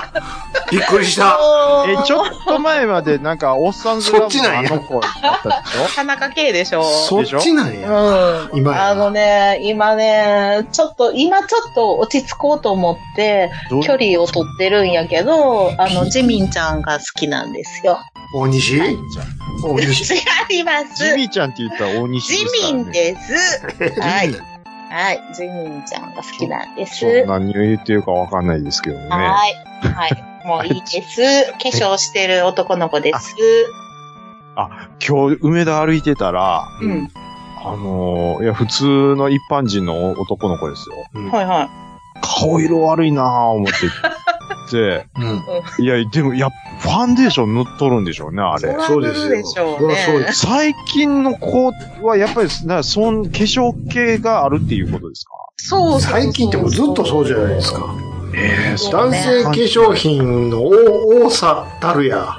S1: びっくりした
S4: お
S5: え
S4: ー、
S5: ちょっと前までなんか、おっさんずラブ
S1: そっちなん
S5: あ
S1: や
S5: の子だったでしょ
S4: 田中圭でしょ
S1: そっちなん
S4: う
S1: や。
S4: ん。
S1: 今や
S4: あのね、今ね、ちょっと、今ちょっと落ち着こうと思って、
S5: どう
S4: 距離を取ってるんやけど、あの、ジミンちゃんが好きなんですよ。
S1: 大西大西。
S4: 違います。
S5: ジミーちゃんって言ったら大西
S4: ジ
S5: ですから、ね。
S4: ミンです。は
S1: ジ
S4: い
S1: ミ。
S4: はい。ジミンちゃんが好きなんで
S5: そ
S4: す
S5: ん。なに言ってるかわかんないですけどね。
S4: はい。はい。もういいです。化粧してる男の子です。
S5: 今日、梅田歩いてたら、
S1: う
S4: うんん。
S5: あのーいや、普通の一般人の男の子ですよ。
S4: はいは
S5: 顔色悪いなぁ、思って。
S1: うん。
S5: で、いや、でも、いや、ファンデーション塗っとるんでしょうね、あれ。
S1: そうですよ。
S4: でしょう
S1: そり
S4: ね
S1: ゃそうです。
S5: 最近の子は、やっぱり、な、そん、化粧系があるっていうことですか
S4: い。そうそうそう
S1: 最近ってもうずっとそうじゃないですか。
S5: ええ
S4: そうね
S1: 男性化粧品の多多さたるや。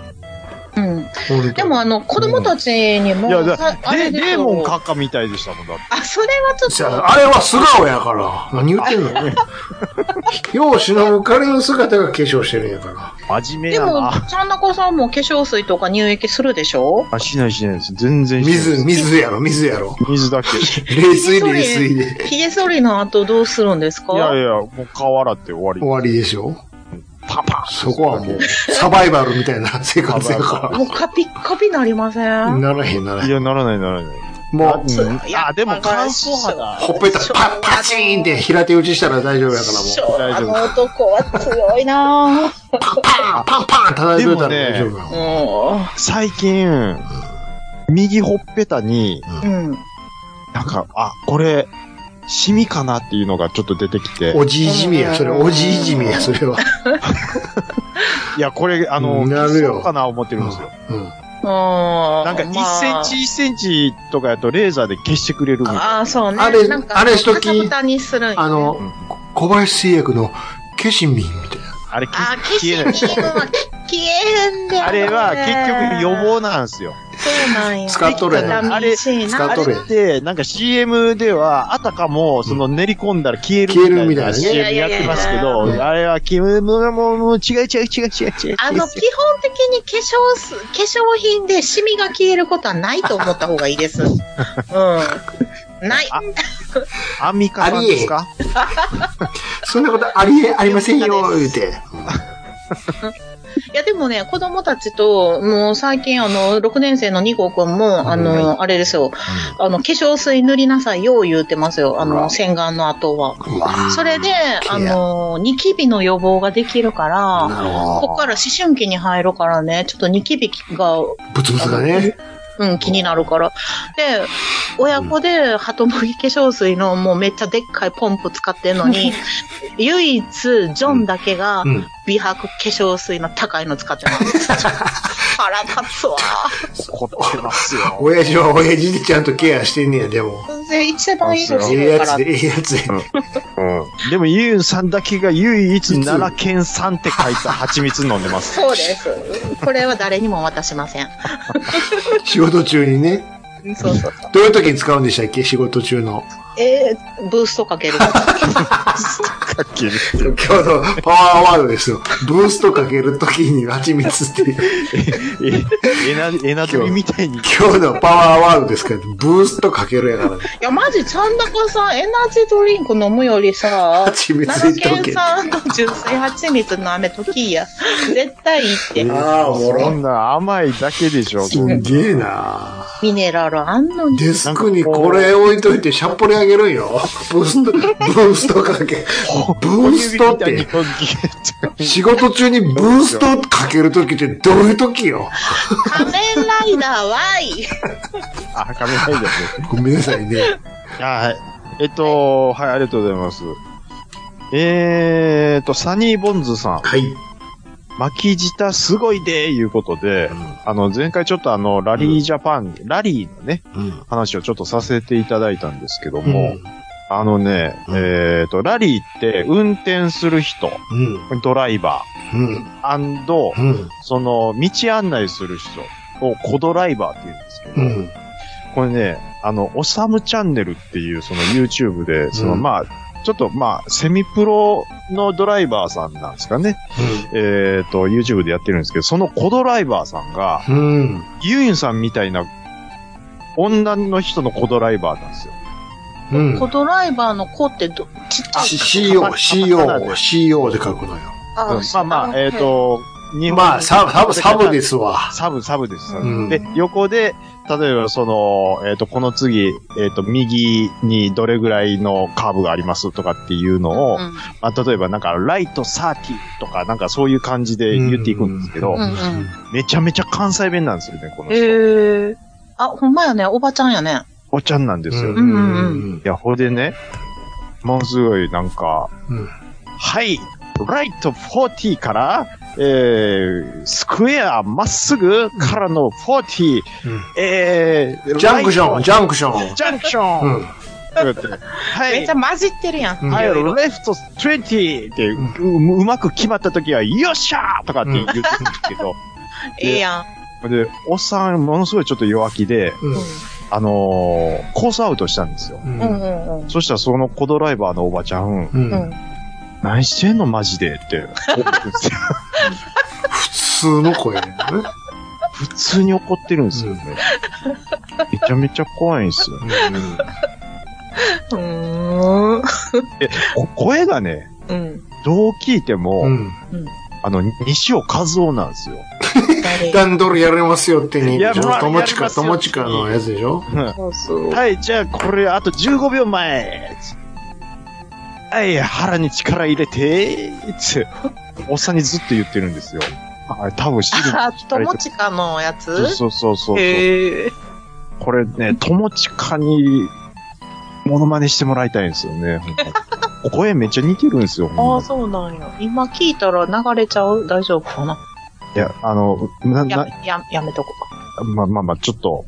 S4: うん。でもあの、子供たちにも、
S5: いや、だ
S4: さあ
S5: で、
S4: れです
S5: デー
S4: よ
S5: モン閣下みたいでしたもん、だって。
S4: あ、それはちょっ
S1: じ
S4: と、
S1: ゃあ、あれは素顔やから。何言ってんのよう忍ぶ彼の姿が化粧してるんやから。
S5: 真面目
S4: で
S5: や
S4: も
S5: な。、
S4: ちゃんなこさんも化粧水とか乳液するでしょ
S5: あ、しないしないです。全然しないです。
S1: 水、水やろ、水やろ。
S5: 水だけ。い
S1: 冷水、冷水で。
S4: 髭剃りの後どうするんですか
S5: やいや、もう顔洗って終わり
S1: 終。わりでしょ
S5: パパ
S1: そこはもう、サバイバルみたいな生活やか
S4: もうカピッカピなりませ
S1: ら。
S4: ん
S1: ならへんならへ
S5: い
S1: ん。
S5: や、ならないならない。
S1: もう、
S5: うん
S4: や
S5: あ、でも
S4: まあ
S5: 乾燥肌。
S1: ほっぺたパパチーンって平手打ちしたら大丈夫やからも。
S4: そううあの男は強いなぁ。
S1: パンパンパンパン叩いといたら大丈夫やもん。
S4: う
S5: 最近、右ほっぺたに、
S4: ん。うん。
S5: なんか、あ、これ、シミかなっていうのがちょっと出てきて。
S1: おじいじみや、それ。おじいじみや、それは。
S5: いや、これ、あの、
S1: なるよ
S5: そうかな思ってるんですよ。
S1: うん。
S4: な
S5: なんか、1センチ1センチとかやとレーザーで消してくれるみたいな。
S4: ああ、そうね。
S1: あれ
S4: なんか
S1: あれしとき
S4: くたくたにするんよね
S1: あ、の
S5: ん、
S1: 小林製薬のケシミンみたいな。
S5: あれ、
S4: あー、消
S5: 消え
S4: し
S5: ない。
S4: 消えは消えへんで。
S5: あれは結局予防なんですよ。
S4: そうなんや。
S1: 使っとるやん
S4: ビタミン C な
S1: あれ使
S5: あ
S1: っとる
S5: れ
S1: やん
S5: って、なんか CM では、あたかも、その練り込んだら消える
S1: 消えるみたいなね
S5: CM やってますけ
S1: いやいやいやい
S5: ど、
S1: や
S5: あれは、きもう、もう、もう、違う違う違う違う違う違う。
S4: あの、基本的に化粧す、化粧品でシミが消えることはないと思った方がいいで す。うん。ない。
S5: あアンミカさんですか
S1: そんなことありえ、ありませんよ、言うて。
S4: いや、でもね、子供たちと、もう最近、あの、6年生の二号くんも、あの、あれですよ、あの、化粧水塗りなさいよ、言うてますよ、あ
S1: う
S4: の、
S1: わ
S4: 洗顔の後は。
S1: うわ
S4: それで、あの、ニキビの予防ができるから、
S1: なるほ
S4: こ
S1: ど。
S4: こから思春期に入るからね、ちょっとニキビが、
S1: ブツブツがね。
S4: うん、気になるから。で、親子で、ハトムギ化粧水の、もうめっちゃでっかいポンプ使ってんのに、唯一、ジョンだけが
S1: う、ん。
S4: 美白化粧水の高いの使ってます。 腹立つわ。
S5: 怒ってますよ。
S1: 親父は親父でちゃんとケアしてんねや、でも。
S4: で一番いいです
S1: ええ
S4: よ
S1: や
S4: から
S1: つ。で、ええやつで。
S5: でも、ユンさんだけが唯一、奈良県産って書いた蜂蜜飲んで ます。
S4: そうです。これは誰にも渡しません。
S1: 仕事中にね。
S4: そうそうそう。
S1: どういう時に使うんでしたっけ仕事中の。
S4: えー、ブーストかける。
S1: 今日のパワーワードですよ。ブーストかける時に蜂蜜っていう。
S5: え、えな、えなどりみたいに。
S1: 今日のパワーワードですけど、ブーストかけるやからね。
S4: いや、マジ、ちゃんだかさん、エナジードリンク飲むよりさ、
S1: 蜂蜜入
S4: 奈
S1: っと
S4: 良
S1: け
S4: 県。産の純粋蜂蜜舐めときや。絶対いいって。
S1: ああ、おも
S5: そ
S1: ろ。
S5: んな甘いだけでしょ。
S1: すんげえな
S4: ミネラルあんのに。
S1: デスクにこれ置いといてシャンポリあげるんよ。ブースト、ブーストかけ。ブーストっ
S5: 小指み
S1: て、
S5: たいにギュッと
S1: 仕事中にブーストかけるときってどういうときよ。
S4: 仮面ライダーワイ。
S5: あ、仮面ライ ダーです
S1: ごめんなさいね。
S5: あはい。えっと、はい、ありがとうございます。えーっと、サニーボンズさん、
S1: はい。
S5: 巻き舌すごいでーいうことで、あの、前回ちょっとあの、ラリージャパン、ラリーのね、
S1: うん。
S5: 話をちょっとさせていただいたんですけど
S1: う
S5: も、
S1: ん。
S5: あのね、
S1: うん
S5: えーっと、ラリーって運転する人、
S1: うん。
S5: ドライバ
S1: うん。
S5: ー、アンド、
S1: うん。
S5: その、道案内する人をコドライバーって言うんですけど、
S1: うん。
S5: これね、あの、おさむチャンネルっていう、その YouTube で、その、
S1: うん
S5: まあ、ちょっとまあ、セミプロのドライバーさんなんですかね。えっ、と、YouTube でやってるんですけど、その子ドライバーさんが、
S1: うん。
S5: ユインさんみたいな、女の人の子ドライバーなんですよ。
S1: うん。
S4: コドライバーの子ってど、ちっちゃい。
S1: CO、CO、CO で書くのよ。
S4: あ
S5: まあまあ、えっ、、と、日本
S1: まあ、サブ、サブ、サブですわ。
S5: サブ、サブです。
S1: うん
S5: で、横で、例えばその、えっ、と、この次、えっ、と、右にどれぐらいのカーブがありますとかっていうのを、
S4: うん
S5: まあ、例えばなんか、ライト30とか、なんかそういう感じで言っていくんですけど、
S4: うんうん
S5: めちゃめちゃ関西弁なんですよね、この
S4: へ
S5: 人。
S4: え。あ、ほんまやね、おばちゃんやね。
S5: おっちゃんなんですよ。
S1: う
S5: い
S1: ん
S5: や、ほいでね、ものすごいなんか、
S1: うん
S5: はい、ライト40から、えー、スクエアまっすぐからの40、えー、
S1: ジャンクション、ジ
S5: ャン
S1: ャンクション。
S5: ジャンクショ
S1: う
S5: ン、
S1: ん。
S5: とか言っては
S4: めっ
S5: い
S4: ちゃ、混じってるやん。
S5: はい、レフト20って、ううまく決まった時は、よっしゃーとかって言ってるんですけど、
S4: ええやん。
S5: で、おっさん、ものすごいちょっと弱気で、
S1: うん
S5: あのーコースアウトしたんですよ。
S1: うん
S4: う
S1: うん
S4: んうんうん。
S5: そしたらそのコドライバーのおばちゃん、
S1: うん
S4: うん
S5: 何してんのマジで って。
S1: 普通の声だよね。
S5: 普通に怒ってるんですよね。めちゃめちゃ怖いんですよ。
S4: うーん。
S5: こ声がね、
S4: うん。
S5: どう聞いても、
S1: うん。
S5: あの、西尾和夫なんですよ。
S4: 誰
S1: 段取りやれますよってに、
S5: やまあ
S1: 友近、
S5: やりますよ
S1: 友近のやつでしょ
S4: そうそう。
S5: はい、じゃあこれあと15秒前。はい、腹に力入れて、つおっさんにずっと言ってるんですよ。あれ多分 シルバー
S4: あ、友近のや
S5: そう
S4: つ
S5: そうそうそう。
S4: へえ。
S5: これね、友近に、モノマネしてもらいたいんですよね。ほんとに 声めっちゃ似てるんですよ。ほん
S4: あ
S5: ま
S4: あ、
S5: に
S4: そうなんや。今聞いたら流れちゃう大丈夫かない
S5: や、あの、な、
S4: や
S5: な、
S4: ややめとこう。
S5: まあまあまあ、ちょっと、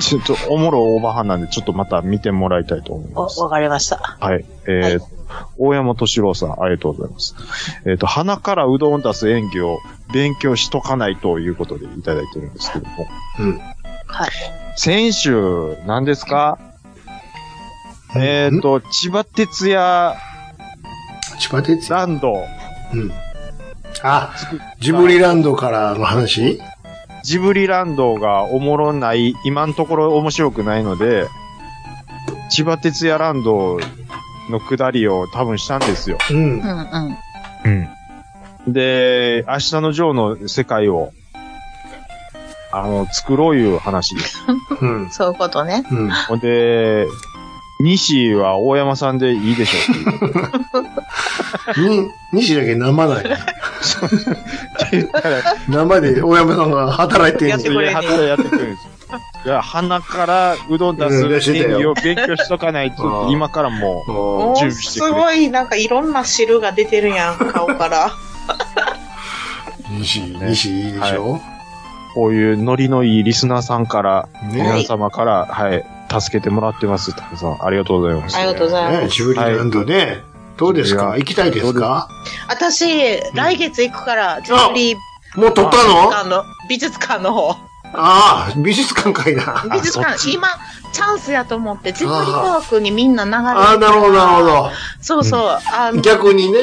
S5: ちょっと、おもろオーバーハンなんで、ちょっとまた見てもらいたいと思い
S4: わ
S5: ます。
S4: わかりました。
S5: はい。えー大山敏郎さん、ありがとうございます。えっ、と、鼻からうどんを出す演技を勉強しとかないということでいただいてるんですけども。
S1: うん
S4: はい。
S5: 先週、何ですか、えっ、と、千葉哲也
S1: 千葉哲也。
S5: ランド、
S1: うん。あ、ジブリランドからの話
S5: ジブリランドがおもろない、今のところ面白くないので、千葉哲也ランドの下りを多分したんですよ。
S1: うん
S4: う。んうん。
S5: で、明日のジョーの世界を、あの、作ろういう話です。
S1: うん。
S4: そういうことね。
S1: うん。
S5: ほんで、西は大山さんでいいでしょうって いう
S1: に、西だけ生だよ。
S5: 言ったら、
S1: 生で大山さんが働いてる
S4: やってくれ
S5: やってやってくれるんですよ。いや、鼻からうどん出す演技を勉強しとかないと、
S1: うん
S5: 今からもう、
S1: おー
S5: 準備してくれ
S4: い、なんかいろんな汁が出てるやん、顔から。
S1: 西、
S5: ね
S1: 西いいでしょ
S5: こういうノリのいいリスナーさんから、皆
S1: ね
S5: 様から、はい、助けてもらってます。たくさん、ありがとうございます。
S4: ありがとうございます。
S1: ねジブリランドね。どうですか
S5: はい
S1: 行きたいですか
S4: 私、来月行くから、ジブリ
S1: もう撮ったの
S4: 館の、美術館の方。
S1: ああ、美術館かいな。
S4: 美術
S5: そっ
S4: 館、
S5: ち
S4: 今、チャンスやと思って、ジブリパークにみんな流れてる
S1: ああ、なるほど、なるほ
S4: そうそう、あ
S1: ど。
S4: の、
S1: 逆にね。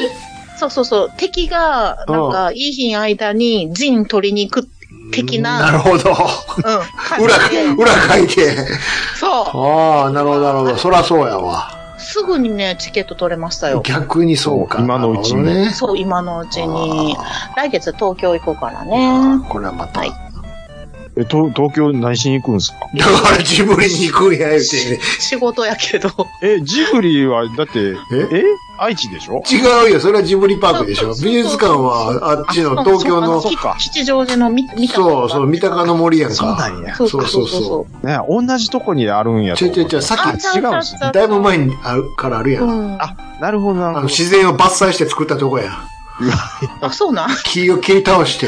S4: そうそうそう、敵が、なんか、いい日の間に陣取りに行く、的な
S1: なるほど。
S4: うん、
S1: 裏
S4: 感じで、
S1: 裏書いて。
S4: そ
S1: ああ、なるほど、なるほど。そらそうやわ。
S4: う、すぐにね、チケット取れましたよ。
S1: 逆にそうか。
S5: 今のうちに
S1: なるほどね。
S4: そう、今のうちに。来月東京行こうから
S1: あ
S4: ね。
S1: ーこれはまた。
S4: はい
S5: え、東東京何しに行くんですか
S1: だからジブリに行くんや、言う てね。
S4: 仕事やけど。
S5: え、ジブリは、だって、
S1: え
S5: え愛知でしょ
S1: 違うよ、それはジブリパークでしょ。
S4: そうそうそう
S1: 美術館はあっちの東京の、
S4: そう
S1: そ
S4: あのき吉祥寺のみ見た
S1: うそう、三鷹の森やんか。
S5: んや。
S4: そうそ
S1: そうそ
S4: うそうう
S1: そ
S4: そう
S5: ね、同じとこにあるんや
S1: ち
S5: と
S1: ょい
S5: 思う。
S1: ちょいちょい、さ
S4: あ
S1: っ
S4: ちゃう
S5: 違うんで
S4: ち
S5: す
S4: ゃ
S5: ね
S4: うちゃう
S1: き、だいぶ前にあるからあるやん。
S4: うんあ
S5: なるほど、な
S1: あの
S5: るほど。
S1: 自然を伐採して作ったとこや。
S4: あ、そうなん
S1: 木を切り倒して、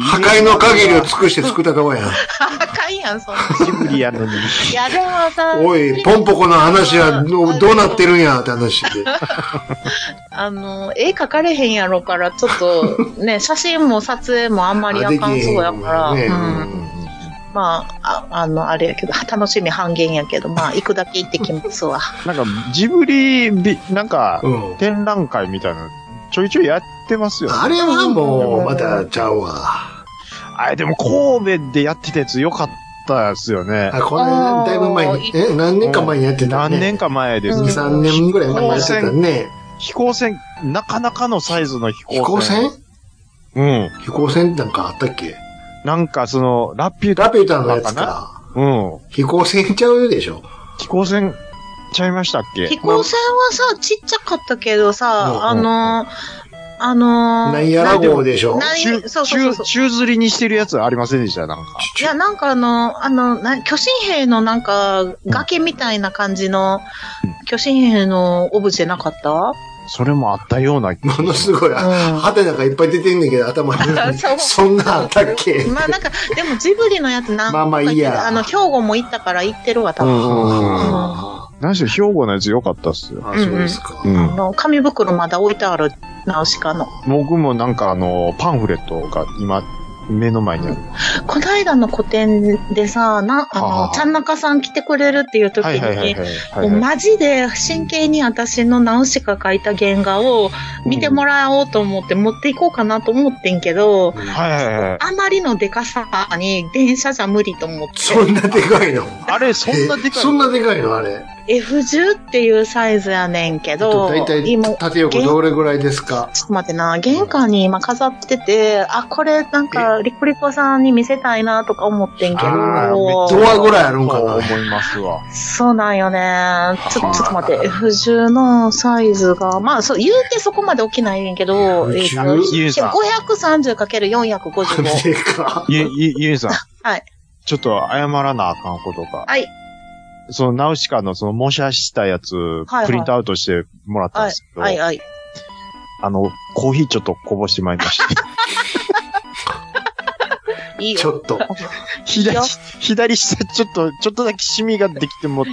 S1: 破壊の限りを尽くして作ったとこや。
S4: あかんやん、そんな。
S5: ジブリやのに。
S4: いや、でもさ、
S1: おい、ポンポコの話はどどうなってるんやって話で。
S4: あの、絵描かれへんやろから、ちょっ と、ね、写真も撮影もあんまりあかんそうやから、
S1: あできへんもんね
S4: うんまあ、ああの、あれやけど、楽しみ半減やけど、まあ、行くだけ行ってきます わ。
S5: なんか、ジブリ、びなんか、
S1: うん。
S5: 展覧会みたいなの、ちょいちょいやってますよ。
S1: あれはもう、またちゃうわ。
S5: あれ、でも神戸でやってたやつ良かったですよね。
S1: あ、これ、だいぶ前に、え、何年か前にやってたね。
S5: 何年か前です
S1: 2、
S5: けど。
S1: 3年ぐらい前にやってたね。
S5: 飛行船、なかなかのサイズの飛行船。
S1: 飛行船
S5: うん。
S1: 飛行船なんかあったっけ
S5: なんかその、ラピュタ
S1: ラピュタのやつ
S5: かな。
S1: か。
S5: うん。
S1: 飛行船ちゃうでしょ。
S5: 飛行船ちゃいましたっ
S4: 飛
S5: け
S4: 行船はさ、ちっちゃかったけど
S1: うん
S4: さ、あの、あの、
S1: 何やら号
S4: で。
S1: でしょ。
S4: 何
S5: 中、
S4: そうそうそうそ
S5: 中、
S4: う
S5: 中吊りにしてるやつありませんでしたなんか。
S4: いや、なんかあの、あの、な巨神兵のなんか、崖みたいな感じの、巨神兵のオブジェなかった
S5: それもあったような。
S1: ものすごい、ハテナがいっぱい出てんねんけど、頭に。
S4: そう
S1: そんなんあったっけ
S4: まあなんか、でもジブリのやつなん
S1: まあまあいいや
S4: あの、兵庫も行ったから行ってるわ、多
S5: う
S4: 分。
S5: んうんうん。
S1: あ
S5: 何しろ兵庫のやつ良かったっすよ。
S1: あ、そうですか。
S5: う
S4: あ
S5: ん。
S4: の、紙袋まだ置いてある、ナウシカの。
S5: 僕もなんかあの、パンフレットが今、目の前にある。
S4: この間の個展でさ、な、あ
S5: は
S4: の、
S5: あ
S4: ちゃんなかさん来てくれるっていう時
S5: はいはいはい
S4: に、
S5: はいはい
S4: もう
S5: はい。
S4: マジで真剣に私のナウシカ描いた原画を見てもらおうと思って持っていこうかなと思ってんけど、
S5: はいはいはい。
S4: あまりのデカさに電車じゃ無理と思って、
S1: そんなでかいの。
S5: あれ、そんなでかい
S1: そんなでかいのあれ。
S4: F10 っていうサイズやねんけど、
S1: だいた
S4: 今
S1: い縦横どれぐらいですか
S4: ちょっと待ってな、玄関に今飾ってて、あ、これなんか、リコリコさんに見せたいなとか思ってんけ
S1: あ
S4: ど、
S1: ドアぐらいあるんか
S5: と
S1: な
S5: 思いますわ。
S4: そうなんよね。ちょちょっと待って、F10 のサイズが、まあ、そう、言うてそこまで大きないんやけど、えっと、
S5: ゆうさん
S4: 530×455。
S1: でか。
S5: ゆ、ゆ、ゆうさん。
S4: はい。
S5: ちょっと謝らなあかんことが。
S4: はい。
S5: そのナウシカのその模写したやつ、
S4: はい
S5: プリントアウトしてもらったん
S4: はい
S5: ですけ、ど、
S4: はい、はい。
S5: あの、コーヒーちょっとこぼしてまいりました。
S4: いい
S1: ち
S4: よ。
S1: ょっと。
S5: 左、左下ちょっと、ちょっとだけシミができてもって。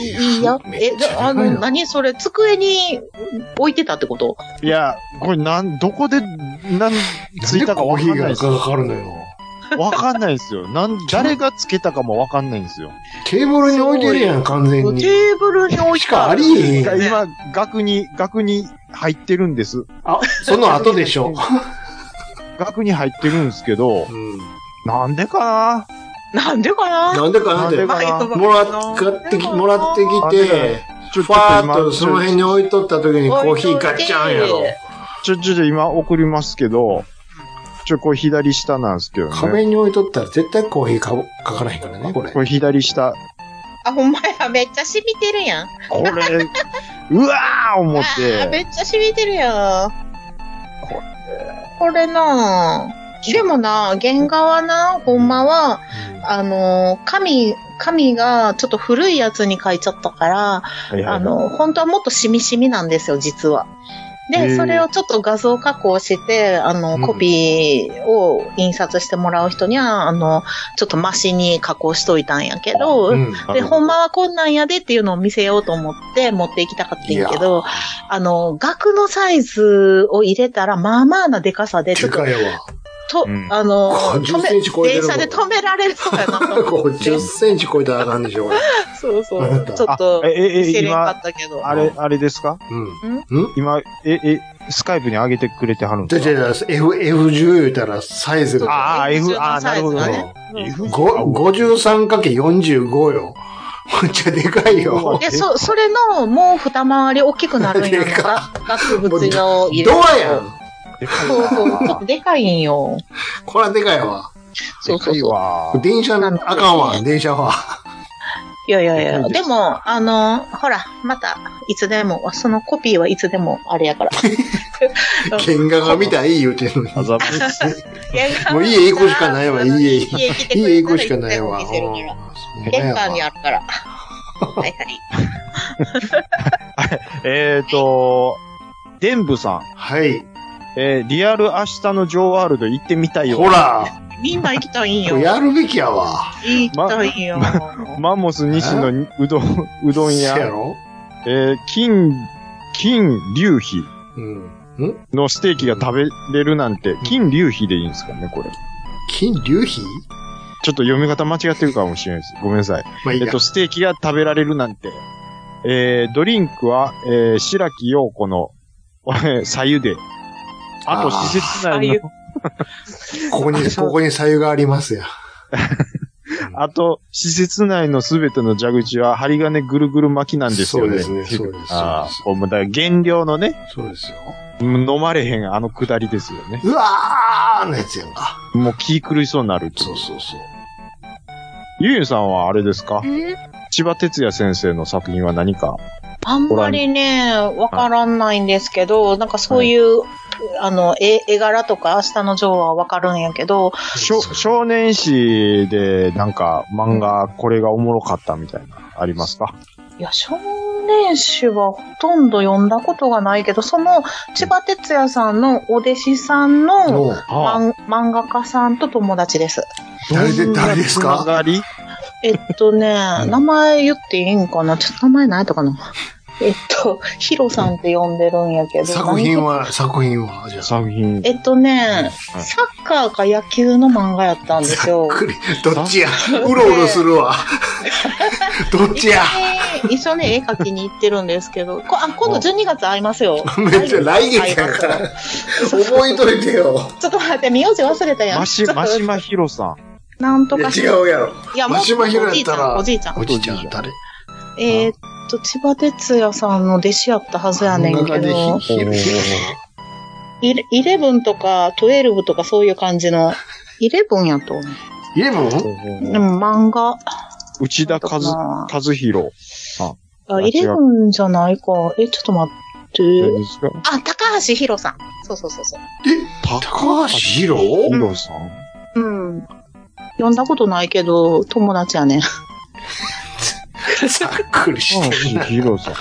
S4: いいいいよ。え、じゃあ、あの、何それ、机に置いてたってこと
S5: いや、これなん、どこで、なん、ついたかわかんない
S1: な
S5: で
S1: んでコ
S5: す
S1: ーヒー
S5: よ。
S1: がかかるのよ。
S5: わかんないですよ。 なん、誰がつけたかもわかんないんですよ。
S1: テーブルに置いてるやん、完
S4: テ
S1: 全に。
S4: ーブルに置い
S1: してか
S4: あ
S1: あ
S4: る。
S1: りえへん。
S5: 今、額に、額に入ってるんです。
S1: あ、その後でしょ。
S5: 額に入ってるんですけど、
S1: うん。
S5: なんでか
S4: なんでかな
S1: なんでかなっ
S5: なん
S1: て
S5: で。か
S1: もらっ買ってき、もらってきて、
S5: な
S1: フ
S5: ちょ、ちょ
S1: ァー
S5: 今
S1: っとその辺に置いとった時にコーヒーガッチャンやろ。
S5: ちょ、ちょ、ちょ、今送りますけど、ちょ、これ左下なんですけどね。
S1: 壁に置いとったら絶対コーヒーかぼかかないからね、これ
S5: こ。れ左下。
S4: あ、ほんまや、めっちゃ染みてるやん。
S5: これ、 うわー思っ
S4: あーめ
S5: て、
S4: っちゃ染みてるやん。これ。なぁ。でもな、原画はな、ほんまは、あの、紙、紙がちょっと古いやつに書いちゃったから、
S5: はいはい
S4: あの、本当はもっとしみしみなんですよ、実は。
S5: へ
S4: で、
S5: ー
S4: それをちょっと画像加工して、あの、コピーを印刷してもらう人には、あの、ちょっとマシに加工しといたんやけど、
S1: うん。
S4: で、ほんまはこんなんやでっていうのを見せようと思って持っていきたかったんやけど、あの、額のサイズを入れたら、まあまあなデカさで、ちょ
S1: で
S4: っと
S1: かい、 わ。
S4: と、
S5: うん
S4: あの、
S1: 50センチ超えて
S4: 電
S1: るも
S4: 車
S1: ん
S4: で止められそう やな。
S1: 50センチ超えたらあかんでしょ、これ。
S4: そうそ
S1: あな
S4: う。
S1: た
S4: ちょっと
S5: あ、え、え、
S4: 見
S5: え、
S4: せれんか
S5: 今
S4: っ、たけど。
S5: あれ、あれですか
S1: うん。
S5: 今、え、え、スカイプに上げてくれてはるん
S1: じ
S5: で
S1: ゃじ
S5: すか
S1: ゃ F、F10 言うたらサイズが。
S5: ああ、F、ああ、なるほど
S4: あ
S5: ね。
S1: ご 53×45 よ。めっちゃでかいよ。
S4: で、そ、それの、もう二回り大きくなるんや
S1: でか
S4: な。額縁の入れ
S1: ドアやん
S5: でかい
S4: そうそう。ちょっ
S5: わ
S4: とでかいんよ。
S1: これはでかいわ。
S4: そう
S5: でか
S4: そう
S5: い
S4: そう。
S5: わ
S1: 電車な、あかんわ、電車は。
S4: いやいやいや、
S1: でかいで
S4: ですも、あの、ほら、また、いつでも、そのコピーはいつでも、あれやから。
S1: 喧嘩が見たい言うてんのに。
S5: あざまし
S1: もう家行くしかないわ
S4: あの
S1: 家
S4: 家来てくれたら
S1: 家行くしかないわ。
S4: いつでも見せるか
S1: うん
S4: ら玄関にあるから。はいはい。
S5: えーと、デンブさん。
S1: はい。
S5: えーリアル明日のジョーワールド行ってみたいよ。
S1: ほら、
S4: みんな行きたいん
S1: こ
S4: よ。
S1: れ
S4: 行
S1: やるべきやわ。
S4: きたいんよ。
S5: マンモス西野にうどん、うどん
S1: せや
S5: 屋、
S1: ろ
S5: えー金、金龍飛
S1: うん。
S5: のステーキが食べれるなんて、金龍飛でいいんですかね、これ。
S1: 金龍飛
S5: ちょっと読み方間違ってるかもしれないです。ごめんなさい。
S1: まあいい
S5: えっ
S1: や
S5: と、。ステーキが食べられるなんて。えー、ドリンクは、えー、白木陽子の、えー、さゆで。あと、
S1: あー
S5: 施設内の、
S1: ここに、ここに左右がありますや。
S5: あと、施設内のすべての蛇口は、針金ぐるぐる巻きなんですよね。
S1: そうですねそうですそう
S5: あ
S1: です
S5: あ、もうだから原料のね、
S1: そうですよ。
S5: 飲まれへんあのくだりですよね。
S1: うわーのやつやんか。
S5: もう気狂いそうになるっていう
S1: そうそうそう。
S5: ゆうゆうさんはあれですか
S4: え
S5: 千葉哲也先生の作品は何か
S4: あんまりね、わからんないんですけど、なんかそういう、あの、絵絵柄とか、明日のジョーはわかるんやけど、
S5: 少少年誌でなんか漫画これがおもろかったみたいな、ありますか
S4: いや、少年誌はほとんど読んだことがないけど、その、千葉哲也さんのお弟子さんの、
S1: もう、
S5: ああ
S4: 漫漫画家さんと友達です。
S1: 誰で、誰です
S5: つな
S1: か
S5: がり
S4: えっとね、名前言っていいんかなちょっと名前ないとかなえっと、ヒロさんって呼んでるんやけど。
S1: 作品は、作品は、じゃあ。
S5: 作品。
S4: えっとね、サッカーか野球の漫画やったんです
S1: ざっ
S4: よ。
S1: くり、どっちや。うろうろするわ。どっちや。
S4: 一緒に絵描きに行ってるんですけど、こあ今度12月会いますよ。
S1: めっちゃ来月やから。覚えといてよ。
S4: ちょっと待って、名字忘れたやん。
S5: マシ、
S4: ちょっと
S5: マシマヒロさ
S4: なんと
S1: いや
S4: かし。
S1: 違うやろ。
S4: いや、も
S1: マ
S4: っ
S1: シュマヒロ
S4: とお
S1: や
S4: じ
S1: っ
S4: いち
S1: た
S4: ゃん、
S1: ら
S4: おじいちゃん。
S1: おじいちゃん誰
S4: えーっと、千葉哲也さんの弟子やったはずやねんけど、
S1: ひひ
S4: イレイレブンとかトゥエルブとかそういう感じの、イレブンやと思
S1: イレブン
S4: う。
S5: ん。
S4: でも漫画。
S5: 内田和、
S4: あ
S5: 和弘。
S4: あ、イレブンじゃないか。え、ちょっと待って。
S5: 誰ですか
S4: あ、高橋宏さん。そうそうそうそう。
S1: 高橋ヒロ
S5: ヒロさん
S4: うん。読んだことないけど、友達やねん。
S1: ざっくりしてる
S5: 高橋
S1: な。
S5: ヒロさん。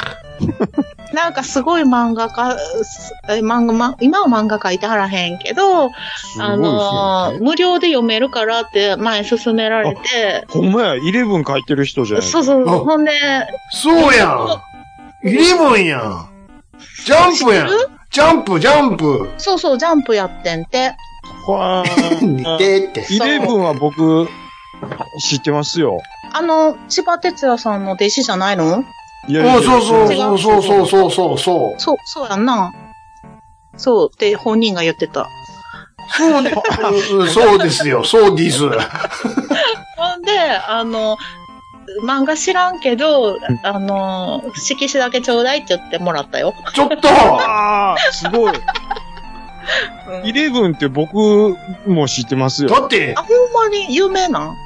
S4: なんかすごい漫画家、すえ漫画、ま、今は漫画描いてはらへんけど、
S5: すごいで
S4: あ
S5: すよ
S4: の
S5: ね
S4: ー。無料で読めるからって前勧められて、
S5: ほんまや、イレブン書いてる人じゃない
S4: そうそう、
S1: あ
S4: ほんで、
S1: そうやん。イレブンやん。ジャンプやん
S4: 知って。
S1: ジャンプ、ジャンプ。
S4: そうそう、ジャンプやってんて。
S5: は
S1: 似
S5: ー
S1: てって。
S5: イレブンは僕、知ってますよ。
S4: あの、千葉哲也さんの弟子じゃないの
S5: いやいや
S1: お
S5: いや
S1: そうそうそうそうそうそうそう。
S4: そう、そうやんな。そう、って本人が言ってた。
S1: そうでそうですよ、そうです。
S4: ほんで、あの、漫画知らんけど、あの、色紙だけちょうだいって言ってもらったよ。
S1: ちょっと
S5: ああ、すごい。イレブンって僕も知ってますよ。
S1: だって
S4: あ、、ほんまに有名なん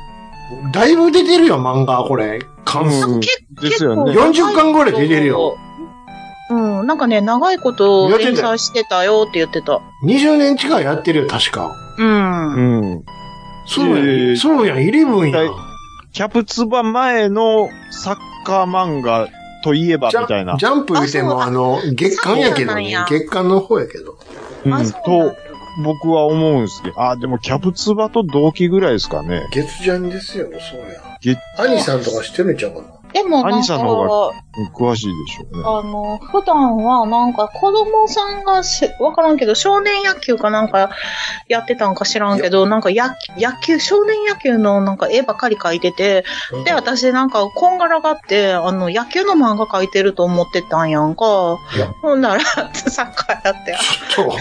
S1: だいぶ出てるよ、漫画、これ。関数。
S5: うん
S4: 結
S5: ですよね。
S1: 40巻ぐらい出てるよ。
S4: うん、なんかね、長いこと
S1: やってんだよ
S4: 連載してたよって言ってた。
S1: 20年近いやってるよ、確か。
S4: うん。
S5: うん。
S1: そう
S5: いやいやい
S1: やん、
S5: や
S1: そうやん、イレブンやん。
S5: キャプツバ前のサッカー漫画といえば
S1: ジ
S5: みたい
S1: ャ
S5: な
S1: ン。ジャンプ言うても、
S4: あ
S1: あの、月間やけどね
S4: そうなんや。
S1: 月間の方やけど。
S5: う
S4: あ
S5: ん、
S4: そうなん
S5: と
S4: だ
S5: 僕は思うんですけど。あ、でもキャプツバと同期ぐらいですかね。
S1: 月ジャンですよ、そう
S5: げ
S1: やん。兄さんとかしてるんちゃうかな。
S4: でもなん
S5: 兄
S4: か、
S5: さんの方詳しいでしょうね。
S4: あの、普段はなんか子供さんがし、わからんけど、少年野球かなんかやってたんか知らんけど、なんかや野球、少年野球のなんか絵ばっかり描いてて、で、私なんかこんがらがって、あの、野球の漫画描いてると思ってたんやんか
S1: いや。
S4: ほんなら、 サッカーやって、
S1: ちょっと、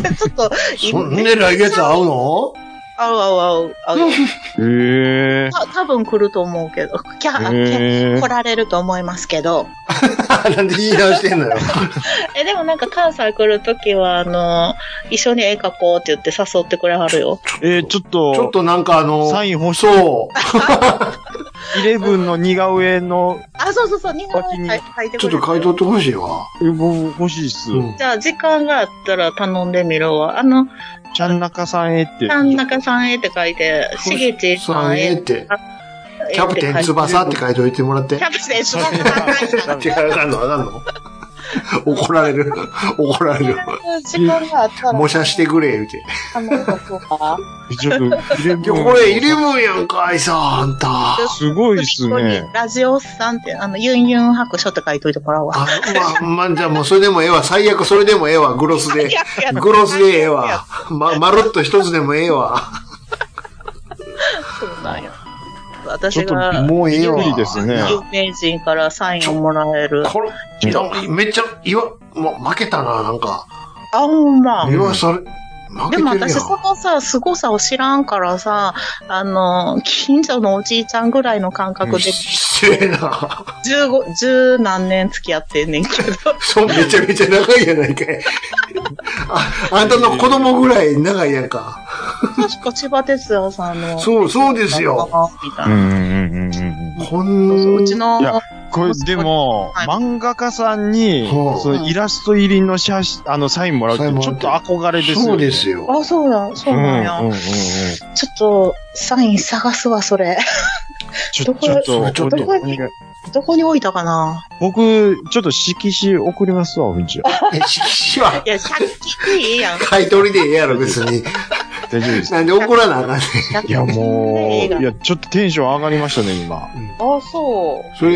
S4: ちょっと、
S1: そんで来月会うの
S4: 合う合う合う合う。
S5: へえ。
S4: た多分来ると思うけど、キャー、キャ
S5: へえ
S4: ー来。られると思いますけど。
S1: なんで言い直してんのよ。
S4: え、でもなんか関西来るときは、あの、一緒に絵描こうって言って誘ってくれはるよ。
S5: えー、ちょっ
S1: ちょっ
S5: と、
S1: となんかあの、
S5: サイン欲し
S1: そう。
S5: い。イレブンの似顔絵の、
S4: あ、そうそうそう、似顔絵
S5: 脇に
S4: 描い描いて
S1: ち
S4: く
S1: ょっ
S4: れる
S1: と買い取ってほしいわ。
S5: え僕欲しいっす。
S1: うん
S4: じゃあ、時間があったら頼んでみろわ。あの、
S5: ちゃんなかさん絵って。
S4: 三中さん絵って書いて、しげちさ
S1: さ
S4: ん
S1: ん
S4: 絵
S1: へ
S4: っ
S1: ってて。
S4: 書いて。
S1: キャプテン翼って書いておいてもらって
S4: キ。ャプテン翼って書いて。
S1: 違う、あかんの、あかん の。怒られる。怒られる。
S4: 時間があったら。
S1: 模写してくれ、言うて。
S4: 頼むか。
S5: ちょっと、イレ
S1: い
S5: ブ
S1: や、
S5: ン。
S1: これ、イレブンやんか、いさ、あんた。
S5: すごいっすね。
S4: ラジオさんって、あの、ユンユン白書って書いといてもらうわ。
S1: あ、まあ、まあ、じゃあもうそれでもええわ。最悪それでもええわ、グロスで。グロスでええわ。ま、まるっと一つでもええわ。
S4: そうなんや。
S5: ちょ
S4: 私
S5: っと
S4: が、
S1: もうええわ。
S5: 無理ですね。
S4: 有名人からサインをもらえる。
S1: これ、なんかめっちゃ、いわ、もう負けたな、なんか。
S4: あ、ほんま
S1: い。わ、それ、負けて
S4: で
S1: る
S4: も
S1: やん。
S4: 私、そのさ、凄さを知らんからさ、あの、近所のおじいちゃんぐらいの感覚で、
S1: 失礼な。
S4: 十五、十何年付き合ってんねんけど、
S1: そう、めちゃめちゃ長いやないかい。あ、あんたの子供ぐらい長いやんか。
S4: 確か千葉哲也さんの。
S1: そう、そうですよ。。
S4: みた
S5: う
S4: いな。
S5: んうんうんうんうん。
S1: こん
S4: うちの
S5: い、やこれ、でも、
S4: はい
S5: 漫画家さんに、
S1: ほう
S5: そのイラスト入りの写真、あの、サインもらうっ
S1: サインも
S5: て、
S1: ら
S5: ち
S1: う
S5: ょ
S1: っ
S5: ってと憧れですよ、ね。。
S1: そうですよ。
S4: あ、そうや、そううん
S5: うん
S4: なん
S5: うんう
S4: や。
S5: ん。
S4: ちょっと、サイン探すわ、それ。
S5: ち
S4: ど
S5: ょ、
S4: こ
S5: ちょっと、
S1: ちょっ
S5: お
S1: と
S5: 願い
S4: どこに置いたかな
S5: 僕、ちょっと色紙送りますわ、おみち。
S1: え、色紙はい
S4: や、借金いいやん。
S1: 買い取りでええやろ、別に。
S5: 大丈夫です。
S1: なんで怒らなあかんね
S5: いや、もう、いや、ちょっとテンション上がりましたね、今。
S4: あ、そう。
S1: それ、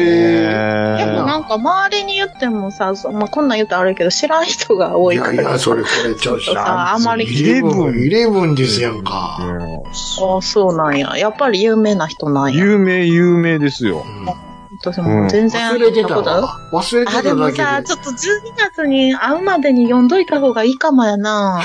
S4: でも
S5: え
S4: なんか周りに言ってもさ、そまあ、こんなん言うとあるけど、知らん人が多
S1: い
S4: いか
S1: や
S4: ら。
S1: いや、それこれ、ちょっ
S4: ちょっとさ、あんまり。
S1: イレブン、イレブンですやんか。
S4: あそうなんや。やっぱり有名な人なんや。
S5: 有名、有名ですよ。
S4: 私も全然、
S1: 忘れてた
S4: ことある
S1: わ。忘れて
S4: あ、
S1: た
S4: でも
S1: だけで。
S4: さ、ちょっと12月に会うまでに読んどいた方がいいかもやな。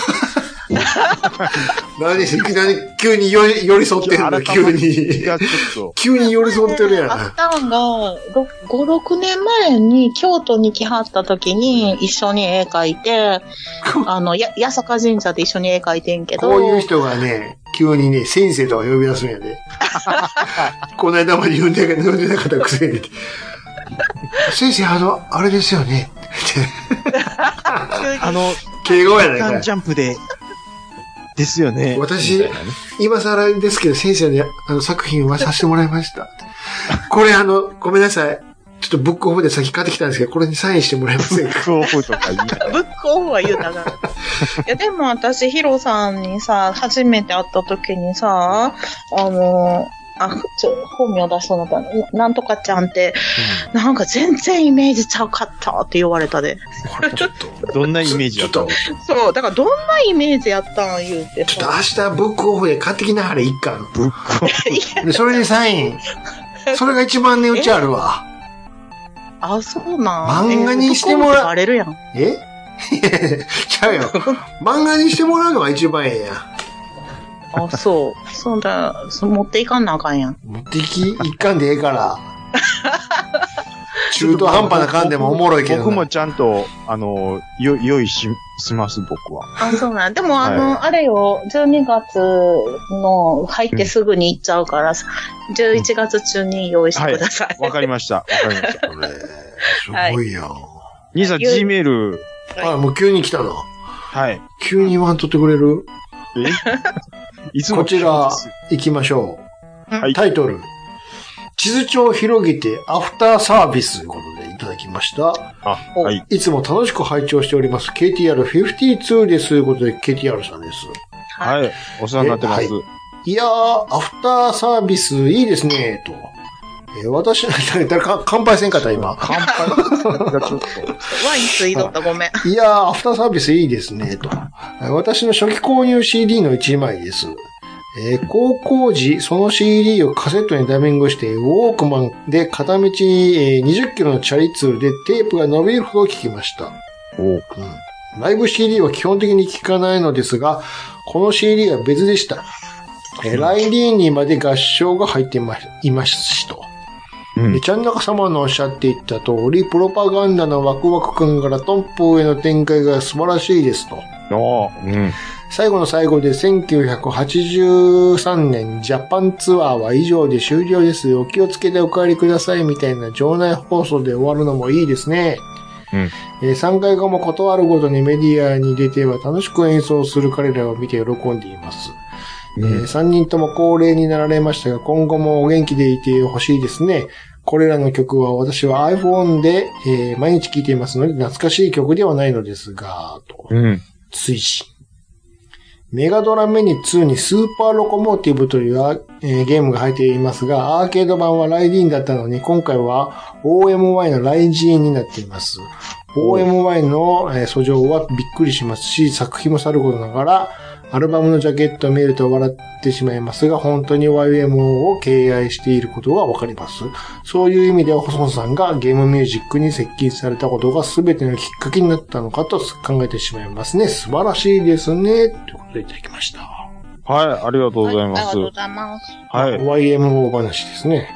S1: 何、いきなり急に寄り寄り添ってるの、急
S5: い
S1: に。
S5: や、ちょっ
S1: 急に寄り添ってるやん。
S4: あったんが、ろ5、6年前に京都に来はった時に一緒に絵描い て、あの、や、八坂神社で一緒に絵描いてんけど。
S1: こういう人がね、急にね、先生とか呼び出すんや で。この間まで呼んでなかった、呼んでなかったくせに。先生、あの、あれですよね。
S5: と、あの、
S1: 敬語やない
S5: ガ
S1: か
S5: ン
S1: い
S5: ジ。ャンプで、です よね。
S1: 私、今更ですけど、先生のあの作品はさせてもらいました。これあの、ごめんなさい。ちょっとブックオフで先買ってきたんですけど、これにサインしてもらえませんか
S5: クオフとか言い
S4: ブックオフは言 うたが。いや、でも私、ヒロさんにさ、初めて会った時にさ、あの、あ、ちょ、本名出しそうになったななんとかちゃんって、なんか全然イメージちゃうかったって言われたで。
S1: ちょっと。
S5: どんなイメージ
S1: ちょ
S5: だ
S1: っ
S5: った
S1: と
S5: の、
S4: そう、だからどんなイメージやったん言うて
S1: ちょっと
S4: さ。
S1: 明日ブックオフで買ってきなはれ、一巻。
S5: ブックオフ。
S1: で、それにサイン。それが一番値打ちあるわ。
S4: あ、そうなん。
S1: 漫画にしてもら
S4: えーブックオフってバレるやん。
S1: え ちゃうよ。漫画にしてもらうのが一番ええやん。
S4: あ、そう。そうだ、そう持っていかんなあかんやん。
S1: 持ってき、一巻でええ から。中途半端な感でもおもろいけどな。
S5: 僕もちゃんと、あの、よ、用意し、します、僕は。
S4: あ、そうなん。でも、あの、
S5: はい
S4: あれよ、12月の入ってすぐに行っちゃうから、11月中に用意してください。
S5: わかりました。わかりました。
S1: これ、すごいやん。
S5: 兄さん、
S4: よい
S5: G メール、
S1: あ、もう急に来たの。
S5: はい。
S1: 急に言わんとってくれる
S5: えいつも
S1: こちら
S5: です、
S1: 行きましょう。
S5: はい
S1: タイトル。地図帳を広げてアフターサービスということでいただきました。
S5: あ、はい。
S1: いつも楽しく拝聴しております。KTR52 です。ということで KTR さんです。
S4: い。
S5: はい。お世話になってます。
S1: いやー、アフターサービスいいですね、と。えー私、誰か乾杯せんかった、今。
S5: 乾杯がちょっと。
S4: ワインついとった、ごめん。
S1: いやー、アフターサービスいいですね、と。えー私の初期購入 CD の1枚です。えー高校時、その CD をカセットにダビングして、ウォークマンで片道えー20キロのチャリ通でテープが伸びるほど聞きました。
S5: お
S1: うんライブ CD は基本的に聞かないのですが、この CD は別でした。えーラインリーにまで合唱が入っていまいますしと。
S5: うん
S1: でちゃん中様のおっしゃっていった通り、プロパガンダのワクワク感からトンプへの展開が素晴らしいですと。
S5: ああ、うん。
S1: 最後の最後で1983年ジャパンツアーは以上で終了です。お気をつけてお帰りくださいみたいな場内放送で終わるのもいいですね。
S5: うん
S1: えー3回後も断るごとにメディアに出ては楽しく演奏する彼らを見て喜んでいます。え3人とも高齢になられましたが、今後もお元気でいてほしいですね。これらの曲は私は iPhone で、えー毎日聴いていますので、懐かしい曲ではないのですが、と。
S5: うん。
S1: 追伸。メガドラメニ2にスーパーロコモーティブというあ、えーゲームが入っていますが、アーケード版はライディーンだったのに、今回は OMY のライジーンになっています。OMY の、えー訴状はびっくりしますし、作品もさることながら、アルバムのジャケットを見ると笑ってしまいますが、本当に YMO を敬愛していることがわかります。そういう意味では細野さんがゲームミュージックに接近されたことが全てのきっかけになったのかと考えてしまいますね。素晴らしいですね。ということでいただきました。
S5: はい、ありがとうございま
S4: ありが
S5: す
S4: とう。ございます。
S5: はい。
S1: YMO 話ですね。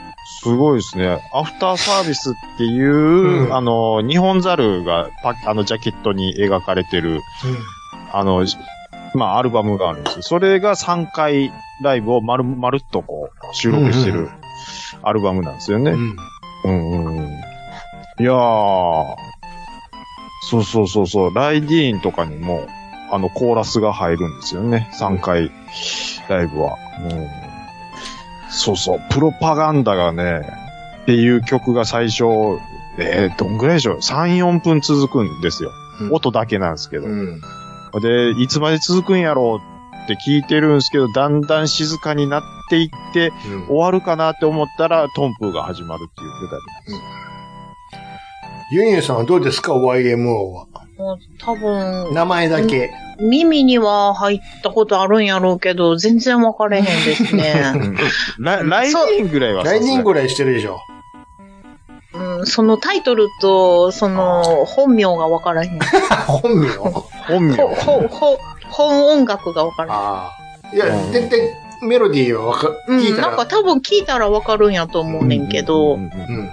S5: すごいですね。アフターサービスっていう、
S1: うん
S5: あの、日本ザルがパあの、ジャケットに描かれてる、あの、まあ、アルバムがあるんですよ。それが3回ライブをまる、まるっとこう、収録して
S1: うんう
S5: る
S1: ん
S5: アルバムなんですよね。
S1: うん。
S5: うんうんうん。いやー。そうそうそうそう。ライディーンとかにも、あの、コーラスが入るんですよね。3回、ライブは。うん。そうそう。プロパガンダがね、っていう曲が最初、えー、どんぐらいでしょう ?3、4分続くんですよ
S1: う。ん
S5: 音だけなんですけど。
S1: うん。
S5: で、いつまで続くんやろうって聞いてるんですけど、だんだん静かになっていって、
S6: うん
S5: 終わるかなって思ったら、トンプーが始まるっていうくだり。
S1: ユンユンさんはどうですか ?YMO は。
S4: もう多分、
S1: 名前だけ。
S4: 耳には入ったことあるんやろうけど、全然分かれへんですね。
S5: ラライディンぐらいはさす
S1: 来
S5: がに
S1: 年ぐらいしてるでしょ。
S4: うん、そのタイトルと、その、本名が分 からへん。
S1: 本名
S5: 本名。
S4: ほ、ほ、ほ、本音楽が分からへん。
S1: ああ。いや、絶対メロディーはわか、
S4: う
S1: 聞
S4: ん、
S1: い
S4: なん
S1: た。
S4: から多分聞いたら分かるんやと思うねんけ
S5: う
S4: ど、うんん
S5: うんうん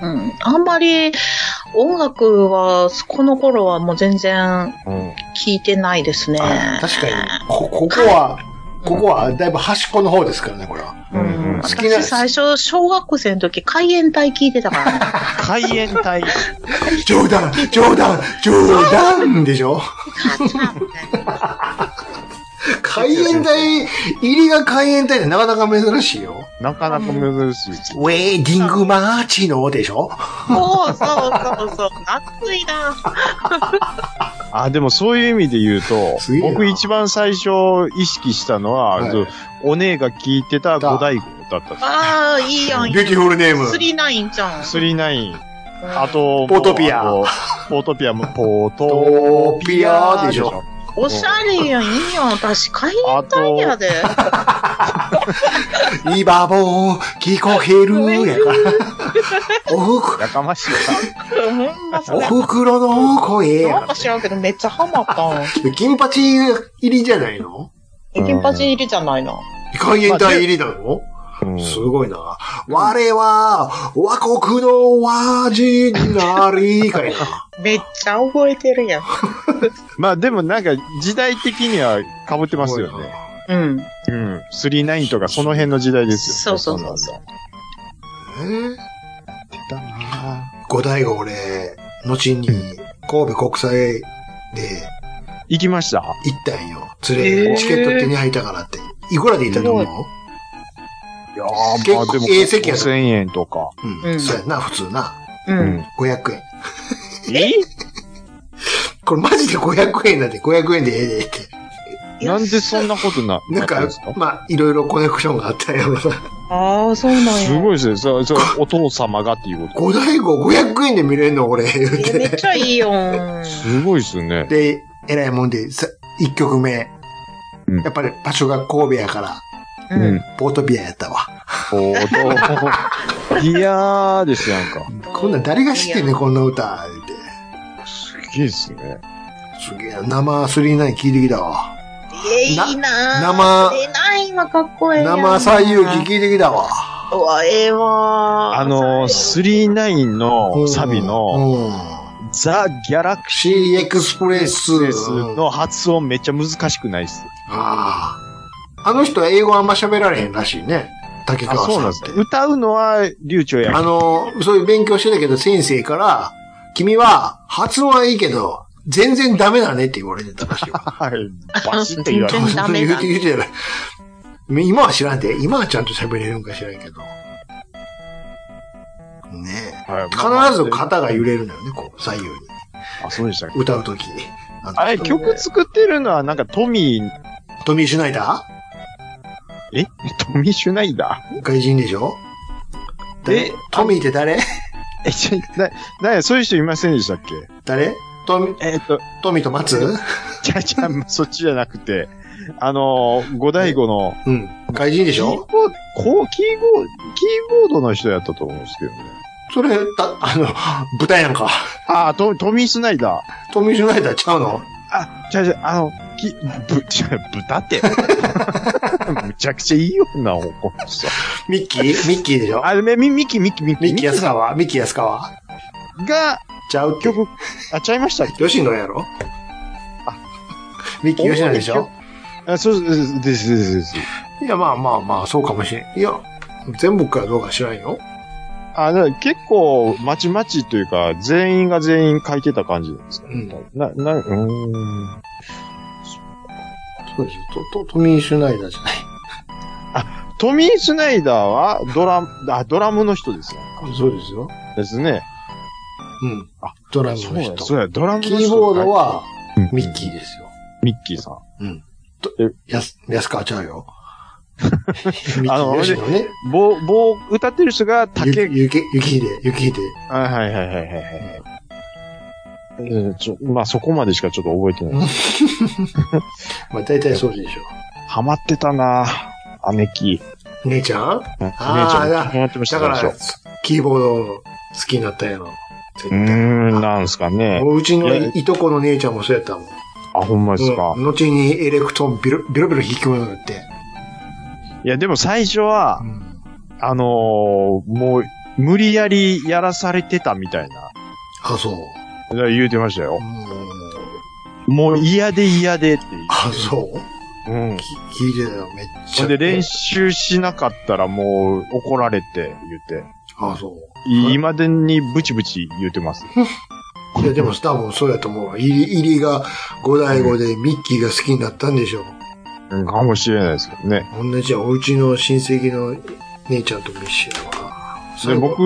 S1: うん。
S4: あんまり音楽は、この頃はもう全然
S5: うん
S4: 聞いてないですね。
S1: あ確かに、こ、ここは、ここはだいぶ端っこの方ですからね、これは。
S4: う
S5: うんうん
S4: ん、
S1: 好きな
S4: 私最初、小学生の時、海援隊聞いてたからね。
S5: 海援隊。
S1: 冗談冗談冗談でしょ海援隊、入りが海援隊ってなかなか珍しいよ。
S5: なかなか珍しい。
S1: ウェーディングマーチのでしょ
S4: そうそうそうそう、熱いな。
S5: あ、でもそういう意味で言うと
S1: すげえ、な
S5: 僕一番最初意識したのは、
S1: はい
S5: そうお姉が聞いてた五大号だったんですよ。
S4: ああ、いいや
S1: ビ
S4: ん。
S1: ューティフルネーム。
S4: スリーナインじゃん。
S5: スリーナイン。あと、
S1: ポートピア
S5: もう。あとポートピアも、ポー
S1: ト
S5: ト
S1: ーピアでしょ。
S4: おしゃれやん、いいやん。私、海援隊やで。
S1: イバボー、聞こえるやから。おふく、
S5: やかましいわ。
S4: ほんまそ
S1: お
S4: れ。
S1: ふくろの声や
S4: なん
S1: か
S4: か知らんけど、めっちゃハマったん。
S1: ら。金八入りじゃないの
S5: うん
S4: 金八入りじゃないな。
S1: 海援隊入りなの
S5: うん
S1: すごいな。我は、和国の和人なりかいな。
S4: めっちゃ覚えてるやん。
S5: まあでもなんか時代的には被ってますよね。
S1: ね。
S4: うん。
S5: うん。スリーナインとかその辺の時代です
S4: そ
S5: よね。
S4: うそうそうそう。
S1: えー五大号で、後に神戸国際で
S5: 行きました
S1: 行ったんよ。連れ、
S4: えー
S1: チケット手に入ったからって。いくらで行ったと思う
S5: いや
S1: ーまあでもええ席やな
S5: 5000円とか。
S1: う。
S4: うんん
S1: そうやな、普通な。
S4: うん。。
S1: 500円。
S5: え
S1: これマジで500円なんで、500円でええでって。
S5: なんでそんなことな、
S1: なん
S5: った
S1: か
S5: です、
S1: まあ、いろいろコネクションがあったんやろな。
S4: ああ、そうなんや。
S5: すごいですね。そう、そう、お父様がっていうこ
S1: 五大号500円で見れんの俺、言う。
S4: えめってちゃいいよん
S5: と。。すごいですね。
S1: で、えらいもんで、さ一曲目。
S5: うん
S1: やっぱり場所が神戸やから、
S4: う
S5: うんん。。
S1: ポートビアやったわ。
S5: お ー、いやーですやんか。
S1: こんなん誰が知ってんねん、こんな歌。言うて。
S5: すげえですね。
S1: すげえな、生39聞いてきたわ。
S4: え、いいな
S1: 生
S4: 出ないわ、かっこええやん。
S1: 生最遊記聞いてきたわ。
S4: うわ、ええわ。
S5: あのー、39のサビの、
S1: うん。
S5: ザ・ギャラクシ
S1: C エクスプレス。
S5: ースの発音めっちゃ難しくないっす。
S1: ああ。あの人は英語あんま喋られへんらしいね。竹
S5: あ、
S1: 川
S5: そうなん
S1: さん
S5: で
S1: っ
S5: す
S1: て
S5: ね。。歌うのは流暢や
S1: あ
S5: ん。
S1: の、そういう勉強してたけど、先生から、君は発音はいいけど、全然ダメだねって言われてたらしいわ。
S5: はい。バシッと言われ
S4: 全然ダメ
S1: 言う
S4: だ
S1: て言うてたら今は知らんで、今はちゃんと喋れるんか知らんけど。ねえ。
S5: はい
S1: 必ず肩が揺れるのよね、こう、左右に。
S5: あ、そうでしたっけ
S1: 歌うとき。
S5: あれ、曲作ってるのはなんかトミー、
S1: トミー・シュナイダ
S5: えトミー・シュナイダ
S1: ー外人でしょ
S5: え
S1: トミーって誰
S5: ー え、ちょ、な、なや、そういう人いませんでしたっけ
S1: 誰トミ、
S5: えっと、
S1: トミーと松
S5: じゃあじゃあそっちじゃなくて、あのー、五大五の、
S1: うん。外人でし
S5: キー
S1: ょ
S5: ボード、こう、キーボード、キーボードの人やったと思うんですけどね。
S1: それ、た、あの、舞台やんか。
S5: あー、トトミー・スナイダー。
S1: トミー・シュナイダーちゃうの
S5: あ、じゃあじゃあ、あの、き、ぶ、じゃあ豚って。むちゃくちゃいいよな、この人。
S1: ミッキーミッキーでしょ
S5: あ、でもミミキ、ミキ、ミキ、
S1: ミッキー安川ミッキー安川
S5: が、
S1: ちゃうって。
S5: 曲、あ、ちゃいましたっけ
S1: 吉野やろミッキー吉野でしょ
S5: あ、そうです、です、です、です。
S1: いや、まあまあまあ、そうかもしれん。いや、全部かどうか知らんよ。
S5: あ、だから結構、まちまちというか、全員が全員書いてた感じなんですか、
S1: うん
S5: な、な、うーん。
S1: そうでしょトトトミー・シュナイダーじゃない。
S5: トミー・スナイダーは、ドラム、あ、ドラムの人ですよ。
S1: そうですよ。
S5: ですね。
S1: うん。
S5: あ
S1: ドラム
S5: そう
S1: の
S5: や、
S1: 人。
S5: そうや、ドラム
S1: キ
S5: の人。
S1: ーボードは
S5: うん、
S1: ミッキーですよ。
S5: ミッキーさん。
S1: うん。とやす、安川ちゃう よ。
S5: あの
S1: 吉野ね。
S5: 棒、棒、歌ってる人が
S1: ゆ
S5: 竹、
S1: ゆき、ゆきひで、ゆきひで。
S5: あはいはいはいはいはい。うんちょまあそこまでしかちょっと覚えてない。
S1: まあ、大体そうでし
S5: ハマってたな姉貴。
S1: ょ。姉ちゃん
S5: 姉ち
S1: あ
S5: ゃ
S1: ー
S5: ん
S1: だ
S5: ハマってまし
S1: だ
S5: た
S1: か
S5: でし
S1: ら
S5: ょ。、
S1: キーボード好きになったんやろ。絶
S5: うー
S1: 対
S5: ん、なんすかね。
S1: もううちの
S5: いや
S1: いとこの姉ちゃんもそうやったもん。
S5: あ、ほんまですか
S1: うん。後にエレクトンビロビロビロ引き込むようになって。
S5: いや、でも最初は
S1: う、ん
S5: あのーもう、無理やりやらされてたみたいな。
S1: あ、そう。
S5: だから言うてましたよ
S1: う。ん
S5: もう嫌で嫌でって
S1: あ、そう
S5: いう。うん。
S1: き聞いてたよ、めっち
S5: そ
S1: ゃ。
S5: れで練習しなかったらもう怒られて言って。
S1: あ、そう。
S5: い今でにブチブチ言ってます。
S1: いや、でも多分そうやと思うわ。入り、入りが五代五でミッキーが好きになったんでしょう。
S5: うん、かもしれないですけどね。
S1: 同じや、おうちの親戚の姉ちゃんとも一緒やわ。
S5: で、僕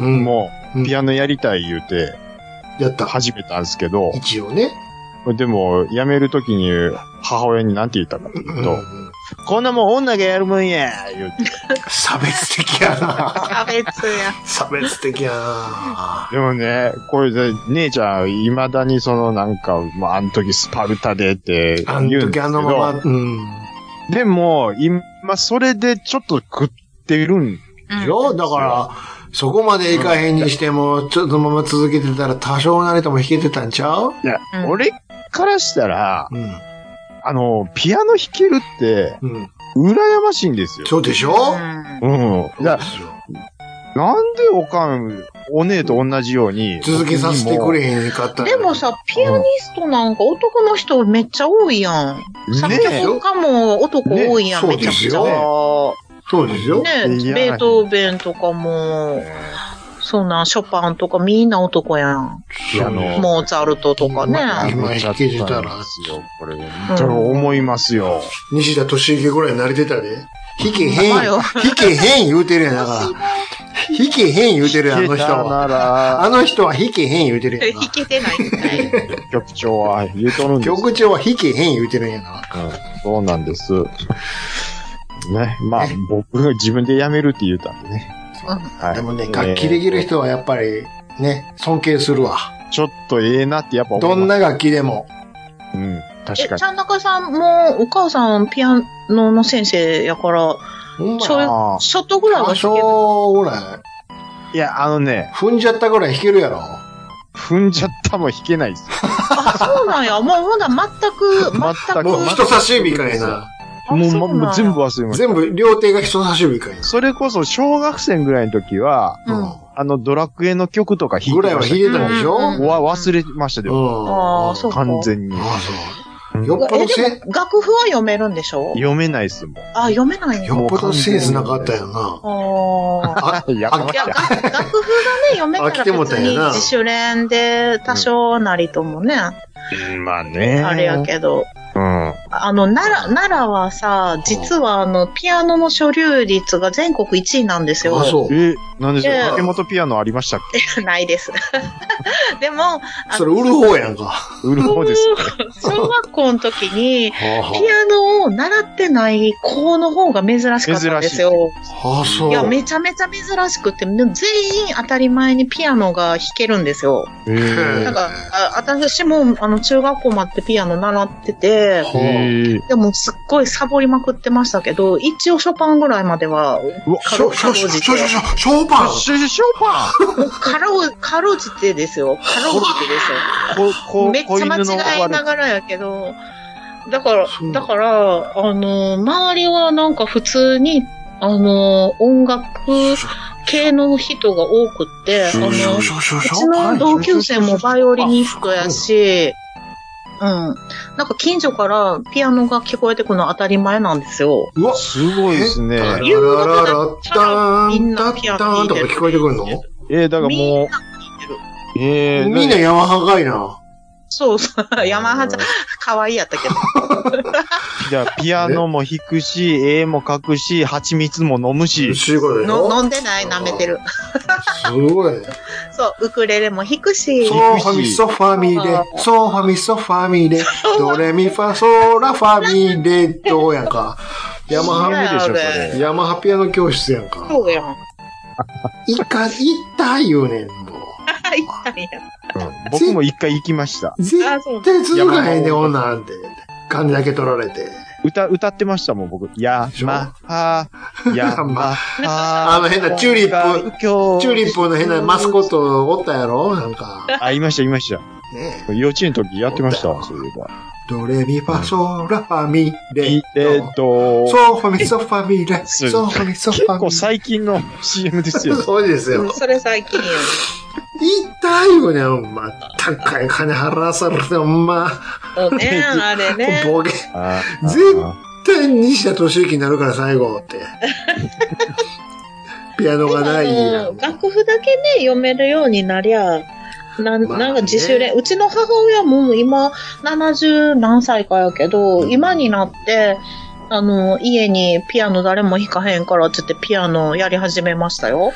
S1: ん
S5: も
S1: うん
S5: ピアノやりたい言うて
S1: やった。
S5: 始めたんですけど、
S1: 一応ね。
S5: でも辞めるときに母親に何て言ったかという
S1: う
S5: と、
S1: ん
S5: こんなもん女がやるもんや言うて。
S1: 差別的やな。
S4: 差別や。
S1: 差別的やな。
S5: でもね、これで、姉ちゃん、未だにそのなんか、まあ、あの時スパルタでって言
S1: あ
S5: うんで
S1: の
S5: すけ
S1: 時
S5: ど。
S1: あのまま、うん。
S5: でも、今、それでちょっと食ってるん。
S1: よ、だから、そこまでいかへんにしても、ちょっとそのまま続けてたら多少なりとも弾けてたんちゃう
S5: いや、
S4: うん
S5: 俺からしたら、
S1: うん。
S5: あの、ピアノ弾けるって、
S1: うん。
S5: 羨ましいんですよ。
S1: そうでしょ
S4: うん
S5: うん。
S1: そう
S5: だ
S1: ですよ
S5: なんでおかん、お姉と同じように。
S1: 続けさせてくれへんかったら
S4: でも、さ、ピアニストなんか男の人めっちゃ多いやん。
S5: 僕に
S4: 作
S5: も、ね
S4: 曲家も男多いやん、
S1: ね
S4: めちゃくち
S1: そ
S4: ゃ。
S1: う
S4: ね
S1: ですそうですよ。
S5: いや
S4: ベートーベンとかも、そんなん、ショパンとかみんな男やん。
S5: いやあの
S1: そうです
S4: モーツァルトとか
S1: う
S4: ね。
S1: 今弾けてたら
S5: ですよ、これ。と思いますよ。
S1: 西田敏行ぐらい慣れてたで。弾けへん、
S4: まあよ
S1: 弾けへん言うてるやん、だから。弾けへん言うてるやん、あの人
S5: 弾けた
S1: は。
S5: なら、
S1: あの人は弾けへん言うてるやん
S4: 弾
S1: な。
S4: けてないみたい。
S5: 局長は言うとるんですよ
S1: 曲調は弾けへん言うてるんやな。
S5: うんそうなんです。ね、まあ、僕が自分で辞めるって言うたんでね。
S4: うん
S5: は
S1: でもね、楽器できる人はやっぱり、ね、尊敬するわ。
S5: ちょっとええなってやっぱ思
S1: ど
S5: うん
S1: な楽器でも。
S5: うん、確
S4: え、
S5: かに
S4: ち。ゃん中さんも、お母さんピアノの先生やから、
S1: ほんま
S4: ちょい
S1: や
S5: あー
S4: ちょっとぐらいは
S1: 多
S4: 弾ける。
S1: 少ぐら
S5: いや、あのね
S1: い、、踏んじゃったぐらい弾けるやろ。
S5: 踏んじゃったも弾けないですよ。
S4: あ、そうなんや。もうほんなら全く、全く。
S1: もう人差し指かいな。
S4: あ
S5: もう
S4: そう
S5: ま
S4: なんや
S5: もう全部忘れました。
S1: 全部、両手が人差し指かい
S5: それこそ小学生ぐらいの時は、
S4: うん
S1: な。
S5: あのドラクエの曲とか弾い
S1: ぐら
S5: て
S1: い
S5: ま
S1: は
S5: し
S1: 弾
S5: た
S1: いてた
S5: け
S1: んでしょ
S4: うん
S5: ど。わ忘れましたよ。
S1: うん
S4: あーそうか
S5: 完全に。
S1: ああ、そう。よっぽ
S4: え、
S1: ど
S4: で
S1: せ、
S4: も楽譜は読めるんでしょ
S5: 読めないっすもん。
S4: あ、読めないんや。
S1: よっぽどセンスなかったよな。 あ、
S5: や
S4: あ
S5: ば
S1: あ
S5: い
S4: ーいや、楽楽譜がね、読めた
S1: あ来て
S4: ら
S1: もう
S4: 別
S1: たんや
S4: に
S1: な
S4: 自主練で多少なりともね、
S5: うんまあね。
S4: あれやけど、
S5: うん。
S4: あの、奈良、奈良はさ、実はあの、ピアノの所有率が全国1位なんですよ。
S1: あ、そう。
S5: え、なんでしょ
S4: え
S5: う
S4: え
S5: 竹本ピアノありましたっけ
S4: ない です。でも、あの
S1: それ売る方やんか。
S5: 売る方です。
S4: 小学校の時に、ピ
S1: あ
S4: アノを習ってない子の方が珍しかったんですよ。
S1: あ、そう。
S4: いや、めちゃめちゃ珍しくて、全員当たり前にピアノが弾けるんですよ。
S5: えー
S4: だから、あ私も、あの、中学校までピアノ習ってて、
S1: はあ
S5: えー
S4: でもすっごいサボりまくってましたけど、一応ショパンぐらいま では、
S5: うわ、
S4: か
S1: し
S4: ろ
S1: ょ、
S4: か
S1: し
S4: ろ
S1: ょ、
S4: う
S1: しょ、
S4: じ
S1: してょ、しょ、しょショーパン
S5: シュシュショーパン
S4: かろう、かろうじてですよ。かろうじてですよ。
S5: こ、こ、
S4: めっ
S5: 子
S4: ちゃ
S5: 犬の
S4: 間違いながらやけど、だから
S1: そ、う
S4: だから、あの、周りはなんか普通に、あの、音楽系の人が多くって、あ
S1: しょ、し
S4: の
S1: ょ、し、ょ、しょ、
S4: う
S1: シ
S4: ち
S1: ョーパ
S4: の
S1: ン。
S4: 同級生もバイオリニストやし、うん。なんか近所からピアノが聞こえてくるの当たり前なんですよ。
S1: うわ、
S5: すごいですね。
S1: ララ
S4: え
S1: ラララタ
S4: みん
S1: ン、タ
S4: な
S1: ッ
S4: ピアノ
S1: タンとか
S4: 弾いてる
S1: 聞こえてくるの
S5: えー、だから
S4: みん
S5: も
S4: な聞いてる。
S5: う、えー、
S1: みんなヤマハかいな。
S4: そうそう、ヤマハちゃん、可愛いやったけど。
S5: じゃあ、ピアノも弾くし、絵も描くし、蜂蜜も飲むし。
S1: すごい
S4: の飲んでない舐めてる。
S1: すごい。
S4: そう、ウクレレも弾くし。
S1: ソーファミソファミレ、ソーファミソファミレ、ドレミファソーラファミレ、どうやん か。ヤマ
S5: ダメ
S1: ハ、
S5: でしょ、そ
S4: いや
S5: れ。
S1: ヤマハピアノ教室やんか。
S4: そうやん。
S1: いか、いった言うねん、も
S4: 痛いやん。
S5: うん僕も一回行きました。
S1: う。絶対続かへんねん、女なんて。金だけ取られて。
S5: 歌、歌ってましたもん、僕。や
S1: しょ
S5: まは、やまは。
S1: あの変なチューリップ
S5: プ
S1: チューリップの変なマスコットおったやろなん か。
S5: あ、いました、いました。
S1: ね
S5: 幼稚園の時やってましたわ、そういえば。
S1: ドレミファソーラファミレ
S5: え、えっと、
S1: ソーファミソファミレ、
S5: そう
S1: ソーファミソファミ
S5: 結
S1: レ。
S5: 構最近 の CM ですよ。
S1: そうですよ。
S4: それ最近よ。
S1: 痛いよね、ほんま。高い金払わされて、ほんま。
S4: そうね、あれ ね。
S1: ボケ。
S5: あー
S1: 絶対西田敏行になるから、最後って。 ピアノがない
S4: でも楽譜だけね、読めるようになりゃ、な
S1: まあね
S4: なんか自主練、うちの母親も今70何歳かやけど、今になって、あの、家にピアノ誰も弾かへんからって言ってピアノやり始めましたよ。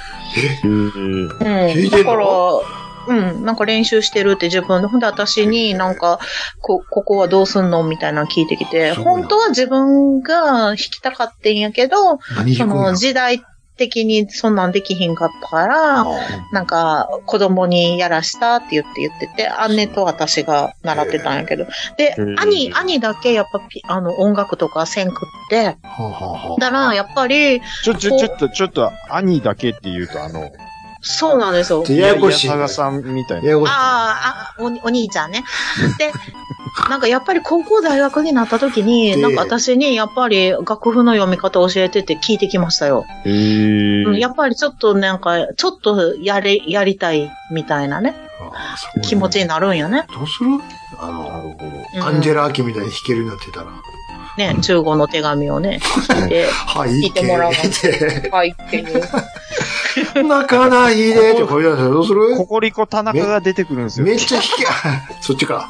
S5: うん
S4: うん。
S1: いてん
S4: だから
S1: の、
S4: うん、なんか練習してるって自分で、ほんで私になんか、こ、ここはどうすんのみたいなの聞いてきて、
S1: すごいな
S4: 本当は自分が弾きたかってんやけど、
S1: 何
S4: そ
S1: 弾くんや
S4: の時代的にそんなんできひんかったから、なんか子供にやらしたって言って言ってて、姉と私が習ってたんやけど。
S5: へ、
S4: で
S5: ー
S4: 兄、兄だけやっぱピあの音楽とかせんくって、
S1: ほうほうほう
S4: だからやっぱり、
S5: ちょ、ちょ、ちょっと、ちょっと、兄だけって言うと、あの、
S4: そうなんですよ。
S1: ややこしい。
S5: い
S1: や
S5: や
S1: や
S5: や
S1: こ
S5: さが
S1: し
S5: さんみたい
S1: い。
S5: な。
S4: ああ、あおに、お兄ちゃんね。で、なんかやっぱり高校大学になった時に、
S1: で
S4: なんか私にやっぱり楽譜の読み方教えてって聞いてきましたよ。
S5: へー
S4: うんやっぱりちょっとなんか、ちょっとやれ、やりたいみたいなね、
S1: あーそう
S4: 気持ちになるんよね。
S1: どうするあの、
S4: うん
S1: アンジェラ・アキみたいに弾けるようになってたら。
S4: ね、中国の手紙をね、聞いて、
S1: はい、いい
S4: 聞いてもらおう
S1: って。
S4: はいっていう。
S1: 泣かない でって声出したらどうする
S5: ココリコ田中が出てくるんですよ
S1: め。っちゃ弾 け、そっちか。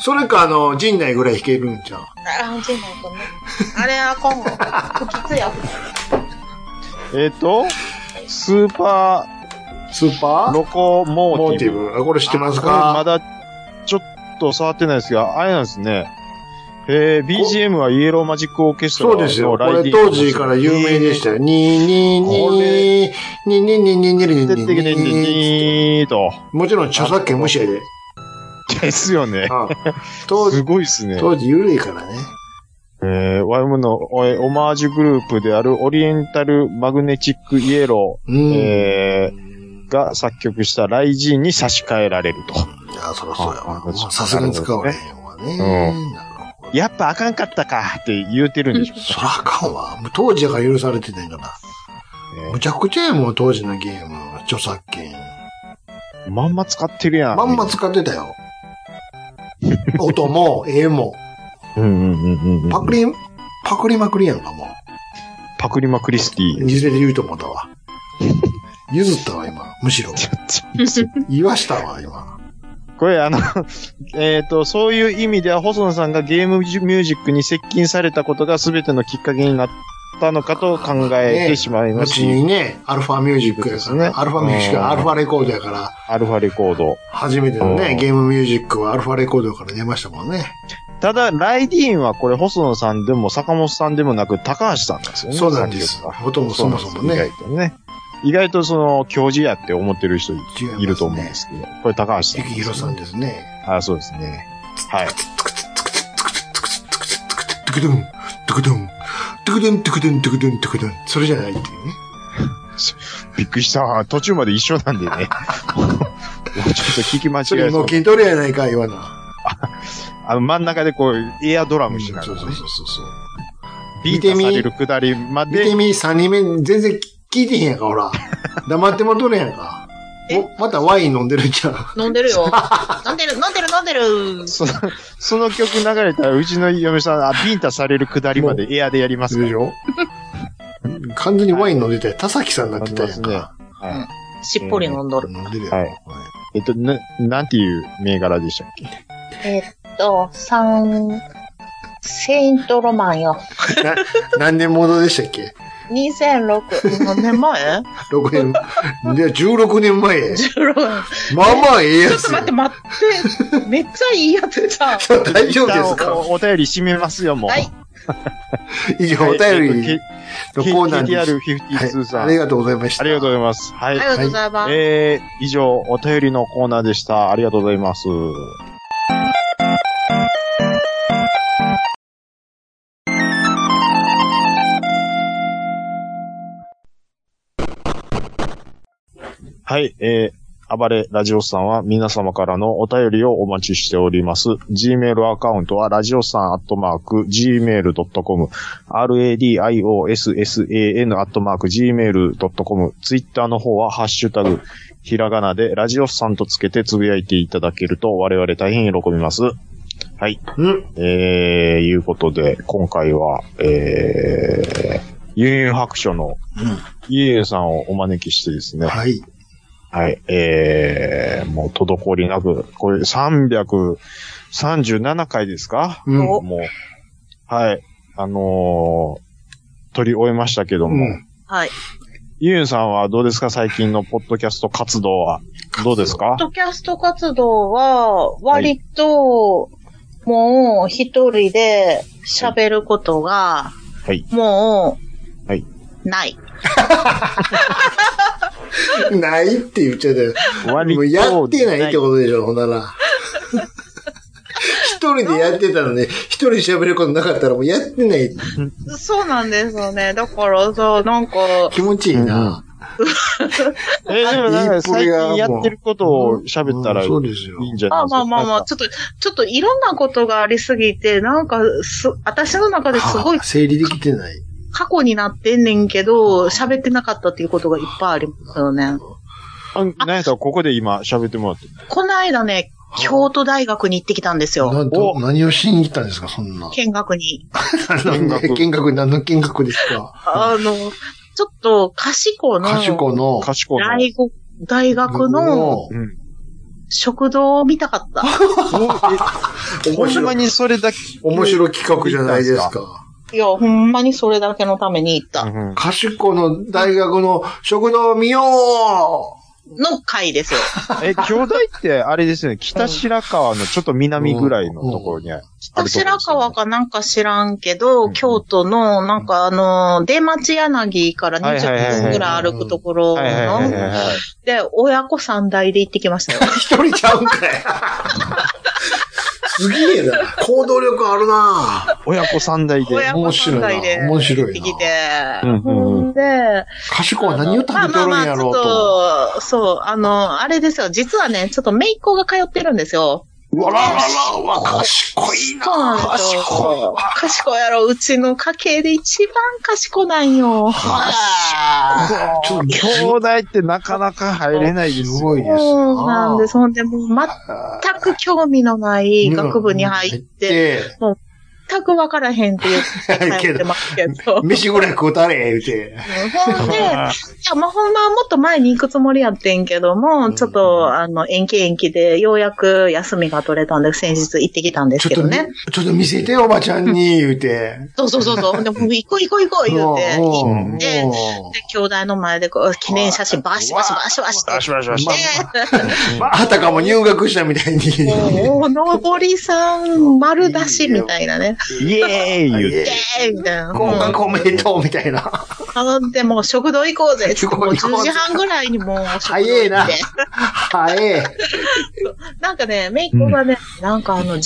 S1: それか、あの、陣内ぐらい弾けるんじゃん。
S4: あ、うちの子ね。あれあかんわ。不吉や。
S5: えっと、スーパ
S1: スーパ
S5: ー
S1: ー
S5: ロコモ
S1: モ
S5: ー
S1: ー
S5: テ
S1: テ
S5: ィ
S1: ィ
S5: ブ。
S1: ブ。あこれ知ってます
S5: あこ
S1: か
S5: れまだ、ちょっと触ってないですが、あれなんですね。えー、BGM はイエローマジックオーケストラ
S1: そ
S5: の
S1: うですよ。こ
S5: ライ
S1: れ
S5: ディング
S1: 当時から有名でしたよ。ににににににににに
S5: てってけてんてんて
S1: に
S5: ーと。
S1: もちろん著作権無視やで。
S5: ですよね。
S1: あ当
S5: す
S1: 時、
S5: ごいですね。
S1: 当時緩いからね。
S5: えー、ワイムのおえオマージュグループであるオリエンタルマグネチックイエロ
S1: う
S5: ー、
S1: ん。
S5: えー、が作曲したライジンに差し替えられると。
S1: あ、そろそろやわ
S5: あ。あ
S1: さすがに使われへんわね。うん
S5: やっぱあかんかったかって言うてるんでしょう
S1: そらあかんわ。もう当時やから許されてたんやから。
S5: ね
S1: むちゃくちゃやもん、当時のゲーム。著作権。
S5: まんま使ってるやん。
S1: まんま使ってたよ。音も、絵も。
S5: うんうんうんうんうん。
S1: パクリ、パクリまくりやんか、も
S5: パクリマクリスティ。
S1: う。いずれで言うと思ったわ。譲ったわ、今。むしろ。言わしたわ、今。
S5: これあの、 えっ、と、そういう意味では細野さんがゲームミュージックに接近されたことが全てのきっかけになったのかと考えてしまいま
S1: 後
S5: す。
S1: にね、アルファミュージックやからね。
S5: そうですね
S1: アルファミュージック
S5: うん
S1: アルファレコードやから、
S5: アルファレコード。
S1: 初めての
S5: う
S1: ね、
S5: ん
S1: ゲームミュージックはアルファレコードから出ましたもんね。
S5: ただ、ライディーンはこれ、細野さんでも坂本さんでもなく、高橋さんなんですよね。
S1: そうなんです
S5: 作曲。
S1: 音も
S5: 家
S1: そもそもね。
S5: 意外とね。意外とその、教授やって思ってる人い
S1: 違いますね
S5: ると思うんですけど、これ高橋さ
S1: ゆ
S5: ん。
S1: きひろさん。ですね。
S5: あそうですね。はい。
S1: トゥクドゥン、トゥクドゥン、トゥクドゥン、トゥクドゥン、トゥクドゥン、トゥクドゥン。それじゃないっていうね。
S5: びっくりした。途中まで一緒なん でね。もうちょっと聞き間違
S1: それ
S5: えそ
S1: も
S5: う
S1: う。筋トレやないか、言わな。
S5: あの、真ん中でこう、エアドラムしなが
S1: そう
S5: ら
S1: そ
S5: ね
S1: う。そうそう。
S5: ビートされるくだりま
S1: 見て
S5: で、
S1: み、三人目、全然聞いてへんやんか、ほら。黙ってもとるやんか。おまたワイン飲んでるんちゃう
S4: 飲んでるよ。飲んでる、飲んでる、飲んでる。
S5: その、その曲流れたら、うちの嫁さん、あ、ビンタされるくだりまでエアでやりますから
S1: でしょ完全にワイン飲んでたよ。田崎さんになってたやん
S5: 飲んでま
S1: か。
S5: はい。
S4: しっぽり飲んどる。
S1: 飲んでるやん。
S5: はい
S1: はい
S5: えっと、な、なんていう銘柄でしたっけ
S4: えっと、三、セイントロマンよ。
S1: な、何年ものでしたっけ
S4: 2006。何年前
S1: ?6 年、いや、16年前。
S4: ?16 年。
S1: まあまあええや
S4: ちょっ
S1: つ
S4: と待
S1: よ
S4: って。待って。めっちゃいいやつじゃん。
S1: 大丈夫です
S5: 一旦
S1: か
S5: おお便り締めますよ、もう。
S4: はい
S1: 以上、
S5: は
S1: お
S5: い
S1: 便り
S5: えっ
S1: の
S5: と
S1: コーナーで
S5: KTR52
S1: す。
S5: さん、
S1: はい。あ
S5: あり
S1: り
S5: が
S1: がとうございました。
S5: とうございます。は
S4: あ
S5: い
S4: り。がとうございます。
S5: えー、以上、お便りのコーナーでした。ありがとうございます。はい、えー、暴れラジオスさんは皆様からのお便りをお待ちしております。Gmail アカウントは、ラジオさんアットマーク、gmail.com、radiosan アットマーク、gmail.com、Twitter の方は、ハッシュタグ、ひらがなで、ラジオさんとつけてつぶやいていただけると、我々大変喜びます。はい。
S1: うん。
S5: えー、いうことで、今回は、えー、ユンユン白書の、ゆうゆうさんをお招きしてですね、
S1: はい。
S5: はい、えー、もう滞りなく、これ337回ですか、
S1: うん。
S4: お
S5: もう、はい、あのー、取り終えましたけど
S1: う
S5: も、
S1: ん
S4: はい。
S5: ゆうゆうさんはどうですか最近のポッドキャスト活動は。どうです か
S4: ポッドキャスト活動は、割と、もう一人で喋ることが、
S5: はい
S4: もう、
S5: はい
S4: ない。
S1: ないって言っちゃったよ。
S5: 割
S1: もう
S5: と
S1: やってないってことでしょ、ほんなら。一人でやってたのに、一人で喋ることなかったらもうやってない。
S4: そうなんですよね。だからさ、なんか、
S1: 気持ちいいな。
S5: えー、でもなんか最近やってることを喋ったら
S1: う
S5: い
S1: んそうですよ。
S5: いんじゃない
S4: まあ
S5: ですか。
S4: まあまあまあ、ちょっと、ちょっといろんなことがありすぎて、なんか、す、私の中ですごい
S1: はあ整理できてない。
S4: 過去になってんねんけど、喋ってなかったっていうことがいっぱいありますよね。
S5: あなんやったらここで今喋ってもらって。
S4: この間ね、
S1: はあ
S4: 京都大学に行ってきたんですよ。
S1: なんと、何をしに行ったんですか、そんな。
S4: 見学に。
S1: 見学。
S5: 見学
S1: 見学、何の見学ですか。
S4: あの、ちょっと、賢の、
S1: かしこの、
S5: 賢いな。
S4: 大学大学の
S1: の
S5: うん。
S4: 食堂を見たか った。
S5: ほんま
S1: 面白い、
S5: にそれだけ。
S1: 面白い企画じゃないですか。
S4: いや、ほんまにそれだけのために行った。
S5: うん
S1: かしこの大学の食堂を見よ
S4: の回ですよ。
S5: え、兄弟って、あれですよね、北白川のちょっと南ぐらいのところにあるところ
S4: 北
S5: ですよね
S4: 白川かなんか知らんけど、
S5: うん
S4: 京都の、なんかあの、出町柳から
S5: はいはいはいはい
S4: 20分ぐらい歩くところ
S5: はいはいはいはい
S4: の、
S5: はい。
S4: で、親子三代で行ってきましたよ。
S1: う一人ちゃうんかいすげえな。行動力あるな
S5: 親子三代で。
S4: 親子三代で
S1: 面白いな
S4: 行ってきて、
S5: うんうんう
S4: ほんで、
S1: かしこは何を食べとるんやろう
S4: まあま
S1: と。
S4: あまあちょっと、そう、あの、あれですよ。実はね、ちょっと姪っ子が通ってるんですよ。
S1: うわららら、うわ、かしこいな
S4: そうなんですよ。
S1: 賢いわ。
S4: 賢いやろ。うちの家系で一番賢なんよ。
S1: あちょっと
S5: 兄弟ってなかなか入れないですすよ。
S1: ごいですな。
S4: そうなんです。ほんで、もう全
S1: あ
S4: く興味のない
S1: ー。
S4: 学部に入って、全く分からへんって言って通ってますけど。
S1: 飯ぐらい食うたれ、言うて。
S4: ほんで、いや、まあ、ほんまはもっと前に行くつもりやってんけども、ちょっと、あの、延期延期で、ようやく休みが取れたんで、先日行ってきたんです
S1: ちょ
S4: け
S1: っと
S4: ど
S1: ね
S4: ね。、
S1: ちょっと見せて、おばちゃんに、言うて。
S4: そうそうそうそう。ほんで、もう行こう行こう行こう言うて、行
S1: ん
S4: ってって、兄弟の前でこう、記念写真バシバシバシバシって
S5: バシバシバシ
S1: ま
S4: して、
S1: うんまあ、あたかも入学したみたいに。
S4: もう、のぼりさん丸出しみたいなね。
S5: イエーイ言うて。
S4: えーみたいな。
S1: 合格おめでとう、みたいな。
S4: うん、でもう食堂行こうぜっつって、もう10時半ぐらいにもう食堂
S1: 早え
S4: 行っ
S1: な
S4: て。。
S1: 早え。
S4: なんかね、メイクがね、なんかあの、11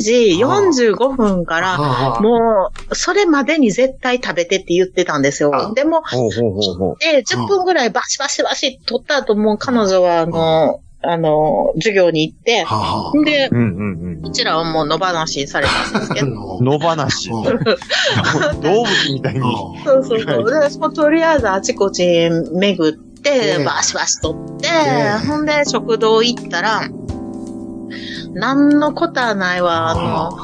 S4: 時45分から、
S1: あ
S4: もう、それまでに絶対食べてって言ってたんです
S1: あ
S4: よ。でも、
S5: ほうほうほうほう。
S4: で、10分ぐらいバシバシバシ取った後、もう彼女はあの、あの、授業に行って、
S1: はは
S4: で、
S5: うんうん
S4: こちらはもう野放しにされたんですけ
S1: あ
S4: ど、
S1: の
S5: うん。野放し。
S1: うん
S5: 動物みたいに。
S4: そうそうそう。で、私もとりあえずあちこち巡って
S1: ね、
S4: バシバシ取って
S1: ね、
S4: ほんで食堂行ったら、なんのことはないわ、あの、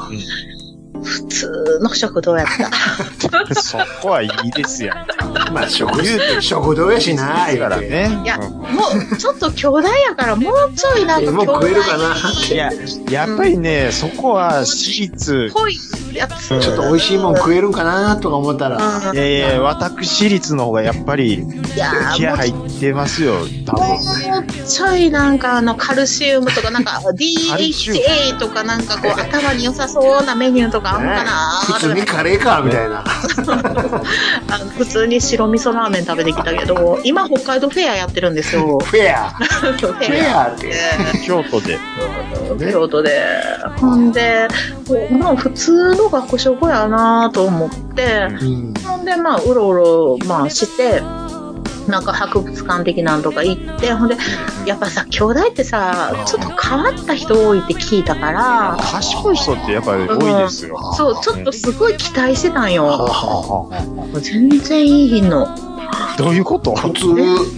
S4: 普通の食堂やった。
S5: そこはいいですやん。
S1: まあ、食、食堂やしな、
S5: だ
S1: 言
S5: か
S1: う
S5: ら
S1: て。
S5: ね。
S4: いや、もう、ちょっと兄弟やから、もうちょいなんか
S1: もう
S4: 兄弟
S1: 食えるかな
S5: うんいや、やっぱりね、そこは私立、
S4: 濃いやつ。
S1: ちょっと美味しいもん食えるんかなとか思ったら。
S5: いやいや、私立の方がやっぱり
S4: いやー
S5: 気合
S4: も
S5: 入ってますよ、多分。
S4: う、もうちょいなんかあの、カルシウムとか、なんか
S5: カルシウム
S4: DHA とかなんかこう、頭に良さそうなメニューとかあんのかな
S1: 普通
S4: ー
S1: にカレーか、みたいな。
S4: あの普通に白味噌ラーメン食べてきたけど、今北海道フェアやってるんですよ。
S1: フェア。
S4: フ
S1: フ
S4: ェ
S1: ェアって。
S5: 京都で。
S4: 京都で。ほんで、まあ普通の学食やなと思って、
S1: うん。
S4: ほんでまあうろうろ、まあして、なんか博物館的なんとか行って、ほんで、やっぱさ、兄弟ってさ、ちょっと変わった人多いって聞いたから、
S5: 賢い人ってやっぱり多いですよ。
S4: そう、ちょっとすごい期待してたんよ。
S1: 普
S4: 全然いい日の。
S5: どういうこと
S1: 通、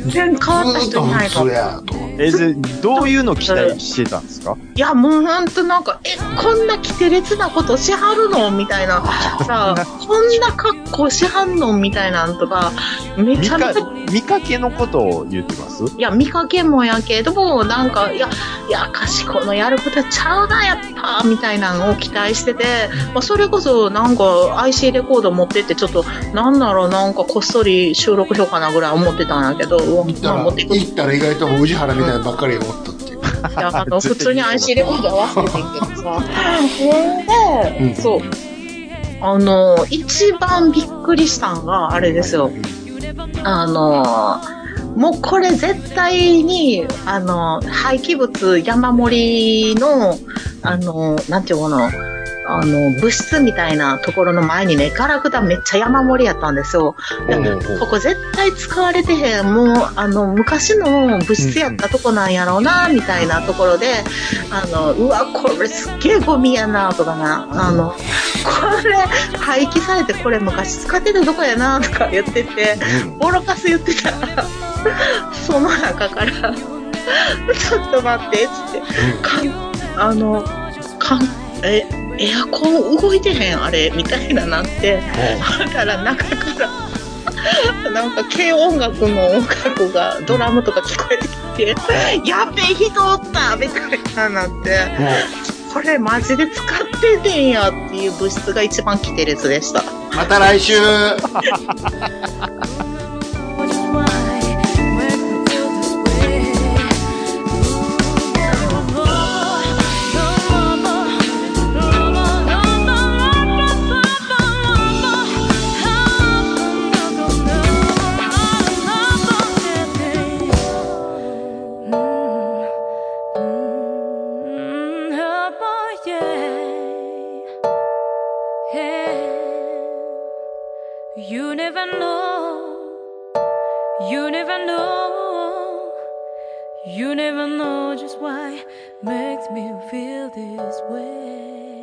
S4: 全然変わっ
S1: ず
S4: た
S1: っ
S4: 人
S1: と
S4: いない
S1: 普
S4: の
S1: 通。や、と。
S5: え、でどういうの期待してたんですか
S4: いや、もうほんとなんか、え、こんなキテレツなことしはるのみたいな。さ あ、こんな格好しはんのみたいなんとか、め
S5: 見
S4: ちゃめ
S5: か
S4: ちゃ、
S5: 見かけのことを言ってます
S4: いや、見かけもやけども、なんか、いや、いや、賢いのやることちゃうな、やっぱ、みたいなのを期待してて、まあ、それこそ、なんか、IC レコード持ってって、ちょっと、なんだろう、なんか、こっそり収録しようかなぐらい思ってたんやけど、うわ
S1: 行った
S4: まあ、
S1: ら、
S4: 持ってくる
S1: 行ったら意外ともう宇治原みたいなのばっかり思ったっていう。
S4: いやあの普
S5: 絶
S4: 通
S5: 対
S4: に
S5: 言う
S4: IC レコードは忘れてんけどさ。ほん
S1: うん
S4: で、そう。あの、一番びっくりしたんが、あれですよ。あの、もうこれ絶対に、あの、廃棄物山盛りの、あの、なんていうのかな、あの、物質みたいなところの前にね、ガラクタめっちゃ山盛りやったんですよ。でここ絶対使われてへん、もう、あの、昔の物質やったとこなんやろうな、みたいなところで、あの、うわ、これすっげえゴミやな、とかな、あの、これ廃棄されてこれ昔使ってたとこやな、とか言ってて、ボロカス言ってたら、その中から、ちょっと待って、つって、かんあの、かんえ、エアコン動いてへん、あれ、みたいななって、だから中から、なんか軽音楽の音楽が、ドラムとか聞こえてきて、やっべえ、人おったみたいななって、これマジで使ってんねんやっていう物質が一番キテレツでした。
S1: また来週
S7: You never know, you never know, you never know just why makes me feel this way.